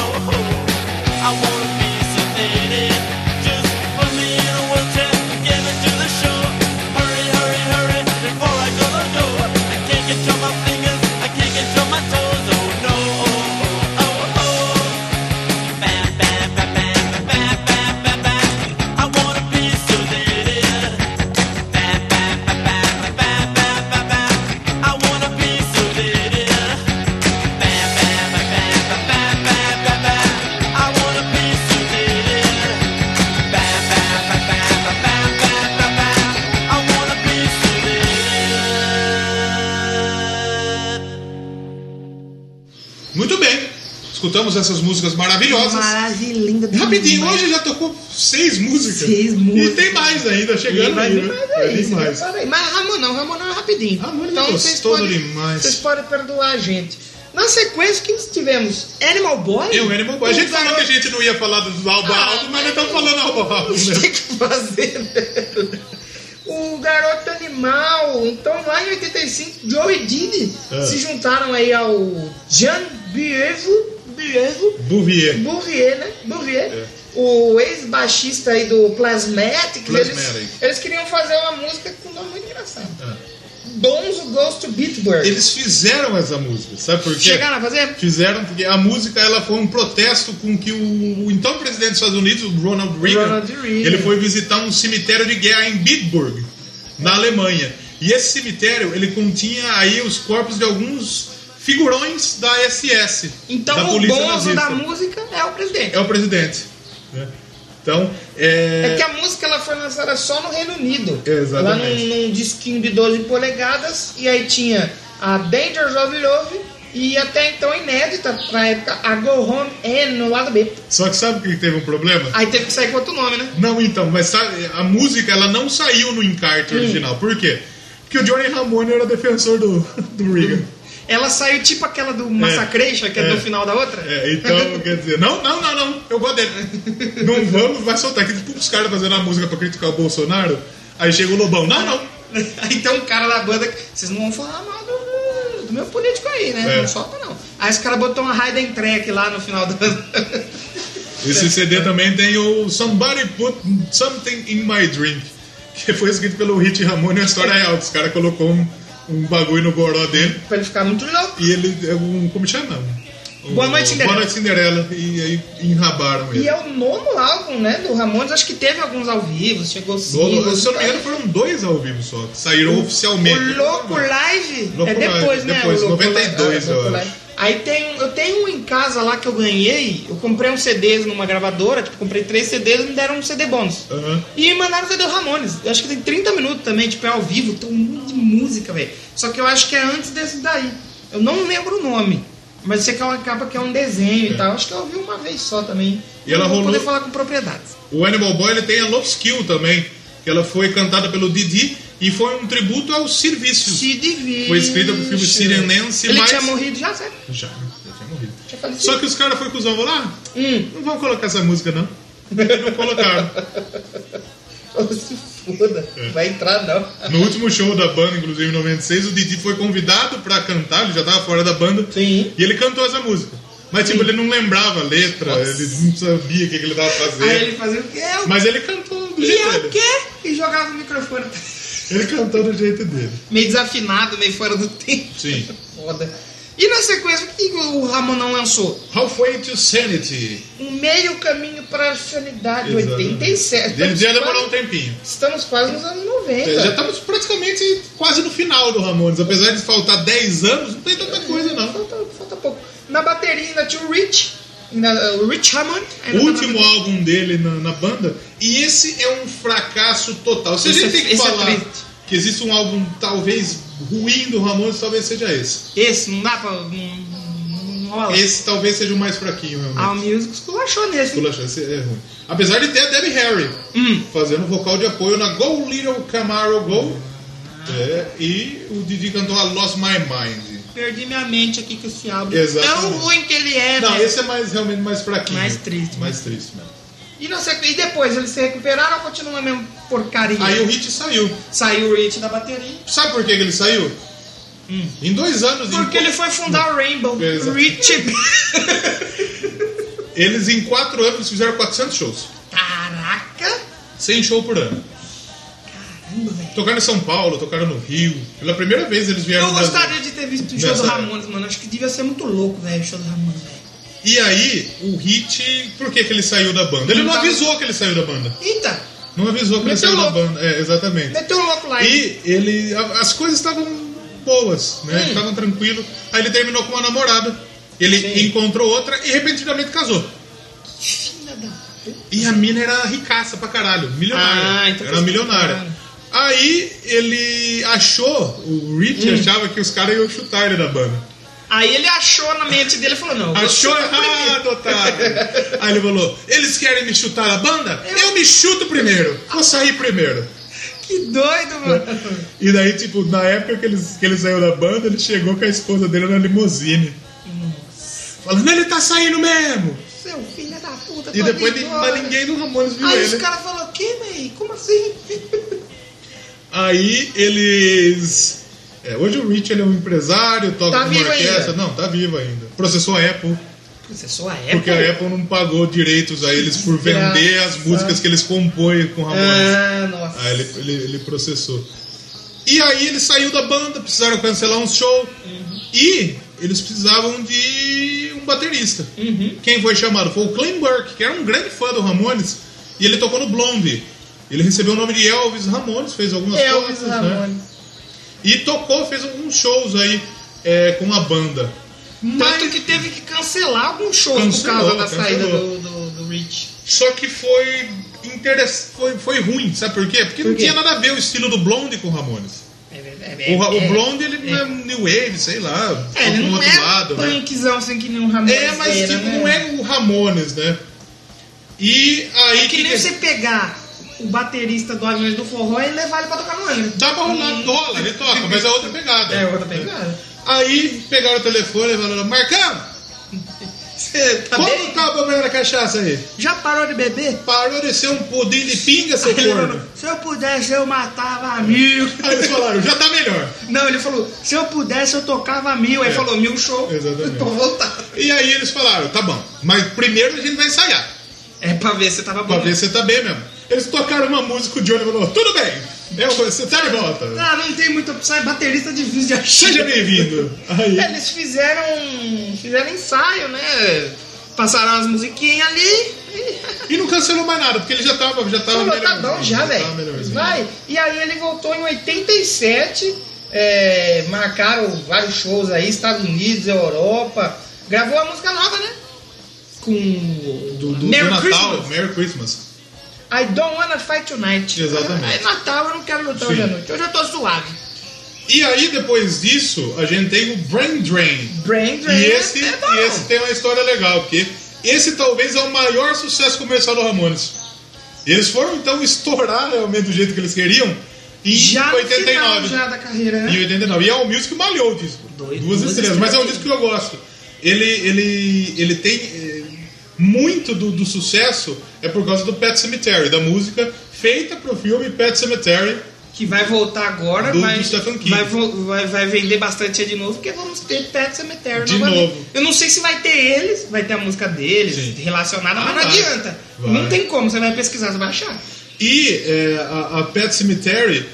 Speaker 5: I wanna be sedated. Just put me in a wheelchair, get me to the shore. Hurry, hurry, hurry, before I go loco. I can't control my fingers, I can't control my toes. Oh no, oh, oh, oh, oh. Bam, bam, bam, bam, bam, bam, bam, bam. I wanna be sedated. Bam, bam, bam, bam, bam, bam, bam, bam. I wanna be sedated. Bam, bam, bam, bam, bam, bam, bam, bam. I wanna be sedated. Bam, bam, bam, bam, bam, bam, bam, bam. I wanna be sedated.
Speaker 2: Muito bem. Escutamos essas músicas maravilhosas.
Speaker 6: Maravilhosa.
Speaker 2: Rapidinho, hoje já tocou seis músicas.
Speaker 6: Seis músicas.
Speaker 2: E tem mais ainda, chegando
Speaker 6: Vai
Speaker 2: aí,
Speaker 6: vir
Speaker 2: né?
Speaker 6: mais
Speaker 2: Vai
Speaker 6: aí,
Speaker 2: vir
Speaker 6: se
Speaker 2: mais.
Speaker 1: Peraí, Mas Ramonão, Ramonão é rapidinho.
Speaker 2: Ramonão é
Speaker 1: então vocês
Speaker 2: gostoso
Speaker 1: podem,
Speaker 2: demais.
Speaker 1: Vocês podem perdoar a gente. Na sequência, o que nós tivemos? Animal Boy?
Speaker 2: É o Animal Boy. A
Speaker 1: O
Speaker 2: gente falou
Speaker 1: garoto-
Speaker 2: que a gente não ia falar do Alba
Speaker 1: Ah,
Speaker 2: Alto, mas nós estamos falando Alba Alto, né?
Speaker 1: tem que fazer, né? O Garoto Animal. Então, lá em 85, Joe e Didi
Speaker 2: Ah.
Speaker 1: se juntaram aí ao Jean Bievo, Bievo
Speaker 2: Bouvier.
Speaker 1: Bourrier, né? Bourrier.
Speaker 2: É.
Speaker 1: O ex-baixista aí do Plasmatic.
Speaker 2: Plasmatic. É.
Speaker 1: Eles, eles queriam fazer uma música com um nome muito engraçado. Bonzo Goes to Bitburg.
Speaker 2: Eles fizeram essa música, sabe por quê?
Speaker 1: Chegaram a fazer?
Speaker 2: Fizeram porque a música ela foi um protesto com que o, o então presidente dos Estados Unidos, o Ronald Reagan,
Speaker 1: Ronald Reagan.
Speaker 2: ele foi visitar um cemitério de guerra em Bitburg, na Alemanha. E esse cemitério ele continha aí os corpos de alguns figurões da SS, da
Speaker 1: Então o
Speaker 2: polícia
Speaker 1: bonzo
Speaker 2: nazista.
Speaker 1: da música é o presidente.
Speaker 2: É o presidente. né? Então é,
Speaker 1: É que a música ela foi lançada só no Reino Unido. Lá
Speaker 2: Exatamente.
Speaker 1: num, num disquinho de 12 polegadas. E aí tinha a Dangerous of Love. E até então inédita pra época, a Go Home N no lado B.
Speaker 2: só que sabe que teve um problema?
Speaker 1: Aí teve que sair com outro nome, né?
Speaker 2: Não, então, mas sabe, a música ela não saiu no encarte
Speaker 1: Hum.
Speaker 2: original. Por quê? Porque o Johnny Ramone era defensor do, do Reagan.
Speaker 1: Ela saiu tipo aquela do Massacration, que é,
Speaker 2: é.
Speaker 1: do final da outra.
Speaker 2: É, então, quer dizer, não, não, não, não, eu gosto dele. Não vamos, vai soltar aqui, tipo, os caras fazendo a música pra criticar o Bolsonaro. Aí chega o Lobão, não, não.
Speaker 1: Aí tem um cara da banda que. Vocês não vão falar mal do, do meu político aí, né?
Speaker 2: É.
Speaker 1: Não solta não. Aí os caras botou uma Raiden Track lá no final do.
Speaker 2: Esse CD também tem o Somebody Put Something in My Drink, que foi escrito pelo Hit Ramone, é uma história real. Os caras colocou um, um bagulho no goró dele
Speaker 1: pra ele ficar muito louco.
Speaker 2: e ele, é um, como chama? Um-
Speaker 1: Boa Noite, Cinderela.
Speaker 2: Boa Noite Cinderela. E aí enrabaram ele.
Speaker 1: E é o nono álbum, né? Do Ramones. Acho que teve alguns ao vivo, chegou
Speaker 2: Logo-
Speaker 1: singles
Speaker 2: se eu não me
Speaker 1: e
Speaker 2: engano,
Speaker 1: tal.
Speaker 2: foram dois ao vivo só, que saíram oficialmente.
Speaker 1: O Louco Live
Speaker 2: Louco
Speaker 1: é depois,
Speaker 2: Live,
Speaker 1: né?
Speaker 2: depois,
Speaker 1: o Louco
Speaker 2: 92,
Speaker 1: Live, é,
Speaker 2: eu
Speaker 1: Louco
Speaker 2: acho.
Speaker 1: Live. Aí tem, um- eu tenho um em casa lá que eu ganhei. Eu comprei um CD numa gravadora, tipo, comprei três CDs e me deram um CD bônus.
Speaker 2: Aham.
Speaker 1: E mandaram o CD do Ramones. Eu acho que tem 30 minutos também, tipo, é ao vivo, tem um mundo de música, velho. Só que eu acho que é antes desse daí. Eu não lembro o nome. Mas sei que é uma capa que é um desenho
Speaker 2: É.
Speaker 1: e tal. Acho que eu ouvi uma vez só também.
Speaker 2: E ela
Speaker 1: Eu não vou
Speaker 2: rolou-
Speaker 1: poder falar com propriedades.
Speaker 2: O Animal Boy ele tem a Love Skill também, que ela foi cantada pelo Didi e foi um tributo ao serviço.
Speaker 1: Se divide.
Speaker 2: Foi escrita pro filme Sirenense,
Speaker 1: Ele
Speaker 2: mas-
Speaker 1: tinha morrido já, certo?
Speaker 2: Já, já tinha morrido.
Speaker 1: Já falecido.
Speaker 2: Só que os caras foram cuzão, vão lá,
Speaker 1: Hum.
Speaker 2: não vão colocar essa música não. E não colocaram.
Speaker 1: Se foda.
Speaker 2: É.
Speaker 1: Vai entrar, não.
Speaker 2: No último show da banda, inclusive em 96, o Didi foi convidado pra cantar, ele já tava fora da banda.
Speaker 1: Sim.
Speaker 2: E ele cantou essa música. Mas tipo, ele não lembrava a letra, ele não sabia o que, que ele tava fazendo.
Speaker 1: Aí ele fazia o quê? Eu...
Speaker 2: Mas ele cantou do
Speaker 1: E
Speaker 2: jeito
Speaker 1: eu o
Speaker 2: dele.
Speaker 1: quê? E jogava o microfone.
Speaker 2: Ele cantou do jeito dele.
Speaker 1: Meio desafinado, meio fora do tempo.
Speaker 2: Sim.
Speaker 1: Foda. E na sequência, o que o Ramonão lançou?
Speaker 2: Halfway to Sanity.
Speaker 1: Um meio caminho para a sanidade,
Speaker 2: Exato.
Speaker 1: 87.
Speaker 2: Ele já demorou um
Speaker 1: quase,
Speaker 2: tempinho.
Speaker 1: estamos quase nos anos 90.
Speaker 2: Já estamos praticamente quase no final do Ramones. Apesar de faltar 10 anos, não tem tanta tá coisa não.
Speaker 1: Falta, falta pouco. Na bateria ainda tinha o Rich. ainda- o Rich Hammond.
Speaker 2: O
Speaker 1: ainda tá na
Speaker 2: último
Speaker 1: bateria.
Speaker 2: álbum dele na, na banda. E esse é um fracasso total. Se a
Speaker 1: Esse
Speaker 2: gente
Speaker 1: é-
Speaker 2: tem que
Speaker 1: esse é
Speaker 2: falar
Speaker 1: triste.
Speaker 2: que existe um álbum talvez ruim do Ramones, talvez seja esse.
Speaker 1: Esse, não dá pra. Não, não, rola.
Speaker 2: Esse talvez seja o mais fraquinho, realmente.
Speaker 1: A Music esculachou nesse. hein?
Speaker 2: Esculachou, esse é ruim. Apesar de ter a Debbie Harry
Speaker 1: Hum.
Speaker 2: fazendo vocal de apoio na Go Little Camaro Go.
Speaker 1: Ah.
Speaker 2: É, e o Didi cantou a Lost My Mind.
Speaker 1: Perdi minha mente aqui que esse álbum.
Speaker 2: Exatamente.
Speaker 1: Tão ruim que ele é,
Speaker 2: Não,
Speaker 1: velho.
Speaker 2: esse é mais, realmente mais fraquinho.
Speaker 1: Mais triste.
Speaker 2: Mais triste mesmo.
Speaker 1: E, não sei, e depois, eles se recuperaram ou continua mesmo porcaria?
Speaker 2: Aí o hit saiu.
Speaker 1: Saiu o Rich da bateria.
Speaker 2: Sabe por que, que ele saiu? Em dois anos. em
Speaker 1: Hum. Porque
Speaker 2: qua-
Speaker 1: ele foi fundar o Rainbow.
Speaker 2: Exato.
Speaker 1: Rich.
Speaker 2: Eles em quatro anos fizeram 400 shows.
Speaker 1: Caraca!
Speaker 2: 100 shows por ano.
Speaker 1: Caramba, velho.
Speaker 2: Tocaram em São Paulo, tocaram no Rio. Pela primeira vez eles vieram.
Speaker 1: Eu
Speaker 2: no Brasil.
Speaker 1: gostaria de ter visto o show
Speaker 2: Nessa
Speaker 1: do
Speaker 2: época.
Speaker 1: Ramones, mano. Acho que devia ser muito louco, velho, o show do Ramones, velho.
Speaker 2: E aí, o Hit, por que, que ele saiu da banda? Ele não avisou que ele saiu da banda.
Speaker 1: Eita!
Speaker 2: Não avisou que ele
Speaker 1: Meteu
Speaker 2: saiu da
Speaker 1: Então- louco.
Speaker 2: banda. É, exatamente.
Speaker 1: Meteu um louco lá, hein?
Speaker 2: E ele. a- As coisas estavam boas, né?
Speaker 1: Hum.
Speaker 2: Estavam tranquilo. Aí ele terminou com uma namorada. Ele
Speaker 1: Sim.
Speaker 2: encontrou outra e repentinamente casou.
Speaker 1: Filha da puta.
Speaker 2: E a mina era ricaça pra caralho, milionária.
Speaker 1: Ah, então
Speaker 2: era
Speaker 1: faz-
Speaker 2: milionária. Aí ele achou, o Rich
Speaker 1: Hum.
Speaker 2: achava que os caras iam chutar ele da banda.
Speaker 1: Aí ele achou na mente dele e falou, não, eu
Speaker 2: Achou
Speaker 1: vou chutar primeiro.
Speaker 2: errado, otário. Aí ele falou: eles querem me chutar da banda? Eu, me chuto primeiro, vou sair primeiro. Ah.
Speaker 1: Que doido, mano.
Speaker 2: E daí, tipo, na época que ele, que ele saiu da banda, ele chegou com a esposa dele na limusine. Falando, ele tá saindo mesmo!
Speaker 1: Seu filho da puta,
Speaker 2: E
Speaker 1: tô
Speaker 2: depois
Speaker 1: indo
Speaker 2: de-
Speaker 1: embora.
Speaker 2: mas ninguém do Ramones viu
Speaker 1: Aí
Speaker 2: ele.
Speaker 1: os caras falaram, o quê, véi? Como assim?
Speaker 2: Aí eles. é, hoje o Rich ele é um empresário, toca
Speaker 1: Tá
Speaker 2: numa
Speaker 1: vivo
Speaker 2: orquestra. Não, tá vivo ainda. Processou a Apple,
Speaker 1: Processou a
Speaker 2: porque
Speaker 1: é época.
Speaker 2: a Apple não pagou direitos a eles por
Speaker 1: Desgraça.
Speaker 2: vender as músicas que eles compõem com o Ramones.
Speaker 1: Ah, nossa.
Speaker 2: Aí ele, ele, ele processou. E aí ele saiu da banda, precisaram cancelar um show.
Speaker 1: Uhum.
Speaker 2: E eles precisavam de um baterista.
Speaker 1: Uhum.
Speaker 2: Quem foi chamado? Foi o Clem Burke, que era um grande fã do Ramones. E ele tocou no Blondie. Ele recebeu o nome de Elvis Ramones, fez algumas
Speaker 1: Elvis
Speaker 2: coisas. Né?
Speaker 1: É Ramones.
Speaker 2: E tocou, fez alguns shows aí é, com a banda.
Speaker 1: Tanto que teve que cancelar algum show por
Speaker 2: Cancelou,
Speaker 1: causa da
Speaker 2: cancelou.
Speaker 1: saída do, do, do Rich.
Speaker 2: Só que foi, interess... foi, foi ruim, sabe por quê? Porque
Speaker 1: Por
Speaker 2: não
Speaker 1: quê?
Speaker 2: tinha nada a ver o estilo do Blondie com o Ramones.
Speaker 1: É, verdade.
Speaker 2: O, Ra- o
Speaker 1: é-
Speaker 2: Blonde, ele não é new wave, sei lá,
Speaker 1: É,
Speaker 2: toca
Speaker 1: ele
Speaker 2: um
Speaker 1: não
Speaker 2: outro
Speaker 1: é
Speaker 2: lado, né?
Speaker 1: punkzão assim que nem um Ramones
Speaker 2: É, mas
Speaker 1: era,
Speaker 2: tipo,
Speaker 1: né?
Speaker 2: não é o Ramones, né? E aí
Speaker 1: É que
Speaker 2: que
Speaker 1: nem
Speaker 2: que-
Speaker 1: você pegar o baterista do Aviões do Forró e levar ele pra tocar no Angra.
Speaker 2: dá pra rolar dólar, ele toca, mas é outra pegada.
Speaker 1: Hum. É, outra pegada.
Speaker 2: Aí pegaram o telefone e falaram, Marcão,
Speaker 1: Você tá
Speaker 2: como
Speaker 1: bem?
Speaker 2: tá o problema da cachaça aí?
Speaker 1: Já parou de beber?
Speaker 2: Parou de ser um pudim de pinga, seu
Speaker 1: Ele
Speaker 2: corno.
Speaker 1: falou, se eu pudesse, eu matava mil.
Speaker 2: Aí eles falaram, já tá melhor.
Speaker 1: Não, ele falou, se eu pudesse, eu tocava mil. Aí
Speaker 2: É.
Speaker 1: falou, mil show.
Speaker 2: Exatamente.
Speaker 1: Então voltar.
Speaker 2: E aí eles falaram, tá bom, mas primeiro a gente vai ensaiar.
Speaker 1: É pra ver se tava bom.
Speaker 2: Pra ver se você tá bem mesmo. Eles tocaram uma música, o Johnny falou, tudo bem, eu, você tá de volta.
Speaker 1: Ah, não tem muita opção, é baterista difícil de achar.
Speaker 2: Seja bem-vindo. Aí,
Speaker 1: Eles fizeram. um, fizeram ensaio, né? Passaram as musiquinhas ali.
Speaker 2: E não cancelou mais nada, porque ele já tava, já tava
Speaker 1: Tá
Speaker 2: melhor.
Speaker 1: lotadão já,
Speaker 2: tava
Speaker 1: velho.
Speaker 2: melhorzinho.
Speaker 1: Vai. E aí ele voltou em 87, é, marcaram vários shows aí, Estados Unidos, Europa. Gravou a música nova, né? Com
Speaker 2: Do, do- do
Speaker 1: Merry
Speaker 2: Natal,
Speaker 1: Christmas.
Speaker 2: Merry Christmas.
Speaker 1: I don't wanna fight tonight.
Speaker 2: Exatamente.
Speaker 1: É Natal, eu não quero lutar
Speaker 2: Sim.
Speaker 1: hoje à noite. Hoje eu tô suave.
Speaker 2: E aí, depois disso, a gente tem o Brain Drain.
Speaker 1: Brandon.
Speaker 2: E esse,
Speaker 1: é bom.
Speaker 2: e esse tem uma história legal, porque esse talvez é o maior sucesso comercial do Ramones. E eles foram então estourar realmente do jeito que eles queriam em
Speaker 1: já 89.
Speaker 2: 89.
Speaker 1: já da carreira,
Speaker 2: Em
Speaker 1: né?
Speaker 2: 89. E é o Music que malhou o disco.
Speaker 1: Dois-
Speaker 2: duas,
Speaker 1: duas
Speaker 2: estrelas.
Speaker 1: estrelas.
Speaker 2: Mas é um disco que eu gosto. Ele, ele, ele tem. eh, Muito do, do sucesso é por causa do Pet Cemetery, da música feita pro filme Pet Cemetery.
Speaker 1: Que vai voltar agora,
Speaker 2: Do-
Speaker 1: mas
Speaker 2: do Stephen King.
Speaker 1: vai, vo- vai, vai vender bastante de novo, porque vamos ter Pet Cemetery
Speaker 2: De
Speaker 1: novamente.
Speaker 2: novo.
Speaker 1: Eu não sei se vai ter eles, vai ter a música deles
Speaker 2: Sim.
Speaker 1: relacionada, mas
Speaker 2: Ah,
Speaker 1: não
Speaker 2: vai.
Speaker 1: adianta.
Speaker 2: Vai.
Speaker 1: Não tem como, você vai pesquisar, você vai achar.
Speaker 2: E eh, a, a Pet Cemetery,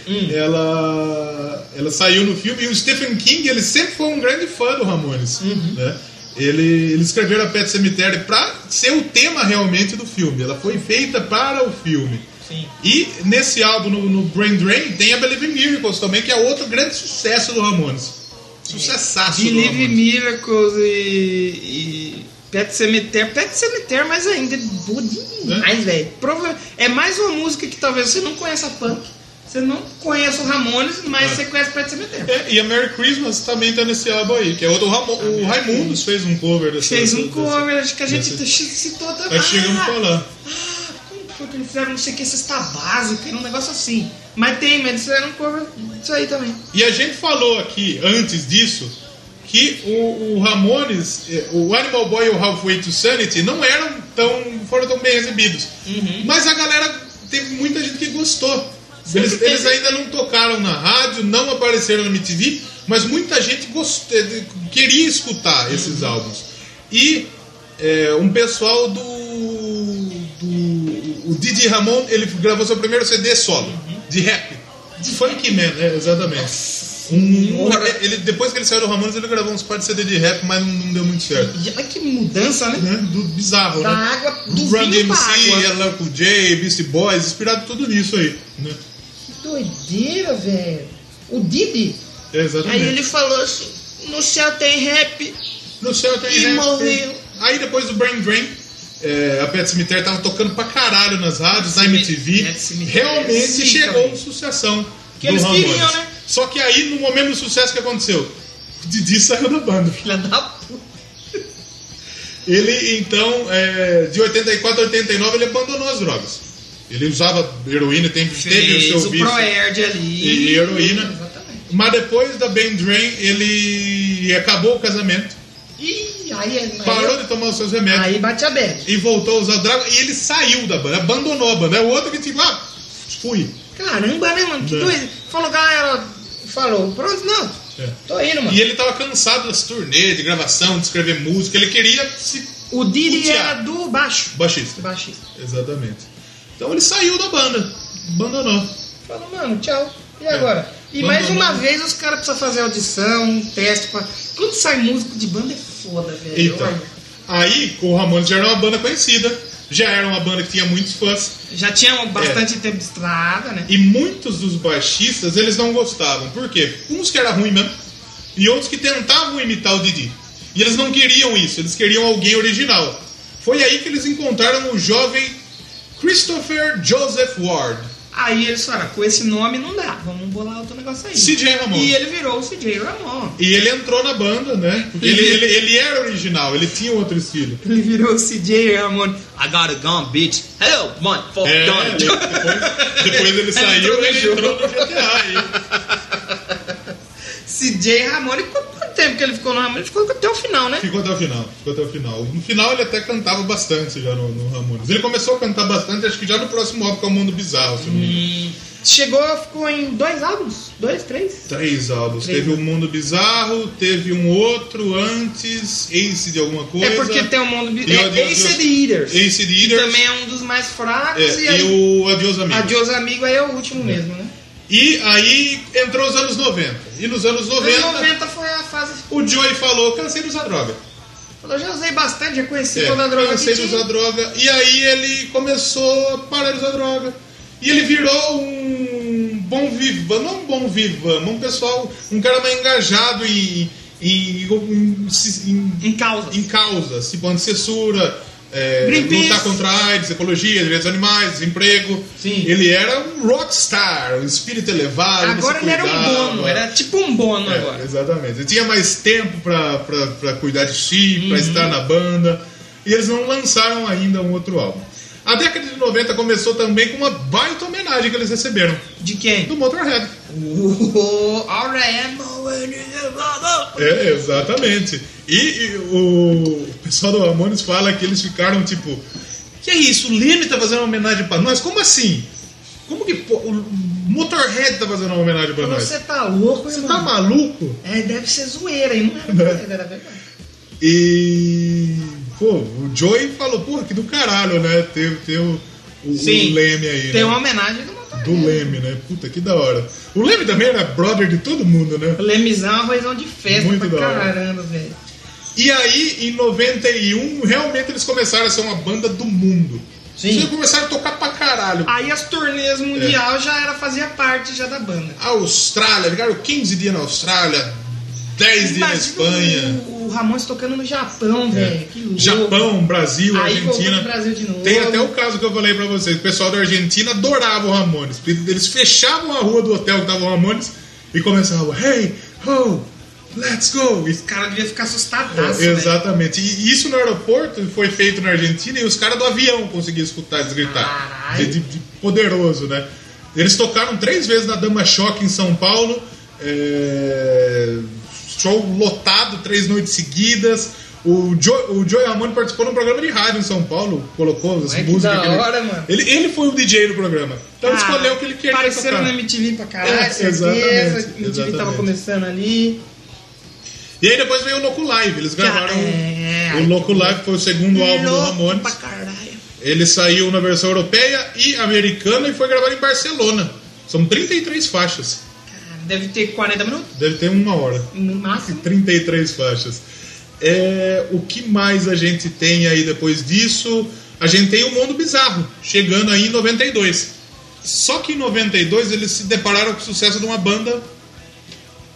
Speaker 2: ela, ela saiu no filme. E o Stephen King, ele sempre foi um grande fã do Ramones. Né? Ele, ele escreveu a Pet Cemetery para ser o tema realmente do filme. Ela foi feita para o filme.
Speaker 1: Sim.
Speaker 2: E nesse álbum, no, no Brain Drain, tem a Believe in Miracles também, que é outro grande sucesso do Ramones. Sucessaço do
Speaker 1: Believe
Speaker 2: Ramones.
Speaker 1: Miracles e, e Pet Cemetery. Pet Cemetery, mas
Speaker 2: Né?
Speaker 1: ainda é boa demais, velho. Prova- É mais uma música que talvez você não conheça punk. Você não conhece o Ramones, mas você conhece Pet Cemetery.
Speaker 2: É, e a Merry Christmas também tá nesse álbum aí, que é outro. O, Ramo, o Raimundos fez um cover desse.
Speaker 1: Fez um
Speaker 2: desse-
Speaker 1: cover, acho que a gente
Speaker 2: desse-
Speaker 1: citou também.
Speaker 2: Nós chegamos a falar.
Speaker 1: Ah, como foi que eles fizeram? Não sei o que, cesta básica, era um negócio assim. Mas tem, mas eles fizeram um cover disso aí também.
Speaker 2: E a gente falou aqui, antes disso, que o, o Ramones, eh, o Animal Boy e o Halfway to Sanity não eram tão. foram tão bem recebidos.
Speaker 1: Uhum.
Speaker 2: Mas a galera teve muita gente que gostou. Eles,
Speaker 1: teve.
Speaker 2: eles ainda não tocaram na rádio, não apareceram na MTV, mas muita gente gostou, queria escutar esses
Speaker 1: Uhum.
Speaker 2: álbuns. E eh, um pessoal do. do o Didi Ramon, ele gravou seu primeiro CD solo,
Speaker 1: Uhum.
Speaker 2: de rap. De funk man, é, exatamente. Um- um- ele, depois que ele saiu do Ramones, ele gravou uns par de CD de rap, mas não, não deu muito certo.
Speaker 1: E olha que mudança, né?
Speaker 2: Né? Do, bizarro,
Speaker 1: Da
Speaker 2: né?
Speaker 1: água, do
Speaker 2: Run
Speaker 1: vinho pra água.
Speaker 2: DMC, Ella Cool J, Beastie Boys, inspirado tudo nisso aí. Né?
Speaker 1: Que doideira, velho. O Didi.
Speaker 2: É, exatamente.
Speaker 1: Aí ele falou assim: no céu tem rap.
Speaker 2: No céu tem
Speaker 1: E
Speaker 2: rap.
Speaker 1: morreu.
Speaker 2: Aí depois do Brain Drain, é, a Pet Cemetery tava tocando pra caralho nas rádios, na MTV.
Speaker 1: é, Pet Sematary.
Speaker 2: Realmente
Speaker 1: Sim,
Speaker 2: chegou
Speaker 1: também.
Speaker 2: uma sucessão.
Speaker 1: Que
Speaker 2: do
Speaker 1: eles
Speaker 2: Ramones.
Speaker 1: queriam, né?
Speaker 2: Só que aí, no momento do sucesso, o que aconteceu? O Didi saiu da banda.
Speaker 1: Filha da puta.
Speaker 2: Ele, então, é, de 84 a 89, ele abandonou as drogas. Ele usava heroína, tem, teve o
Speaker 1: Fez
Speaker 2: seu
Speaker 1: o
Speaker 2: vício.
Speaker 1: Proerd ali.
Speaker 2: E heroína.
Speaker 1: Exatamente.
Speaker 2: Mas depois da Ben Drain, ele acabou o casamento,
Speaker 1: E aí, é- aí,
Speaker 2: parou de tomar os seus remédios
Speaker 1: aí bate a bad.
Speaker 2: e voltou a usar droga. E ele saiu da banda, abandonou a banda. É o outro que tipo, ah, fui.
Speaker 1: Caramba, né, mano? Que
Speaker 2: Né?
Speaker 1: doido. Falou, galera. Falou, pronto, não.
Speaker 2: É.
Speaker 1: Tô indo, mano.
Speaker 2: E ele tava cansado das turnês, de gravação, de escrever música. Ele queria se
Speaker 1: O Didi
Speaker 2: O Thiago.
Speaker 1: era do baixo.
Speaker 2: baixista.
Speaker 1: Do baixista.
Speaker 2: Exatamente. Então ele saiu da banda, abandonou.
Speaker 1: Falou, mano, tchau. E agora? E
Speaker 2: Vamos,
Speaker 1: mais uma
Speaker 2: vamos.
Speaker 1: vez os caras precisam fazer audição, um teste. Pra... Quando sai músico de banda é foda, velho.
Speaker 2: Então,
Speaker 1: Olha,
Speaker 2: aí o Ramones já era uma banda conhecida, já era uma banda que tinha muitos fãs,
Speaker 1: Já tinha bastante tempo de estrada, né?
Speaker 2: e muitos dos baixistas eles não gostavam. Por quê? Uns que era ruim mesmo, e outros que tentavam imitar o Didi. E eles não queriam isso, eles queriam alguém original. Foi aí que eles encontraram o jovem Christopher Joseph Ward.
Speaker 1: Aí eles falaram, com esse nome não dá, vamos bolar outro negócio aí.
Speaker 2: CJ Ramon.
Speaker 1: E ele virou o CJ Ramon.
Speaker 2: E ele entrou na banda, né? Porque ele, ele, ele era original, ele tinha outro estilo.
Speaker 1: Ele virou o CJ Ramon. I got a gun, bitch. Hello, motherfucker.
Speaker 2: É, ele- depois, depois ele saiu
Speaker 1: entrou
Speaker 2: e
Speaker 1: no
Speaker 2: ele
Speaker 1: jogo.
Speaker 2: entrou no GTA. aí.
Speaker 1: CJ Ramon, e quanto quanto tempo que ele ficou no Ramon? Ele ficou até o final, né?
Speaker 2: Ficou até o final, ficou até o final. No final ele até cantava bastante já no, no Ramones. Ele começou a cantar bastante, acho que já no próximo álbum, que é o Mundo Bizarro, se não me engano.
Speaker 1: Chegou, ficou em dois álbuns? Dois, três?
Speaker 2: Três álbuns.
Speaker 1: Três.
Speaker 2: Teve o Mundo Bizarro, teve um outro antes, Ace de alguma coisa.
Speaker 1: É porque tem o mundo...
Speaker 2: E o
Speaker 1: É,
Speaker 2: Adeus-
Speaker 1: Ace and the Eaters.
Speaker 2: Ace the
Speaker 1: Que
Speaker 2: Eaters.
Speaker 1: também é um dos mais fracos.
Speaker 2: É,
Speaker 1: e
Speaker 2: e,
Speaker 1: aí,
Speaker 2: o Adiós Amigos.
Speaker 1: Adios Amigo aí é o último mesmo, né?
Speaker 2: E aí entrou os anos 90. E nos anos 90,
Speaker 1: Os 90 foi a fase...
Speaker 2: o Joey falou, cansei de usar droga.
Speaker 1: Falou, já usei bastante, já conheci
Speaker 2: É,
Speaker 1: toda a droga que
Speaker 2: cansei de
Speaker 1: tinha.
Speaker 2: usar droga. E aí ele começou a parar de usar droga. E ele virou um bom vivan, não um bom vivan, um pessoal, um cara mais engajado em, em, em, em,
Speaker 1: Em causa.
Speaker 2: em causas, tipo antissessura, é,
Speaker 1: Greenpeace.
Speaker 2: lutar contra a AIDS, ecologia, direitos dos animais, desemprego.
Speaker 1: Sim.
Speaker 2: Ele era um rockstar, um espírito elevado.
Speaker 1: Agora
Speaker 2: se
Speaker 1: ele era um
Speaker 2: cuidava.
Speaker 1: bono, era tipo um bono
Speaker 2: É,
Speaker 1: agora.
Speaker 2: Exatamente. Ele tinha mais tempo pra, pra, pra cuidar de si, pra estar na banda. E eles não lançaram ainda um outro álbum. A década de 90 começou também com uma baita homenagem que eles receberam
Speaker 1: De quem?
Speaker 2: do Motorhead.
Speaker 1: O Auremo, ele é blá, blá.
Speaker 2: É, exatamente. E, e o pessoal do Ramones fala que eles ficaram tipo: Que é isso? O Leme tá fazendo uma homenagem pra nós? Como assim? Como que pô, o Motorhead tá fazendo uma homenagem pra nós?
Speaker 1: Você tá louco,
Speaker 2: Você
Speaker 1: irmão?
Speaker 2: tá É maluco?
Speaker 1: É, deve ser zoeira, hein? Não era zoeira, era verdade.
Speaker 2: E. Pô, o Joey falou, porra, que do caralho, né? Ter, ter o, o,
Speaker 1: Sim,
Speaker 2: o Leme aí.
Speaker 1: Tem
Speaker 2: né?
Speaker 1: uma homenagem do Motorhead.
Speaker 2: Do Leme, né? Puta, que da hora. O Leme também era brother de todo mundo, né?
Speaker 1: O Lemizão é arrozão de festa
Speaker 2: Muito
Speaker 1: pra
Speaker 2: da hora.
Speaker 1: caramba, velho.
Speaker 2: E aí, em 91, realmente eles começaram a ser uma banda do mundo.
Speaker 1: Sim.
Speaker 2: Eles começaram a tocar pra caralho.
Speaker 1: Aí as turnês mundial já era, fazia parte já da banda.
Speaker 2: Austrália, ligaram 15 dias na Austrália, 10 dias na Espanha. É.
Speaker 1: O, o Ramones tocando no Japão, velho. Que louco.
Speaker 2: Japão, Brasil,
Speaker 1: Aí voltou
Speaker 2: Argentina.
Speaker 1: pro Brasil de novo.
Speaker 2: Tem até o caso que eu falei pra vocês. O pessoal da Argentina adorava o Ramones. porque Eles fechavam a rua do hotel que tava o Ramones e começavam, hey, ho, let's go. E
Speaker 1: Esse cara devia ficar assustadaço. velho.
Speaker 2: Exatamente. E isso no aeroporto foi feito na Argentina e os caras do avião conseguiam escutar eles gritar.
Speaker 1: Caralho.
Speaker 2: De, de- de poderoso, né? Eles tocaram três vezes na Dama Choque em São Paulo. é, Show lotado, três noites seguidas. O Joe, o Joe Ramone participou de um programa de rádio em São Paulo, colocou as
Speaker 1: Ué, que
Speaker 2: músicas.
Speaker 1: da
Speaker 2: ele-
Speaker 1: hora, mano.
Speaker 2: Ele, ele foi um o DJ do programa. Então ele
Speaker 1: Ah,
Speaker 2: escolheu o que ele queria.
Speaker 1: Apareceram
Speaker 2: tocar.
Speaker 1: na MTV pra caralho,
Speaker 2: É,
Speaker 1: certeza.
Speaker 2: exatamente,
Speaker 1: MTV tava
Speaker 2: exatamente.
Speaker 1: começando ali.
Speaker 2: E aí depois veio o Loco Live. Eles gravaram.
Speaker 1: É.
Speaker 2: o Loco Live foi o segundo álbum do Ramones.
Speaker 1: pra caralho.
Speaker 2: Ele saiu na versão europeia e americana e foi gravado em Barcelona. São 33 faixas.
Speaker 1: Cara, deve ter 40 minutos,
Speaker 2: Deve ter uma hora.
Speaker 1: no máximo.
Speaker 2: 33 faixas. É, o que mais a gente tem aí depois disso? A gente tem o Mundo Bizarro, chegando aí em 92. Só que em 92 eles se depararam com o sucesso de uma banda.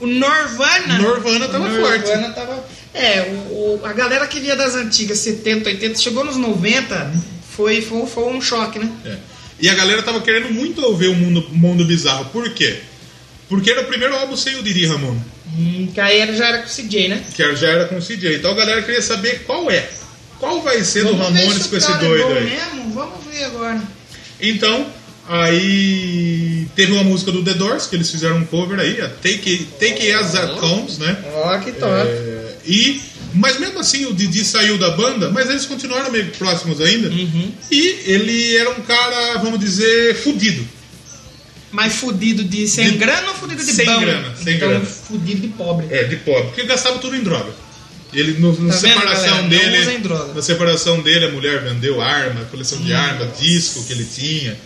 Speaker 1: O Norvana.
Speaker 2: Norvana tava forte.
Speaker 1: Norvana tava. É, o, o- a galera que via das antigas, 70, 80, chegou nos 90, foi, foi, foi um choque, né?
Speaker 2: É. E a galera tava querendo muito ouvir o Mundo, Mundo Bizarro. Por quê? Porque era o primeiro álbum sem o Didi Ramon.
Speaker 1: Hum, que aí era- já era com o CJ, né?
Speaker 2: que já era com o CJ. Então a galera queria saber qual é. Qual vai ser do
Speaker 1: Vamos ver
Speaker 2: Ramones
Speaker 1: se o
Speaker 2: com esse
Speaker 1: cara é
Speaker 2: doido
Speaker 1: bom
Speaker 2: aí?
Speaker 1: Mesmo? Vamos ver agora.
Speaker 2: Então, aí teve uma música do The Doors, que eles fizeram um cover aí, a Take, Take It As It Comes, né?
Speaker 1: Ó, que top.
Speaker 2: É, e, mas mesmo assim o Didi saiu da banda, mas eles continuaram meio que próximos ainda.
Speaker 1: Uhum.
Speaker 2: E ele era um cara, vamos dizer, fudido.
Speaker 1: Mas fudido de sem
Speaker 2: De-
Speaker 1: grana ou fudido de
Speaker 2: sem
Speaker 1: bão?
Speaker 2: grana, sem
Speaker 1: então,
Speaker 2: grana.
Speaker 1: fudido de pobre.
Speaker 2: É, de pobre, porque ele gastava tudo em droga. Ele, no, no
Speaker 1: Tá vendo,
Speaker 2: separação
Speaker 1: galera? Não
Speaker 2: dele.
Speaker 1: usem droga.
Speaker 2: Na separação dele, a mulher vendeu arma, coleção de arma, disco que ele tinha.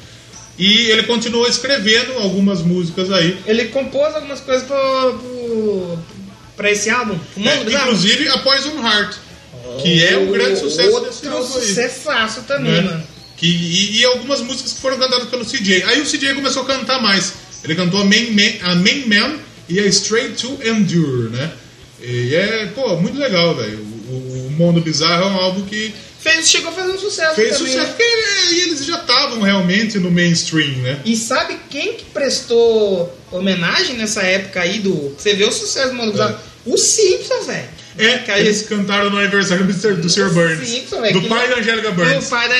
Speaker 2: E ele continuou escrevendo algumas músicas aí.
Speaker 1: Ele compôs algumas coisas pro, pro, pra esse álbum. O mundo
Speaker 2: É,
Speaker 1: bizarro.
Speaker 2: inclusive a Poison Heart, que é um grande sucesso desse
Speaker 1: Outro
Speaker 2: álbum aí.
Speaker 1: sucessaço também,
Speaker 2: né?
Speaker 1: mano.
Speaker 2: Que, e, e algumas músicas que foram cantadas pelo CJ. Aí o CJ começou a cantar mais. Ele cantou a Main Man, a Main Man e a Straight to Endure, né? E é, pô, muito legal, velho. O, o- o Mundo Bizarro é um álbum que
Speaker 1: Fez, chegou a fazer um sucesso
Speaker 2: fez
Speaker 1: também.
Speaker 2: sucesso
Speaker 1: né?
Speaker 2: porque é, eles já estavam realmente no mainstream, né?
Speaker 1: E sabe quem que prestou homenagem nessa época aí do... Você vê o sucesso do mundo bizarro? O Simpsons, velho.
Speaker 2: É,
Speaker 1: que aí...
Speaker 2: eles cantaram no aniversário do Sr. do Sr. Burns.
Speaker 1: Simpsons, velho,
Speaker 2: do
Speaker 1: que
Speaker 2: pai
Speaker 1: não-
Speaker 2: da Angélica
Speaker 1: O
Speaker 2: Burns.
Speaker 1: pai da...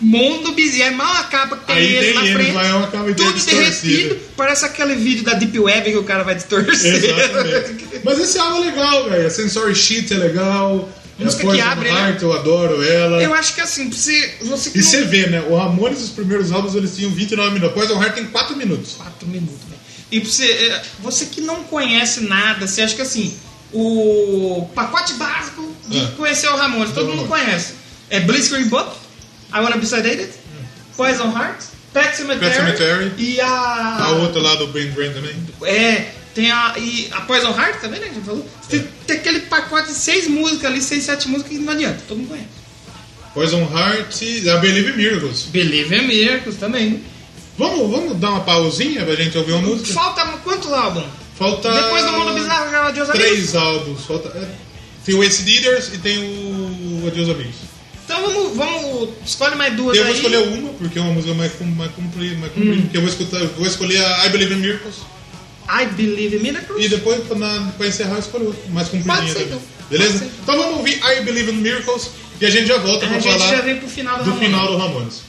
Speaker 1: Mundo bizarro. É mal a capa que tem
Speaker 2: Aí
Speaker 1: ele
Speaker 2: tem
Speaker 1: na
Speaker 2: eles
Speaker 1: frente.
Speaker 2: lá, é uma capa inteira
Speaker 1: Tudo derretido.
Speaker 2: distorcida.
Speaker 1: Parece aquele vídeo da Deep Web que o cara vai distorcer.
Speaker 2: Exatamente. Mas esse álbum é legal, velho. A Sensory Sheet é legal. A
Speaker 1: Música que
Speaker 2: Poison
Speaker 1: abre, né?
Speaker 2: Heart, eu adoro ela.
Speaker 1: Eu acho que assim, você, você que
Speaker 2: E
Speaker 1: não-
Speaker 2: você vê, né? O Ramones, os primeiros álbuns, eles tinham 29 minutos. Poison Heart tem 4 minutos.
Speaker 1: Quatro minutos, velho. E pra você, é, você que não conhece nada, você acha que assim, o pacote básico de
Speaker 2: Ah.
Speaker 1: conhecer o Ramones, todo
Speaker 2: Todo
Speaker 1: mundo
Speaker 2: mundo.
Speaker 1: conhece. É Blitzkrieg Bop, I Wanna Be Sedated, Poison Heart, Pet Cemetery,
Speaker 2: Pet Sematary.
Speaker 1: e a...
Speaker 2: A outra lá do Ben Grant também.
Speaker 1: É, tem a, e a Poison Heart também, né? que Já falou.
Speaker 2: É.
Speaker 1: Tem, tem aquele pacote de seis músicas ali, seis, sete músicas que não adianta, todo mundo conhece.
Speaker 2: Poison Heart e a Believe in Miracles.
Speaker 1: Believe in Miracles também.
Speaker 2: Vamos, vamos dar uma pausinha pra gente ouvir uma música?
Speaker 1: Falta quantos álbuns?
Speaker 2: Falta...
Speaker 1: Depois do Mundo Bizarro, né? já Adiós Amigos.
Speaker 2: Tá. Três álbuns. Falta... é, Tem o Ace Leaders e tem o Adeus Amigos.
Speaker 1: Então vamos, vamos, escolhe mais duas
Speaker 2: Eu
Speaker 1: aí. Hum.
Speaker 2: vou escolher uma, porque é uma música mais, cum- mais comprida. Mais comprida, que eu vou, escutar, eu vou escolher a I Believe in Miracles.
Speaker 1: I Believe in Miracles.
Speaker 2: E depois, pra, na- pra encerrar, eu escolho outra, mais compridinha.
Speaker 1: Pode ser,
Speaker 2: também.
Speaker 1: então.
Speaker 2: Beleza?
Speaker 1: Pode ser.
Speaker 2: Então vamos ouvir I Believe in Miracles e a gente já volta
Speaker 1: a
Speaker 2: pra
Speaker 1: gente
Speaker 2: falar...
Speaker 1: já vem pro final do,
Speaker 2: do
Speaker 1: Ramones.
Speaker 2: final do Ramones.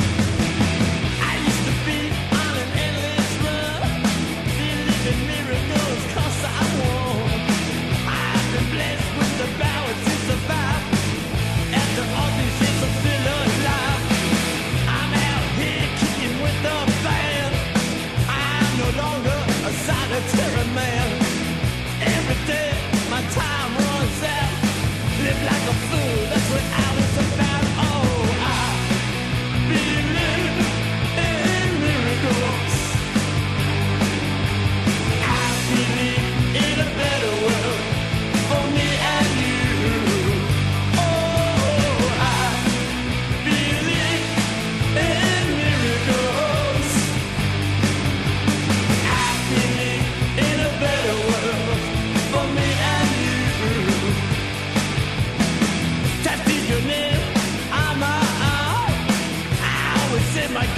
Speaker 5: I used to be on an endless run, believing miracles 'cause I won. I've been blessed with the power to survive. After all these years, I'm still alive. I'm out here kicking with the
Speaker 3: Oh,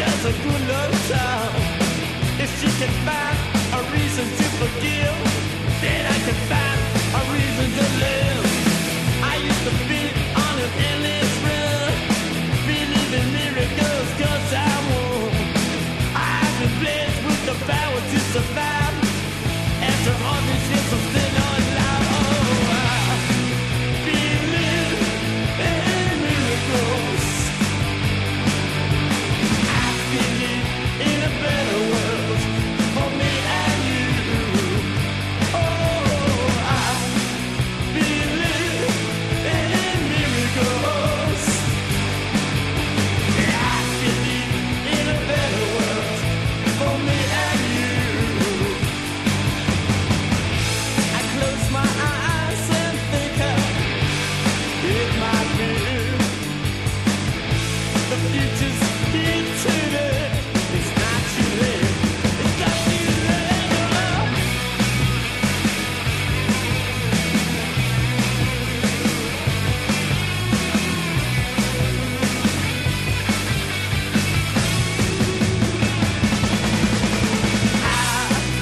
Speaker 3: It's a good love song. If she can find a reason to forgive, then I can find a reason to live. I used to be on an endless run, believe in miracles 'cause I won. I've been blessed with the power to survive. After all these years, I'm still alive. Oh, I believe in miracles. Thank you the future's here today. It's not too late. It's not too late. Oh.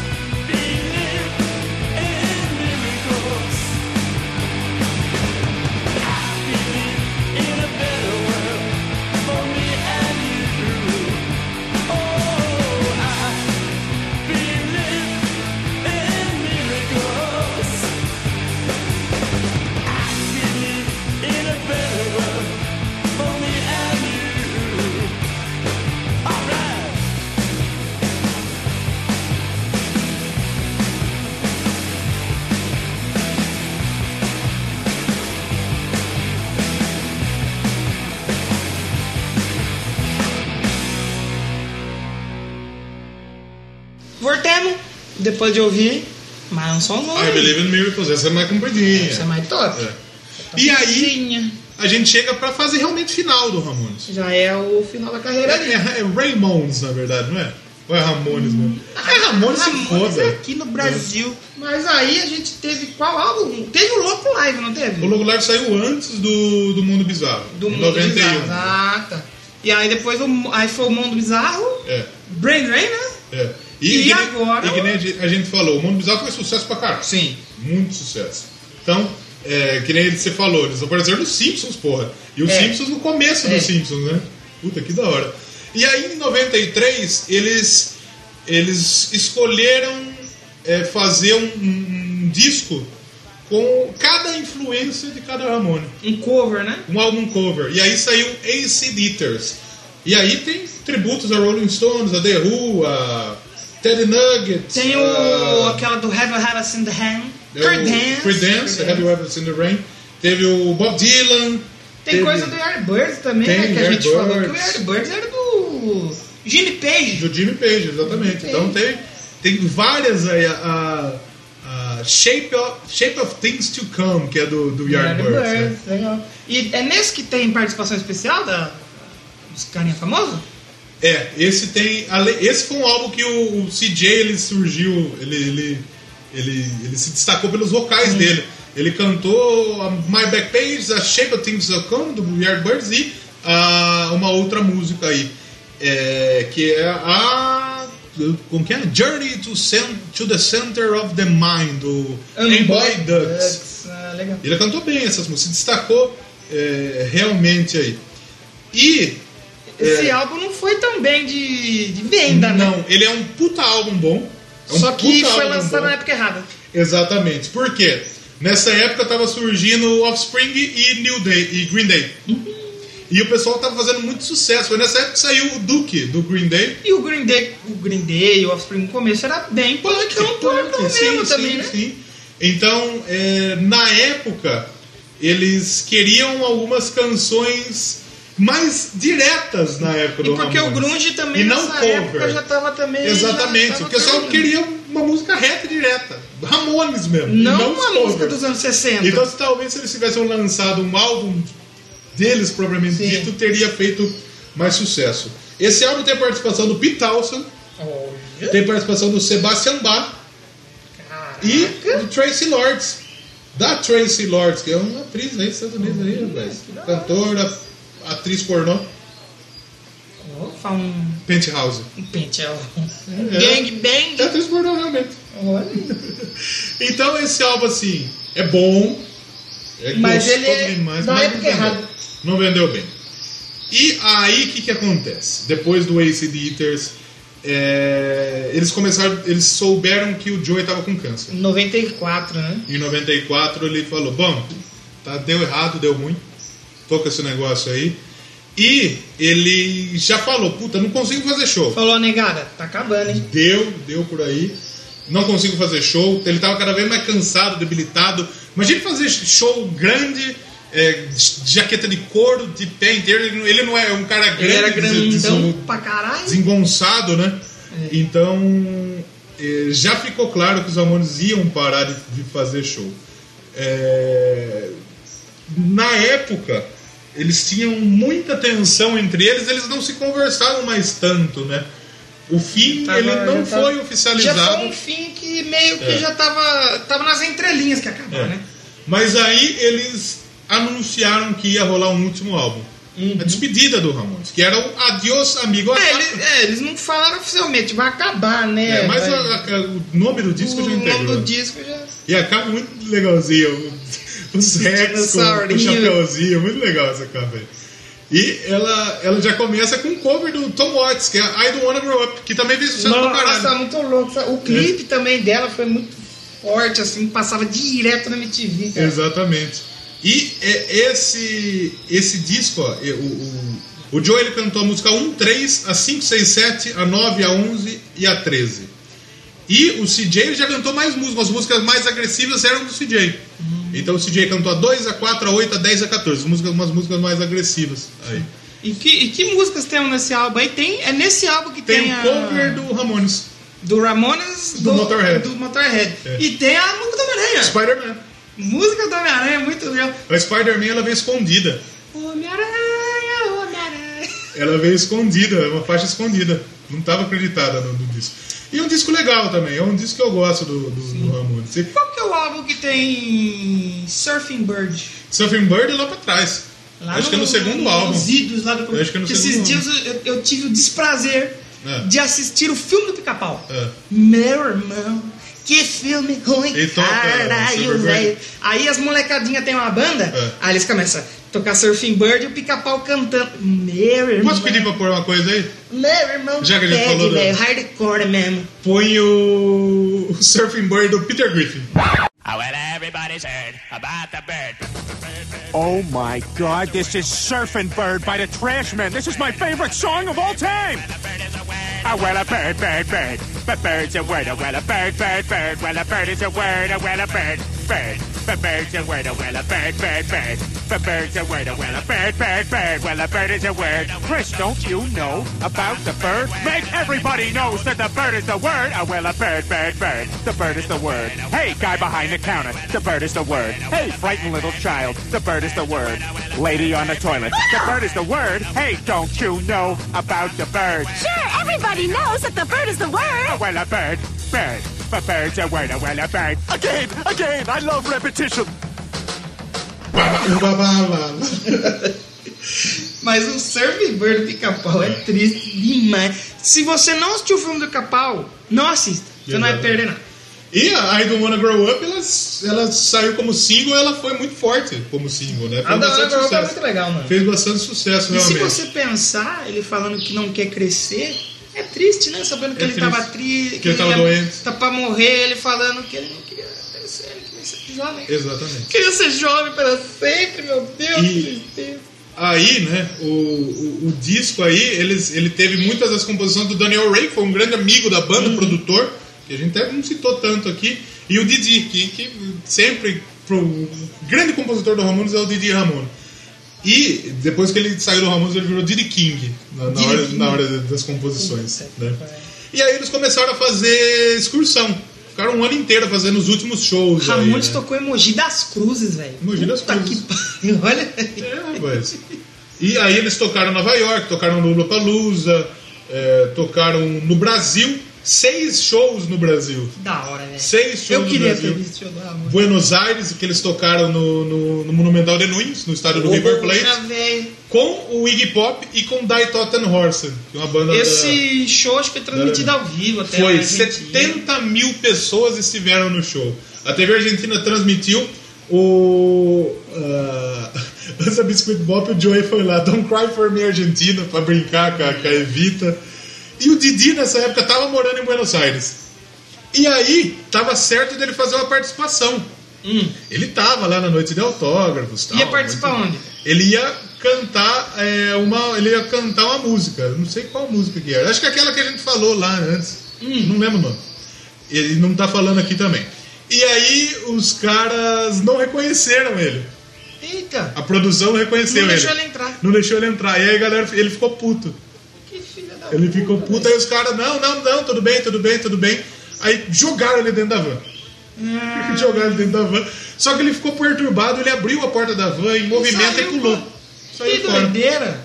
Speaker 3: I believe in miracles. I believe in a better world. For me and you, oh, I believe in miracles. I believe in a better world for me and you. All right.
Speaker 1: Voltemos, depois de ouvir, mas é um não são
Speaker 2: I Believe in Miracles, essa é mais compridinha.
Speaker 1: Isso é mais top.
Speaker 2: É. E aí, a gente chega pra fase realmente final do Ramones.
Speaker 1: Já é o final da
Speaker 2: É,
Speaker 1: carreira ali.
Speaker 2: é, é Raymonds, na verdade, não é? Ou é Ramones mesmo? É Ramones, se
Speaker 1: Hum. Ramones
Speaker 2: foda.
Speaker 1: é aqui no Brasil. Mas aí a gente teve qual álbum? Teve o Louco Live, não teve?
Speaker 2: O Logo Live saiu antes do, do Mundo Bizarro.
Speaker 1: Do
Speaker 2: em
Speaker 1: Mundo
Speaker 2: 91.
Speaker 1: Bizarro. Ah, tá. E aí depois o, aí foi o Mundo Bizarro,
Speaker 2: É,
Speaker 1: Brain Drain, né?
Speaker 2: é.
Speaker 1: E
Speaker 2: que nem-
Speaker 1: agora-
Speaker 2: E que nem a gente- a gente falou, o Mundo Bizarro foi sucesso pra caralho.
Speaker 1: Sim.
Speaker 2: Muito sucesso. Então, é, que nem você falou, eles apareceram nos Simpsons, porra. E os
Speaker 1: É.
Speaker 2: Simpsons no começo
Speaker 1: É.
Speaker 2: dos Simpsons, né? Puta, que da hora. E aí, em 93, eles, eles escolheram é, fazer um, um disco com cada influência de cada Ramone.
Speaker 1: Um cover, né?
Speaker 2: Um álbum cover. E aí saiu AC Eaters. E aí tem tributos a Rolling Stones, a The Who, a Teddy Nuggets.
Speaker 1: Tem o,
Speaker 2: a-
Speaker 1: aquela do Have I Ever Seen the Hand?
Speaker 2: é o é Creedence, Have You Ever Seen the Rain. Teve o Bob Dylan.
Speaker 1: Tem
Speaker 2: teve
Speaker 1: coisa do Yardbirds também,
Speaker 2: Tem
Speaker 1: né? Que a gente falou que o
Speaker 2: Yardbirds.
Speaker 1: Yardbirds era do Jimmy Page.
Speaker 2: Do Jimmy Page, exatamente.
Speaker 1: Jimmy
Speaker 2: Então tem, tem várias aí. A, a- a Shape, of, Shape of Things to Come, que é do, do Yardbirds. né?
Speaker 1: Yardbirds, legal. E é nesse que tem participação especial da dos carinha famoso?
Speaker 2: É, esse tem. ale- Esse foi um álbum que o, o CJ ele surgiu, ele, ele, ele, ele se destacou pelos vocais dele. Ele cantou a My Back Page, a Shape of Things to Come, do Yardbirds e ah, uma outra música aí. é, que é a. Como que é? Journey to, Cen- to the Center of the Mind, do Amboy Ducks.
Speaker 1: Ah, legal.
Speaker 2: Ele cantou bem essas músicas, se destacou é, realmente aí. E
Speaker 1: Esse álbum não foi tão bem de, de venda, né?
Speaker 2: É. não, ele é um puta álbum bom. É um
Speaker 1: Só que
Speaker 2: puta
Speaker 1: foi
Speaker 2: álbum
Speaker 1: lançado
Speaker 2: bom.
Speaker 1: na época errada.
Speaker 2: Exatamente. Por quê? Nessa época tava surgindo Offspring e New Day e Green Day. E o pessoal tava fazendo muito sucesso. Foi nessa época que saiu o Duke do Green Day.
Speaker 1: E o Green Day, o Green Day, o Offspring no começo era bem punkão, punkão é um mesmo
Speaker 2: sim,
Speaker 1: também,
Speaker 2: sim,
Speaker 1: né?
Speaker 2: sim. Então, é, na época, eles queriam algumas canções mais diretas na época do
Speaker 1: E porque o
Speaker 2: Ramones.
Speaker 1: grunge também
Speaker 2: E não
Speaker 1: nessa
Speaker 2: cover.
Speaker 1: época já tava também... já
Speaker 2: Exatamente,
Speaker 1: tava
Speaker 2: o pessoal
Speaker 1: caindo.
Speaker 2: queria uma música reta e direta. Ramones mesmo.
Speaker 1: Não,
Speaker 2: os
Speaker 1: uma
Speaker 2: covers.
Speaker 1: música dos anos 60.
Speaker 2: Então, se talvez se eles tivessem lançado um álbum deles, propriamente
Speaker 1: Sim.
Speaker 2: dito, teria feito mais sucesso. Esse álbum tem a participação do Pete Townsend,
Speaker 1: Olha,
Speaker 2: tem a participação do Sebastian Bach
Speaker 1: cara.
Speaker 2: e do Tracy Lords. Da Tracy Lords, que é uma atriz aí dos Estados Unidos, aí, rapaz. cantora, atriz pornô.
Speaker 1: Ó, fa- um,
Speaker 2: Penthouse.
Speaker 1: um pente, é um gangbang.
Speaker 2: É transbordou realmente.
Speaker 1: Olha.
Speaker 2: Então esse álbum, assim, é bom. É
Speaker 1: Mas
Speaker 2: gostoso
Speaker 1: ele é
Speaker 2: demais,
Speaker 1: da
Speaker 2: mas
Speaker 1: época
Speaker 2: não vendeu.
Speaker 1: errada.
Speaker 2: Não vendeu bem. E aí, o que, que acontece? Depois do Ace the Eaters, é, eles começaram, eles souberam que o Joey tava com câncer.
Speaker 1: 94, né?
Speaker 2: Em 94 ele falou, bom, tá, deu errado, deu ruim, tô com esse negócio aí. E ele já falou, puta, não consigo fazer show.
Speaker 1: Falou, negada, tá acabando, hein?
Speaker 2: Deu, deu por aí. Não consigo fazer show. Ele tava cada vez mais cansado, debilitado. Imagina fazer show grande, é, de jaqueta de couro, de pé inteiro. Ele não- Ele não é um cara grande,
Speaker 1: Ele era
Speaker 2: des-
Speaker 1: grandão
Speaker 2: des-
Speaker 1: pra caralho.
Speaker 2: desengonçado, né?
Speaker 1: É.
Speaker 2: Então eh, já ficou claro que os Ramones iam parar de, de fazer show. É, Na época, eles tinham muita tensão entre eles, eles não se conversavam mais tanto, né? O fim
Speaker 1: Tava-
Speaker 2: ele não
Speaker 1: já tava-
Speaker 2: foi
Speaker 1: Já
Speaker 2: oficializado.
Speaker 1: foi um fim que meio que
Speaker 2: É.
Speaker 1: já tava, tava nas entrelinhas que acabou,
Speaker 2: É.
Speaker 1: né?
Speaker 2: Mas aí eles anunciaram que ia rolar um último álbum. A despedida do Ramones, que era o Adios Amigo
Speaker 1: Uhum. É,
Speaker 2: Ataca.
Speaker 1: eles, é, eles não falaram oficialmente, vai acabar, né?
Speaker 2: É, mas
Speaker 1: Vai-
Speaker 2: a- a- o nome do disco
Speaker 1: o
Speaker 2: já né? integrou.
Speaker 1: nome do disco já.
Speaker 2: E acaba muito legalzinho. O Rex com, com o
Speaker 1: Dinossaurinho.
Speaker 2: chapéuzinho. Muito legal essa capa aí. E ela, ela já começa com um cover do Tom Watts, que é I Don't Wanna Grow Up, que também fez sucesso pra
Speaker 1: Nossa,
Speaker 2: caralho.
Speaker 1: muito louco. sabe?
Speaker 2: é.
Speaker 1: O clipe também dela foi muito forte, assim, passava direto na MTV, cara.
Speaker 2: Exatamente. E é, esse, esse disco, ó, e- o, o, o Joe ele cantou a música 1, 3, a 5, 6, 7, a 9, a 11 e a 13. E o CJ ele já cantou mais músicas, as músicas mais agressivas eram do CJ.
Speaker 1: Uhum.
Speaker 2: Então o CJ cantou a 2, a 4, a 8, a 10 e a 14, músicas, umas músicas mais agressivas. Aí.
Speaker 1: E que, e que músicas tem nesse álbum aí? Tem, é nesse álbum que tem,
Speaker 2: Tem o
Speaker 1: a-
Speaker 2: cover do Ramones,
Speaker 1: do Ramones
Speaker 2: do Motorhead.
Speaker 1: do Motorhead.
Speaker 2: É.
Speaker 1: E tem a música do Homem-Aranha.
Speaker 2: Spider-Man.
Speaker 1: Música do Homem-Aranha é muito legal.
Speaker 2: A Spider-Man ela vem escondida.
Speaker 4: Homem-Aranha, Homem-Aranha.
Speaker 2: Ela veio escondida, é uma faixa escondida. Não estava acreditada no, no disco. E é um disco legal também, é um disco que eu gosto do, do, do Ramones. E
Speaker 1: Qual que é o álbum que tem Surfing Bird?
Speaker 2: Surfing Bird é lá pra trás. Acho que é no segundo álbum.
Speaker 1: Os ídolos lá do
Speaker 2: Eu acho que é no
Speaker 1: Porque Esses
Speaker 2: segundo
Speaker 1: dias eu, eu tive o desprazer
Speaker 2: É.
Speaker 1: de assistir o filme do pica-pau.
Speaker 2: É.
Speaker 1: Meu irmão, que filme ruim,
Speaker 2: E toca
Speaker 1: caralho,
Speaker 2: Surfing
Speaker 1: velho.
Speaker 2: Bird.
Speaker 1: Aí as molecadinhas têm uma banda,
Speaker 2: É.
Speaker 1: aí eles começam a tocar Surfing Bird e o pica-pau cantando. Meu irmão.
Speaker 2: Posso pedir pra pôr uma coisa aí?
Speaker 1: Meu irmão,
Speaker 2: Já que a gente
Speaker 1: pede,
Speaker 2: falou da-
Speaker 1: velho, hardcore mesmo.
Speaker 2: Põe o, o Surfing Bird do Peter Griffin.
Speaker 3: Oh, well, everybody's heard about the bird.
Speaker 6: Oh my god, this is Surfin' Bird by the Trashmen. This is my favorite song of all time.
Speaker 3: The bird is a word.
Speaker 6: Oh, well, a bird, bird, bird. But bird's a word. Oh, well, a bird, bird, bird. Well, a bird is a word. Oh, well, a bird, bird. But bird's a word. Oh, well, a bird, bird, bird. But bird's a word. Oh, well, a bird, bird, bird. Well, a bird is a word. Chris, don't you know about the bird? Make everybody knows that the bird is the word. Oh, well, a bird, bird, bird. The bird is the word. Hey, guy behind the counter. The bird is the word. Hey, frightened little child. The bird is the word. Lady on the toilet. The bird is the word. Hey, don't you know about the bird?
Speaker 7: Sure, everybody knows that the bird is the word.
Speaker 6: Oh, well, a bird, bird, a bird's a word, oh, well, a bird. Again, again, I love repetition.
Speaker 2: Blá, blá, blá, blá.
Speaker 1: Mas o Surfing Bird do pica-pau é triste demais. Se você não assistiu o filme do pica-pau, não assista. Você não vai
Speaker 2: Exato.
Speaker 1: perder nada.
Speaker 2: E a I Don't Wanna Grow Up, ela, ela saiu como single ela foi muito forte como single, né?
Speaker 1: A
Speaker 2: Fez
Speaker 1: da Ana
Speaker 2: bastante
Speaker 1: Groove é
Speaker 2: sucesso.
Speaker 1: muito legal, mano.
Speaker 2: Fez bastante sucesso,
Speaker 1: E se
Speaker 2: realmente.
Speaker 1: você pensar, ele falando que não quer crescer, é triste, né? Sabendo que
Speaker 2: É
Speaker 1: ele
Speaker 2: triste.
Speaker 1: tava triste,
Speaker 2: Que ele tava doente.
Speaker 1: Tá pra morrer, ele falando que ele não queria crescer, ele queria ser jovem.
Speaker 2: Exatamente.
Speaker 1: Queria ser jovem para sempre, meu Deus,
Speaker 2: E-
Speaker 1: que tristeza.
Speaker 2: Aí, né, o, o, o disco aí, eles, ele teve muitas das composições do Daniel Ray, que foi um grande amigo da
Speaker 1: Uhum.
Speaker 2: banda, produtor, que a gente até não citou tanto aqui, e o Didi, que, que sempre, pro um grande compositor do Ramones é o Didi Ramone. E depois que ele saiu do Ramones, ele virou Didi King, na, na
Speaker 1: Didi
Speaker 2: hora,
Speaker 1: King.
Speaker 2: na hora das composições. Né? E aí eles começaram a fazer excursão. Ficaram um ano inteiro fazendo os últimos shows. aí,
Speaker 1: Ramones
Speaker 2: né?
Speaker 1: tocou emoji das cruzes, velho.
Speaker 2: Mogi das
Speaker 1: Puta
Speaker 2: Cruzes.
Speaker 1: que pariu, olha aí.
Speaker 2: É, rapaz. E aí eles tocaram em Nova York, tocaram no Lollapalooza, é, tocaram no Brasil. seis shows no Brasil.
Speaker 1: Da hora, velho.
Speaker 2: Seis shows
Speaker 1: Eu
Speaker 2: no
Speaker 1: queria
Speaker 2: Brasil.
Speaker 1: ter visto o show do Ramones.
Speaker 2: Buenos Aires, que eles tocaram no, no- no Monumental de Nunes, no estádio do River
Speaker 1: Poxa,
Speaker 2: Plate,
Speaker 1: velho.
Speaker 2: com o Iggy Pop e com Die Totten Horse, que é uma banda da-
Speaker 1: Esse show acho que foi transmitido ao vivo até
Speaker 2: Foi,
Speaker 1: na Argentina.
Speaker 2: 70 mil pessoas estiveram no show. A TV Argentina transmitiu o. ah, Essa Biscuit Bop, o Joey foi lá, Don't Cry for Me Argentina, pra brincar com a, com a Evita. E o Didi, nessa época, tava morando em Buenos Aires. E aí, tava certo dele fazer uma participação. Ele tava lá na noite de autógrafos. Tal,
Speaker 1: Ia participar
Speaker 2: muito-
Speaker 1: onde?
Speaker 2: Ele ia cantar é, uma. Ele ia cantar uma música. Eu Não sei qual música que era. Acho que aquela que a gente falou lá antes.
Speaker 1: Hum.
Speaker 2: Não lembro o nome. Ele não tá falando aqui também. E aí os caras não reconheceram ele.
Speaker 1: Eita.
Speaker 2: A produção não reconheceu
Speaker 1: Não
Speaker 2: ele.
Speaker 1: deixou ele entrar.
Speaker 2: Não deixou ele entrar. E aí a galera, ele ficou puto.
Speaker 1: Que filha da
Speaker 2: Ele ficou puto, aí os caras, não, não, não, tudo bem, tudo bem, tudo bem. Aí jogaram ele dentro da van. jogaram ele dentro da van. Só que ele ficou perturbado, ele abriu a porta da van em movimento e
Speaker 1: Saiu,
Speaker 2: pulou.
Speaker 1: pô. Que
Speaker 2: Saiu fora.
Speaker 1: doideira.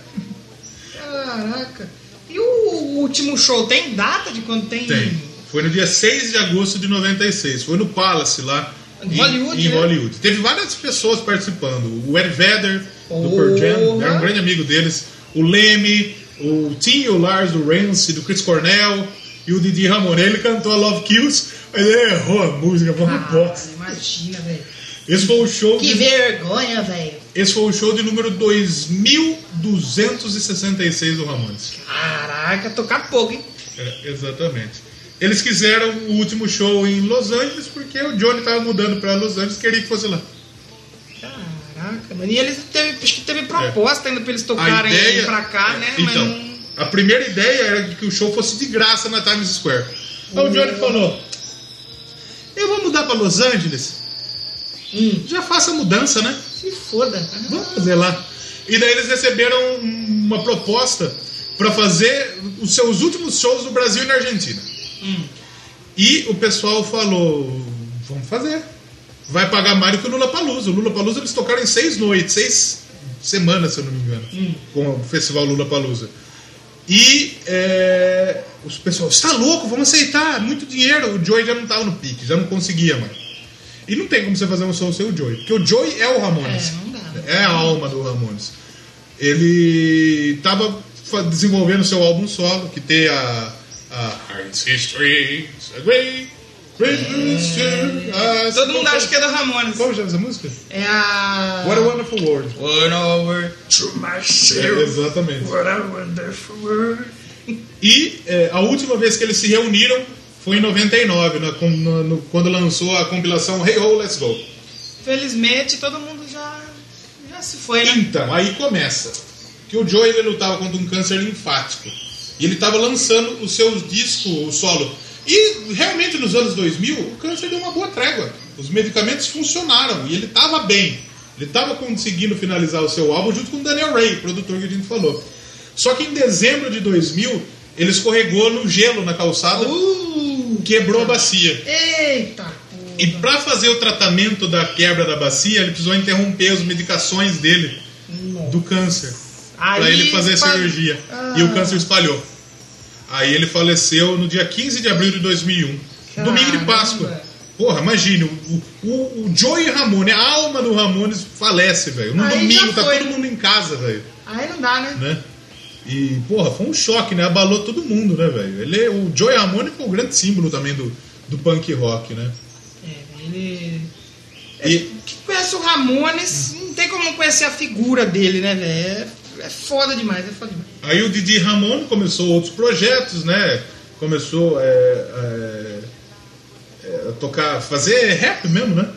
Speaker 1: Caraca. E o último show tem data de quando tem?
Speaker 2: Tem. Foi no dia 6 de agosto de 96. Foi no Palace lá.
Speaker 1: Em Hollywood,
Speaker 2: Em
Speaker 1: né?
Speaker 2: Hollywood. Teve várias pessoas participando. O Ed Vedder, do
Speaker 1: Porra.
Speaker 2: Pearl Jam, era um grande amigo deles. O Leme, o Tim e o Lars do Rance, do Chris Cornell e o Didi Ramone. Ele cantou a Love Kills, mas ele errou a música, foi uma
Speaker 1: Ah,
Speaker 2: bosta.
Speaker 1: imagina, velho.
Speaker 2: Esse foi o show.
Speaker 1: Que
Speaker 2: de-
Speaker 1: vergonha, velho.
Speaker 2: Esse foi o show de número 2266 do Ramones.
Speaker 1: Caraca, tocar pouco, hein?
Speaker 2: É, exatamente. Eles quiseram o último show em Los Angeles porque o Johnny tava mudando pra Los Angeles e queria que fosse lá.
Speaker 1: Caraca, mano. E eles teve, acho que teve proposta ainda pra eles
Speaker 2: A
Speaker 1: tocarem
Speaker 2: ideia
Speaker 1: pra cá, né?
Speaker 2: Então,
Speaker 1: Mas não.
Speaker 2: a primeira ideia era que o show fosse de graça na Times Square. Aí o Johnny falou: Eu vou mudar pra Los Angeles.
Speaker 1: Hum.
Speaker 2: Já faça a mudança, né?
Speaker 1: Se foda.
Speaker 2: Vamos fazer lá. E daí eles receberam um- uma proposta para fazer os seus últimos shows no Brasil e na Argentina. E o pessoal falou: vamos fazer. Vai pagar mais do que o Lula Palusa. O Lula Palusa eles tocaram em seis noites, seis semanas, se eu não me engano, com o festival Lula Palusa. E é, os pessoal, está louco, vamos aceitar, É muito dinheiro. O Joey já não estava no pique, já não conseguia mais. E não tem como você fazer um show sem o Joey, porque o Joey é o Ramones.
Speaker 1: É, não dá.
Speaker 2: É a alma do Ramones. Ele estava desenvolvendo seu álbum solo, que tem a. a Art History, is a great, Ah, great history, a-
Speaker 1: É. Todo mundo acha que é do Ramones.
Speaker 2: Como chama essa música?
Speaker 1: É a.
Speaker 2: What a Wonderful World.
Speaker 1: One over to
Speaker 2: É,
Speaker 1: myself.
Speaker 2: exatamente.
Speaker 1: What a wonderful world.
Speaker 2: E é, a última vez que eles se reuniram foi em 99, na- com- na- no- quando lançou a compilação Hey Ho, Let's Go.
Speaker 1: Felizmente todo mundo já, já se foi, né?
Speaker 2: Então, aí começa. Que o Joe ele lutava contra um câncer linfático. E ele estava lançando o seu disco, o solo. E realmente nos anos 2000, o câncer deu uma boa trégua. Os medicamentos funcionaram e ele estava bem. Ele estava conseguindo finalizar o seu álbum junto com o Daniel Ray, produtor que a gente falou. Só que em dezembro de 2000, ele escorregou no gelo na calçada, quebrou a bacia.
Speaker 1: Eita!
Speaker 2: E para fazer o tratamento da quebra da bacia, ele precisou interromper as medicações dele do câncer para
Speaker 1: Aí
Speaker 2: ele fazer a
Speaker 1: fa-
Speaker 2: cirurgia.
Speaker 1: Ah.
Speaker 2: E o câncer espalhou. Aí ele faleceu no dia 15 de abril de 2001.
Speaker 1: Caramba.
Speaker 2: Domingo de Páscoa. Porra, imagina, o, o, o Joey Ramone, a alma do Ramones falece, velho. No
Speaker 1: Aí
Speaker 2: domingo
Speaker 1: já
Speaker 2: tá
Speaker 1: foi.
Speaker 2: todo mundo em casa, velho
Speaker 1: Aí não dá, né?
Speaker 2: né? E, porra, foi um choque, né? Abalou todo mundo, né, velho? Ele, o Joey Ramone foi o grande símbolo também do, do punk rock, né?
Speaker 1: É, ele. É,
Speaker 2: E,
Speaker 1: Quem conhece o Ramones, não tem como não conhecer a figura dele, né, velho? É, é foda demais, é foda demais.
Speaker 2: Aí o Didi Ramon começou outros projetos, né? Começou é, é, é, a tocar, fazer rap mesmo, né?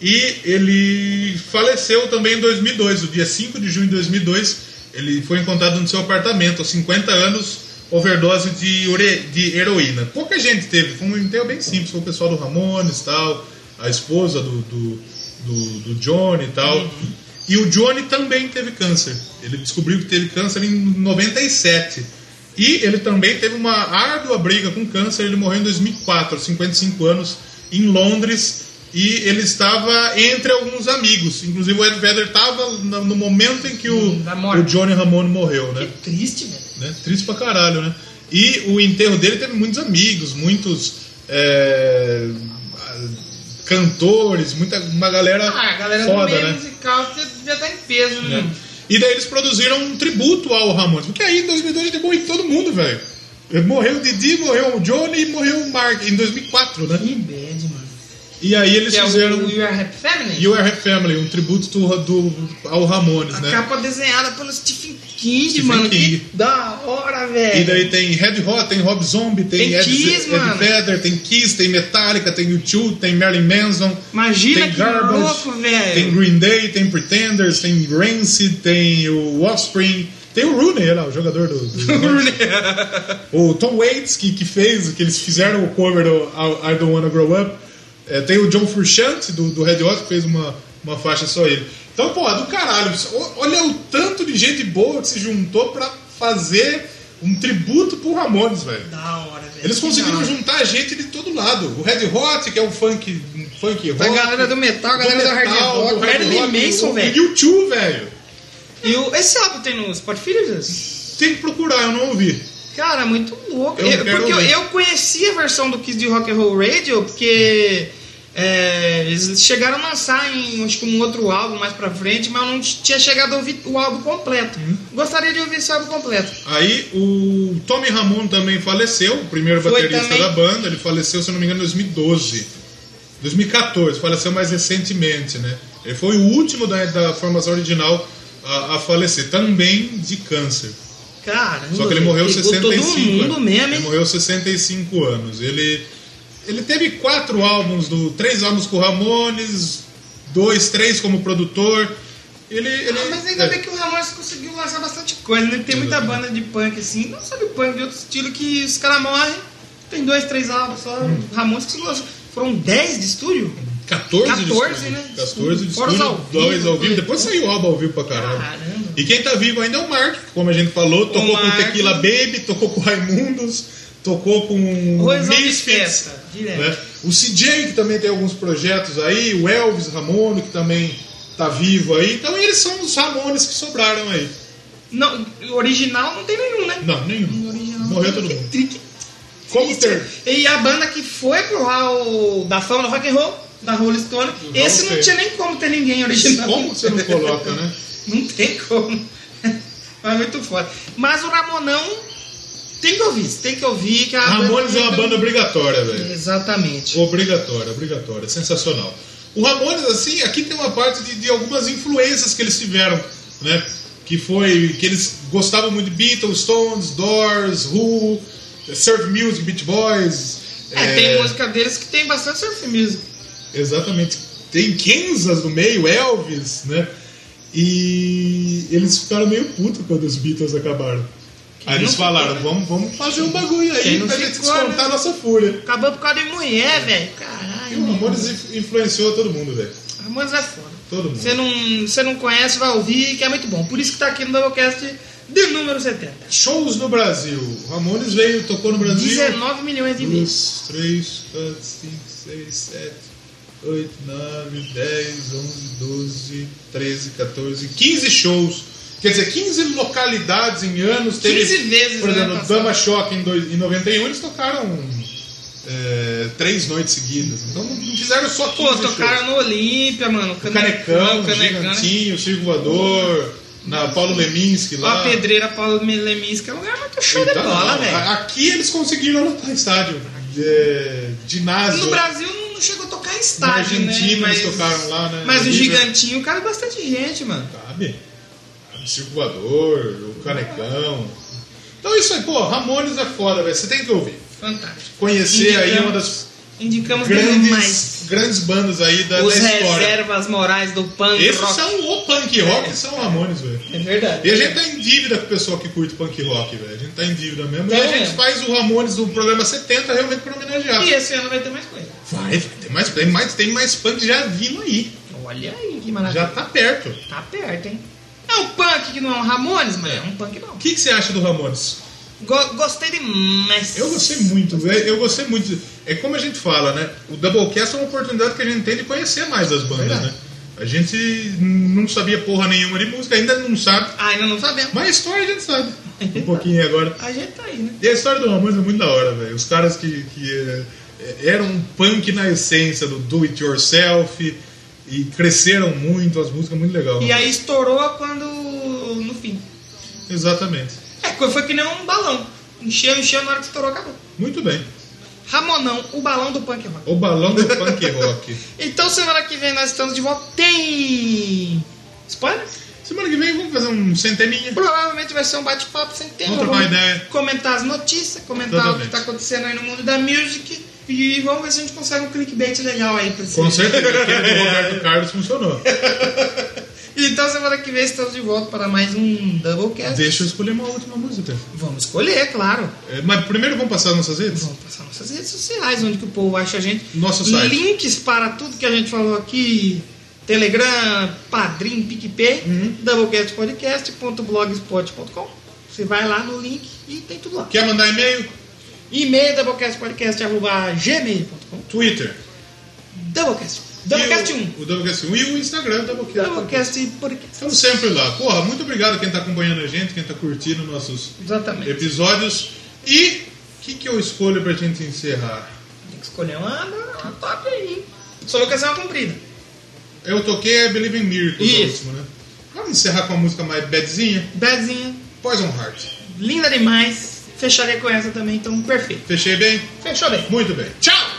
Speaker 2: E ele faleceu também em 2002, no dia 5 de junho de 2002. Ele foi encontrado no seu apartamento, aos 50 anos, overdose de, ure- de heroína. Pouca gente teve, foi um enterro bem simples. Foi o pessoal do Ramones e tal, a esposa do, do, do, do Johnny e tal. E o Johnny também teve câncer. Ele descobriu que teve câncer em 97. E ele também teve uma árdua briga com câncer. Ele morreu em 2004, aos 55 anos, em Londres. E ele estava entre alguns amigos. Inclusive o Ed Vedder estava no no momento em que o,
Speaker 1: Hum, da morte.
Speaker 2: o Johnny Ramone morreu, né?
Speaker 1: Triste, velho.
Speaker 2: né? Triste pra caralho, né? E o enterro dele teve muitos amigos, muitos é, cantores, muita, uma galera,
Speaker 1: Ah, a galera
Speaker 2: foda,
Speaker 1: do meio
Speaker 2: né?
Speaker 1: musical você devia estar em peso, né?
Speaker 2: né? E daí eles produziram um tributo ao Ramones. Porque aí em 2002 ele morreu todo mundo, velho. Morreu o Didi, morreu o Johnny e morreu o Mark em 2004, né?
Speaker 1: Que bad, mano.
Speaker 2: E aí eles
Speaker 1: Que é
Speaker 2: fizeram
Speaker 1: o You Are Happy Family?
Speaker 2: You Are Happy Family, um tributo do, do- ao Ramones,
Speaker 1: a
Speaker 2: né?
Speaker 1: capa desenhada pelo Stephen King,
Speaker 2: Stephen
Speaker 1: mano.
Speaker 2: King.
Speaker 1: Que da hora, velho.
Speaker 2: E daí tem Red Hot, tem Rob Zombie, tem,
Speaker 1: Tem
Speaker 2: Ed,
Speaker 1: Kiss, mano.
Speaker 2: Ed Vedder, tem Kiss, tem Metallica, tem U2, tem Marilyn Manson,
Speaker 1: Imagina
Speaker 2: tem
Speaker 1: que
Speaker 2: Garbage,
Speaker 1: louco, velho.
Speaker 2: É. tem Green Day, tem Pretenders, tem Rancid, tem o Offspring, tem o Rooney, olha lá, o jogador do... do- o Tom Waits, que, que fez, que eles fizeram o cover do I- I Don't Wanna Grow Up. É, tem o John Frusciante, do, do Red Hot, que fez uma, uma faixa só ele. Então, pô, é do caralho. O- Olha o tanto de gente boa que se juntou pra fazer um tributo pro Ramones, velho.
Speaker 1: Da hora, velho.
Speaker 2: Eles
Speaker 1: Que da
Speaker 2: conseguiram
Speaker 1: hora.
Speaker 2: juntar gente de todo lado. O Red Hot, que é um funk, um funk rock.
Speaker 1: A galera do metal, a galera do, hard rock,
Speaker 2: do hard rock,
Speaker 1: Marilyn Manson,
Speaker 2: o-
Speaker 1: velho.
Speaker 2: O U2, velho.
Speaker 1: E o, esse álbum tem no Spotify, Jesus?
Speaker 2: Tem que procurar, eu não ouvi.
Speaker 1: Cara, muito louco.
Speaker 2: Eu
Speaker 1: Eu-
Speaker 2: quero
Speaker 1: porque eu,
Speaker 2: ver.
Speaker 1: eu conheci a versão do Kiss de Rock and Roll Radio, porque é, eles chegaram a lançar em acho que um outro álbum mais pra frente, mas eu não tinha chegado a ouvir o álbum completo.
Speaker 2: Uhum.
Speaker 1: Gostaria de ouvir esse álbum completo.
Speaker 2: Aí o Tommy Ramone também faleceu, o primeiro
Speaker 1: Foi
Speaker 2: baterista
Speaker 1: também.
Speaker 2: da banda. Ele faleceu, se eu não me engano, em 2012. 2014, faleceu mais recentemente, né? Ele foi o último da, da formação original a, a falecer, também de câncer.
Speaker 1: Cara,
Speaker 2: Só que ele morreu aos 65
Speaker 1: Todo mundo
Speaker 2: anos.
Speaker 1: mesmo,
Speaker 2: Ele
Speaker 1: hein?
Speaker 2: morreu aos 65 anos. Ele, ele teve quatro álbuns, do, três álbuns com o Ramones, dois, três como produtor. Ele, ele,
Speaker 1: Ah, mas ainda
Speaker 2: é.
Speaker 1: bem que o Ramones conseguiu lançar bastante coisa, né? Tem muita banda de punk assim, não só de punk, de outro estilo que os caras morrem. Tem dois, três álbuns só.
Speaker 2: Uhum.
Speaker 1: O Ramones que lançou. Foram 10 de estúdio?
Speaker 2: 14,
Speaker 1: 14,
Speaker 2: de estúdio.
Speaker 1: né?
Speaker 2: 14 de
Speaker 1: Fora os
Speaker 2: estúdio,
Speaker 1: ao vivo,
Speaker 2: dois ao vivo.
Speaker 1: tudo.
Speaker 2: Depois saiu o álbum ao vivo pra caralho.
Speaker 1: Caramba.
Speaker 2: E quem tá vivo ainda é o Mark, como a gente falou. Tocou com o
Speaker 1: Mark.
Speaker 2: Tequila Baby, tocou com o Raimundos, tocou com o
Speaker 1: Coisa de
Speaker 2: Misfits.
Speaker 1: festa, direto.
Speaker 2: né? O CJ, que também tem alguns projetos aí. O Elvis Ramono, que também tá vivo aí. Então eles são os Ramones que sobraram aí.
Speaker 1: Não, o original não tem nenhum, né?
Speaker 2: Não, nenhum.
Speaker 1: original
Speaker 2: Morreu
Speaker 1: não
Speaker 2: todo
Speaker 1: tem.
Speaker 2: mundo.
Speaker 1: Que tri-
Speaker 2: Como ter?
Speaker 1: E a banda que foi pro hall da fama do rock and roll, da Rolling Stone, esse não
Speaker 2: sei.
Speaker 1: tinha nem como ter ninguém original.
Speaker 2: Como você não coloca, né?
Speaker 1: Não tem como. Mas é muito foda. Mas o Ramonão tem que ouvir, tem que ouvir. Que a
Speaker 2: Ramones é uma banda obrigatória, velho.
Speaker 1: Exatamente.
Speaker 2: Obrigatória, obrigatória, sensacional. O Ramones, assim, aqui tem uma parte de, de algumas influências que eles tiveram, né? Que foi que eles gostavam muito de Beatles, Stones, Doors, Who, Surf Music, Beach Boys.
Speaker 1: É,
Speaker 2: eh,
Speaker 1: tem música deles que tem bastante surf music.
Speaker 2: Exatamente. Tem Kansas no meio, Elvis, né? E eles ficaram meio putos quando os Beatles acabaram. Aí eles falaram, vamos, vamos fazer um bagulho
Speaker 1: Quem
Speaker 2: aí
Speaker 1: não
Speaker 2: pra gente
Speaker 1: ficou,
Speaker 2: descontar
Speaker 1: né?
Speaker 2: a nossa fúria.
Speaker 1: Acabou por causa de mulher, velho.
Speaker 2: E
Speaker 1: Caralho.
Speaker 2: o um Ramones influ- influenciou todo mundo, velho.
Speaker 1: Ramones é foda.
Speaker 2: Todo mundo.
Speaker 1: Você não, você não conhece, vai ouvir, que é muito bom. Por isso que tá aqui no Doublecast de número 70.
Speaker 2: Shows no Brasil. Ramones veio, tocou no Brasil.
Speaker 1: 19 milhões de vezes.
Speaker 2: 2, 3, 4, 5, 6, 7, 8, 9, 10, 11, 12, 13, 14, 15 shows. Quer dizer, 15 localidades em anos.
Speaker 1: 15 vezes,
Speaker 2: Por
Speaker 1: né,
Speaker 2: exemplo,
Speaker 1: passado.
Speaker 2: Dama Shock em, dois- em 91, eles tocaram é, três noites seguidas. Então não não fizeram só 15
Speaker 1: Pô,
Speaker 2: shows.
Speaker 1: tocaram no Olímpia, mano.
Speaker 2: O Canecão,
Speaker 1: o
Speaker 2: o
Speaker 1: Canecão. né?
Speaker 2: Gigantinho, o Circo Voador, na Paulo Leminski lá.
Speaker 1: Ó, a pedreira Paulo Leminski é um lugar muito show de
Speaker 2: Então,
Speaker 1: bola,
Speaker 2: não,
Speaker 1: velho.
Speaker 2: a- Aqui eles conseguiram lotar estádio. É, ginásio.
Speaker 1: No Brasil não chegou a tocar em
Speaker 2: Na
Speaker 1: estádio, né?
Speaker 2: Argentina
Speaker 1: Mas-
Speaker 2: eles tocaram lá, né?
Speaker 1: Mas
Speaker 2: No
Speaker 1: o
Speaker 2: River.
Speaker 1: Gigantinho cabe bastante gente, mano.
Speaker 2: Cabe. Cabe Circo Voador, o Canecão. Então isso aí, pô, Ramones é foda, velho. Você tem que ouvir.
Speaker 1: Fantástico.
Speaker 2: Conhecer aí
Speaker 1: Indicamos-
Speaker 2: uma das
Speaker 1: Indicamos demais.
Speaker 2: grandes, grandes bandas aí da,
Speaker 1: Os
Speaker 2: da história.
Speaker 1: reservas morais do punk
Speaker 2: Esses
Speaker 1: rock.
Speaker 2: são o punk rock, são Ramones, velho.
Speaker 1: É verdade.
Speaker 2: E a gente tá em dívida com o pessoal que curte punk rock, velho. A gente tá em dívida mesmo. E
Speaker 1: Tá
Speaker 2: a gente
Speaker 1: mesmo.
Speaker 2: faz o Ramones do programa 70 realmente pra homenagear.
Speaker 1: E é. esse ano vai ter mais coisa.
Speaker 2: Vai, vai, tem mais, tem mais, tem mais punk já vindo aí.
Speaker 1: Olha aí que maravilha.
Speaker 2: Já tá perto. O
Speaker 1: Tá perto, hein? É um punk que não é um Ramones, mas é um punk bom.
Speaker 2: que, que você acha do Ramones?
Speaker 1: Go- gostei demais.
Speaker 2: Eu gostei muito, velho. Eu gostei muito. É como a gente fala, né? O Doublecast é uma oportunidade que a gente tem de conhecer mais as bandas,
Speaker 1: Verdade.
Speaker 2: né? A gente não sabia porra nenhuma de música, ainda não sabe.
Speaker 1: Ah, ainda não sabemos.
Speaker 2: Mas a história a gente sabe. um pouquinho agora.
Speaker 1: A gente tá aí, né?
Speaker 2: E a história do Ramones é muito da hora, velho. Os caras que, que eh, eh, eram um punk na essência do do it yourself e cresceram muito, as músicas muito legal.
Speaker 1: E aí estourou quando. no fim.
Speaker 2: Exatamente.
Speaker 1: É, co- foi que nem um balão. Encheu, encheu, na hora que estourou, acabou.
Speaker 2: Muito bem.
Speaker 1: Ramonão, o balão do punk rock.
Speaker 2: O balão do punk rock.
Speaker 1: Então semana que vem nós estamos de volta. Tem. Spoiler?
Speaker 2: Semana que vem vamos fazer um centeninha.
Speaker 1: Provavelmente vai ser um bate-papo sem tempo.
Speaker 2: Vamos trocar ideia.
Speaker 1: Comentar as notícias, comentar o que
Speaker 2: Exatamente.
Speaker 1: tá acontecendo aí no mundo da music. E vamos ver se a gente consegue um clickbait legal aí pra
Speaker 2: Com
Speaker 1: vocês.
Speaker 2: certeza, aquele do Roberto Carlos funcionou.
Speaker 1: Então semana que vem estamos de volta para mais um Doublecast.
Speaker 2: Deixa eu escolher uma última música.
Speaker 1: Vamos escolher, claro.
Speaker 2: É, Mas primeiro vamos passar nossas redes?
Speaker 1: Vamos passar nossas redes sociais, onde que o povo acha a gente.
Speaker 2: Nosso site.
Speaker 1: Links para tudo que a gente falou aqui. Telegram, Padrim, PicPay,
Speaker 2: Uhum.
Speaker 1: doublecastpodcast.blogspot.com. Você vai lá no link e tem tudo lá.
Speaker 2: Quer mandar e-mail?
Speaker 1: E-mail doublecastpodcast.gmail.com
Speaker 2: Twitter.
Speaker 1: Doublecast. Doublecast
Speaker 2: E
Speaker 1: 1.
Speaker 2: O, o Doublecast 1 e o Instagram Doublecast. um.
Speaker 1: Doublecast Podcast.
Speaker 2: Estamos sempre lá. Porra, muito obrigado quem tá acompanhando a gente, quem tá curtindo nossos
Speaker 1: Exatamente.
Speaker 2: episódios. E o que, que eu escolho pra gente encerrar?
Speaker 1: Tem que escolher uma, uma top aí. Só que essa é uma comprida.
Speaker 2: Eu toquei I Believe in Miracles
Speaker 1: Isso.
Speaker 2: o último, né? Vamos encerrar com a música mais badzinha?
Speaker 1: Badzinha,
Speaker 2: Poison Heart.
Speaker 1: linda demais. Fecharia com essa também, então perfeito.
Speaker 2: Fechei bem?
Speaker 1: Fechou bem.
Speaker 2: Muito bem.
Speaker 1: Tchau!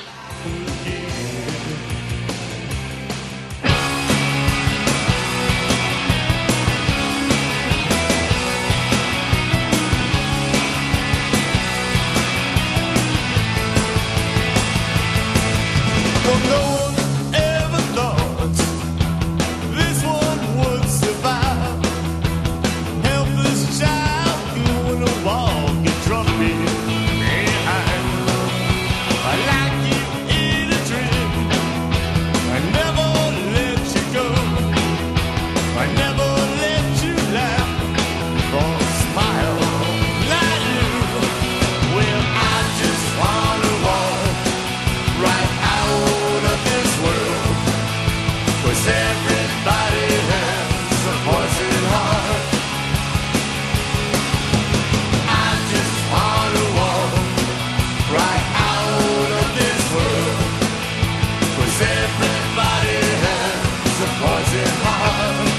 Speaker 3: Well, no one ever thought this one would survive. Helpless child, you in a wall, get trumpet behind. Like you in a dream, I never let you go. I never let you laugh or smile like you. Well, I just wanna walk right out of this world. 'Cause everybody has a poison heart. I just wanna walk right out of this world. 'Cause everybody has a poison heart.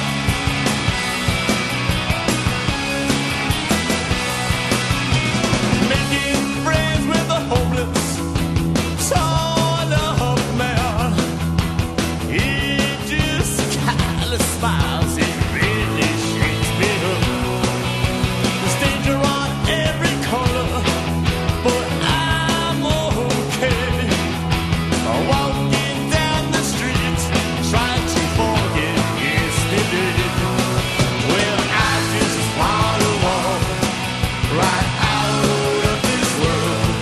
Speaker 3: Making friends with the homeless torn up man. He just kinda smiles and really shakes me up. There's danger on every corner, but I'm okay. I'm walking down the street, trying to forget yesterday. Well, I just wanna walk right out of this world.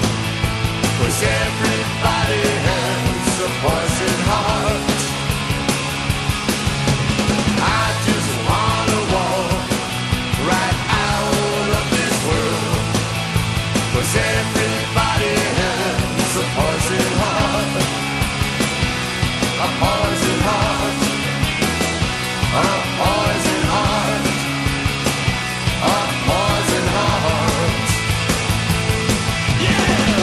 Speaker 3: Cause everybody has a poison heart. I just wanna walk right out of this world. Cause everybody has a poison heart. A poison heart. A poison heart. A poison heart. Yeah!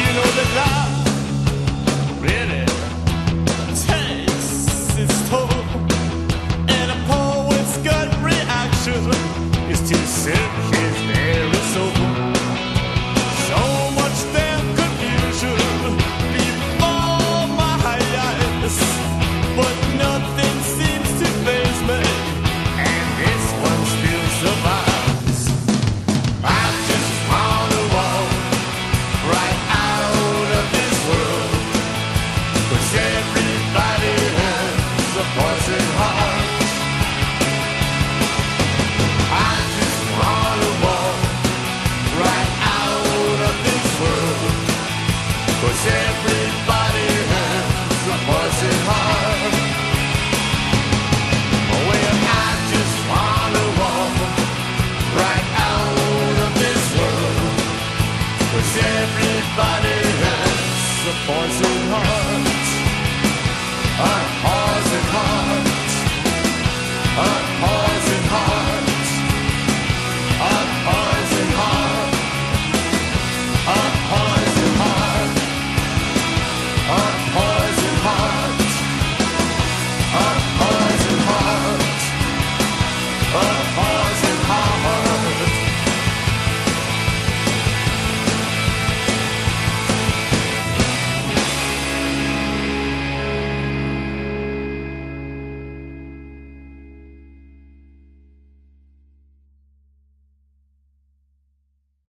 Speaker 3: You know that love really takes its toll, and a poet's gut reaction is to sink his very soul. So much damn confusion before my eyes, but nothing seems to faze me, and this one still survives. I just wanna walk right out of this world. 'Cause every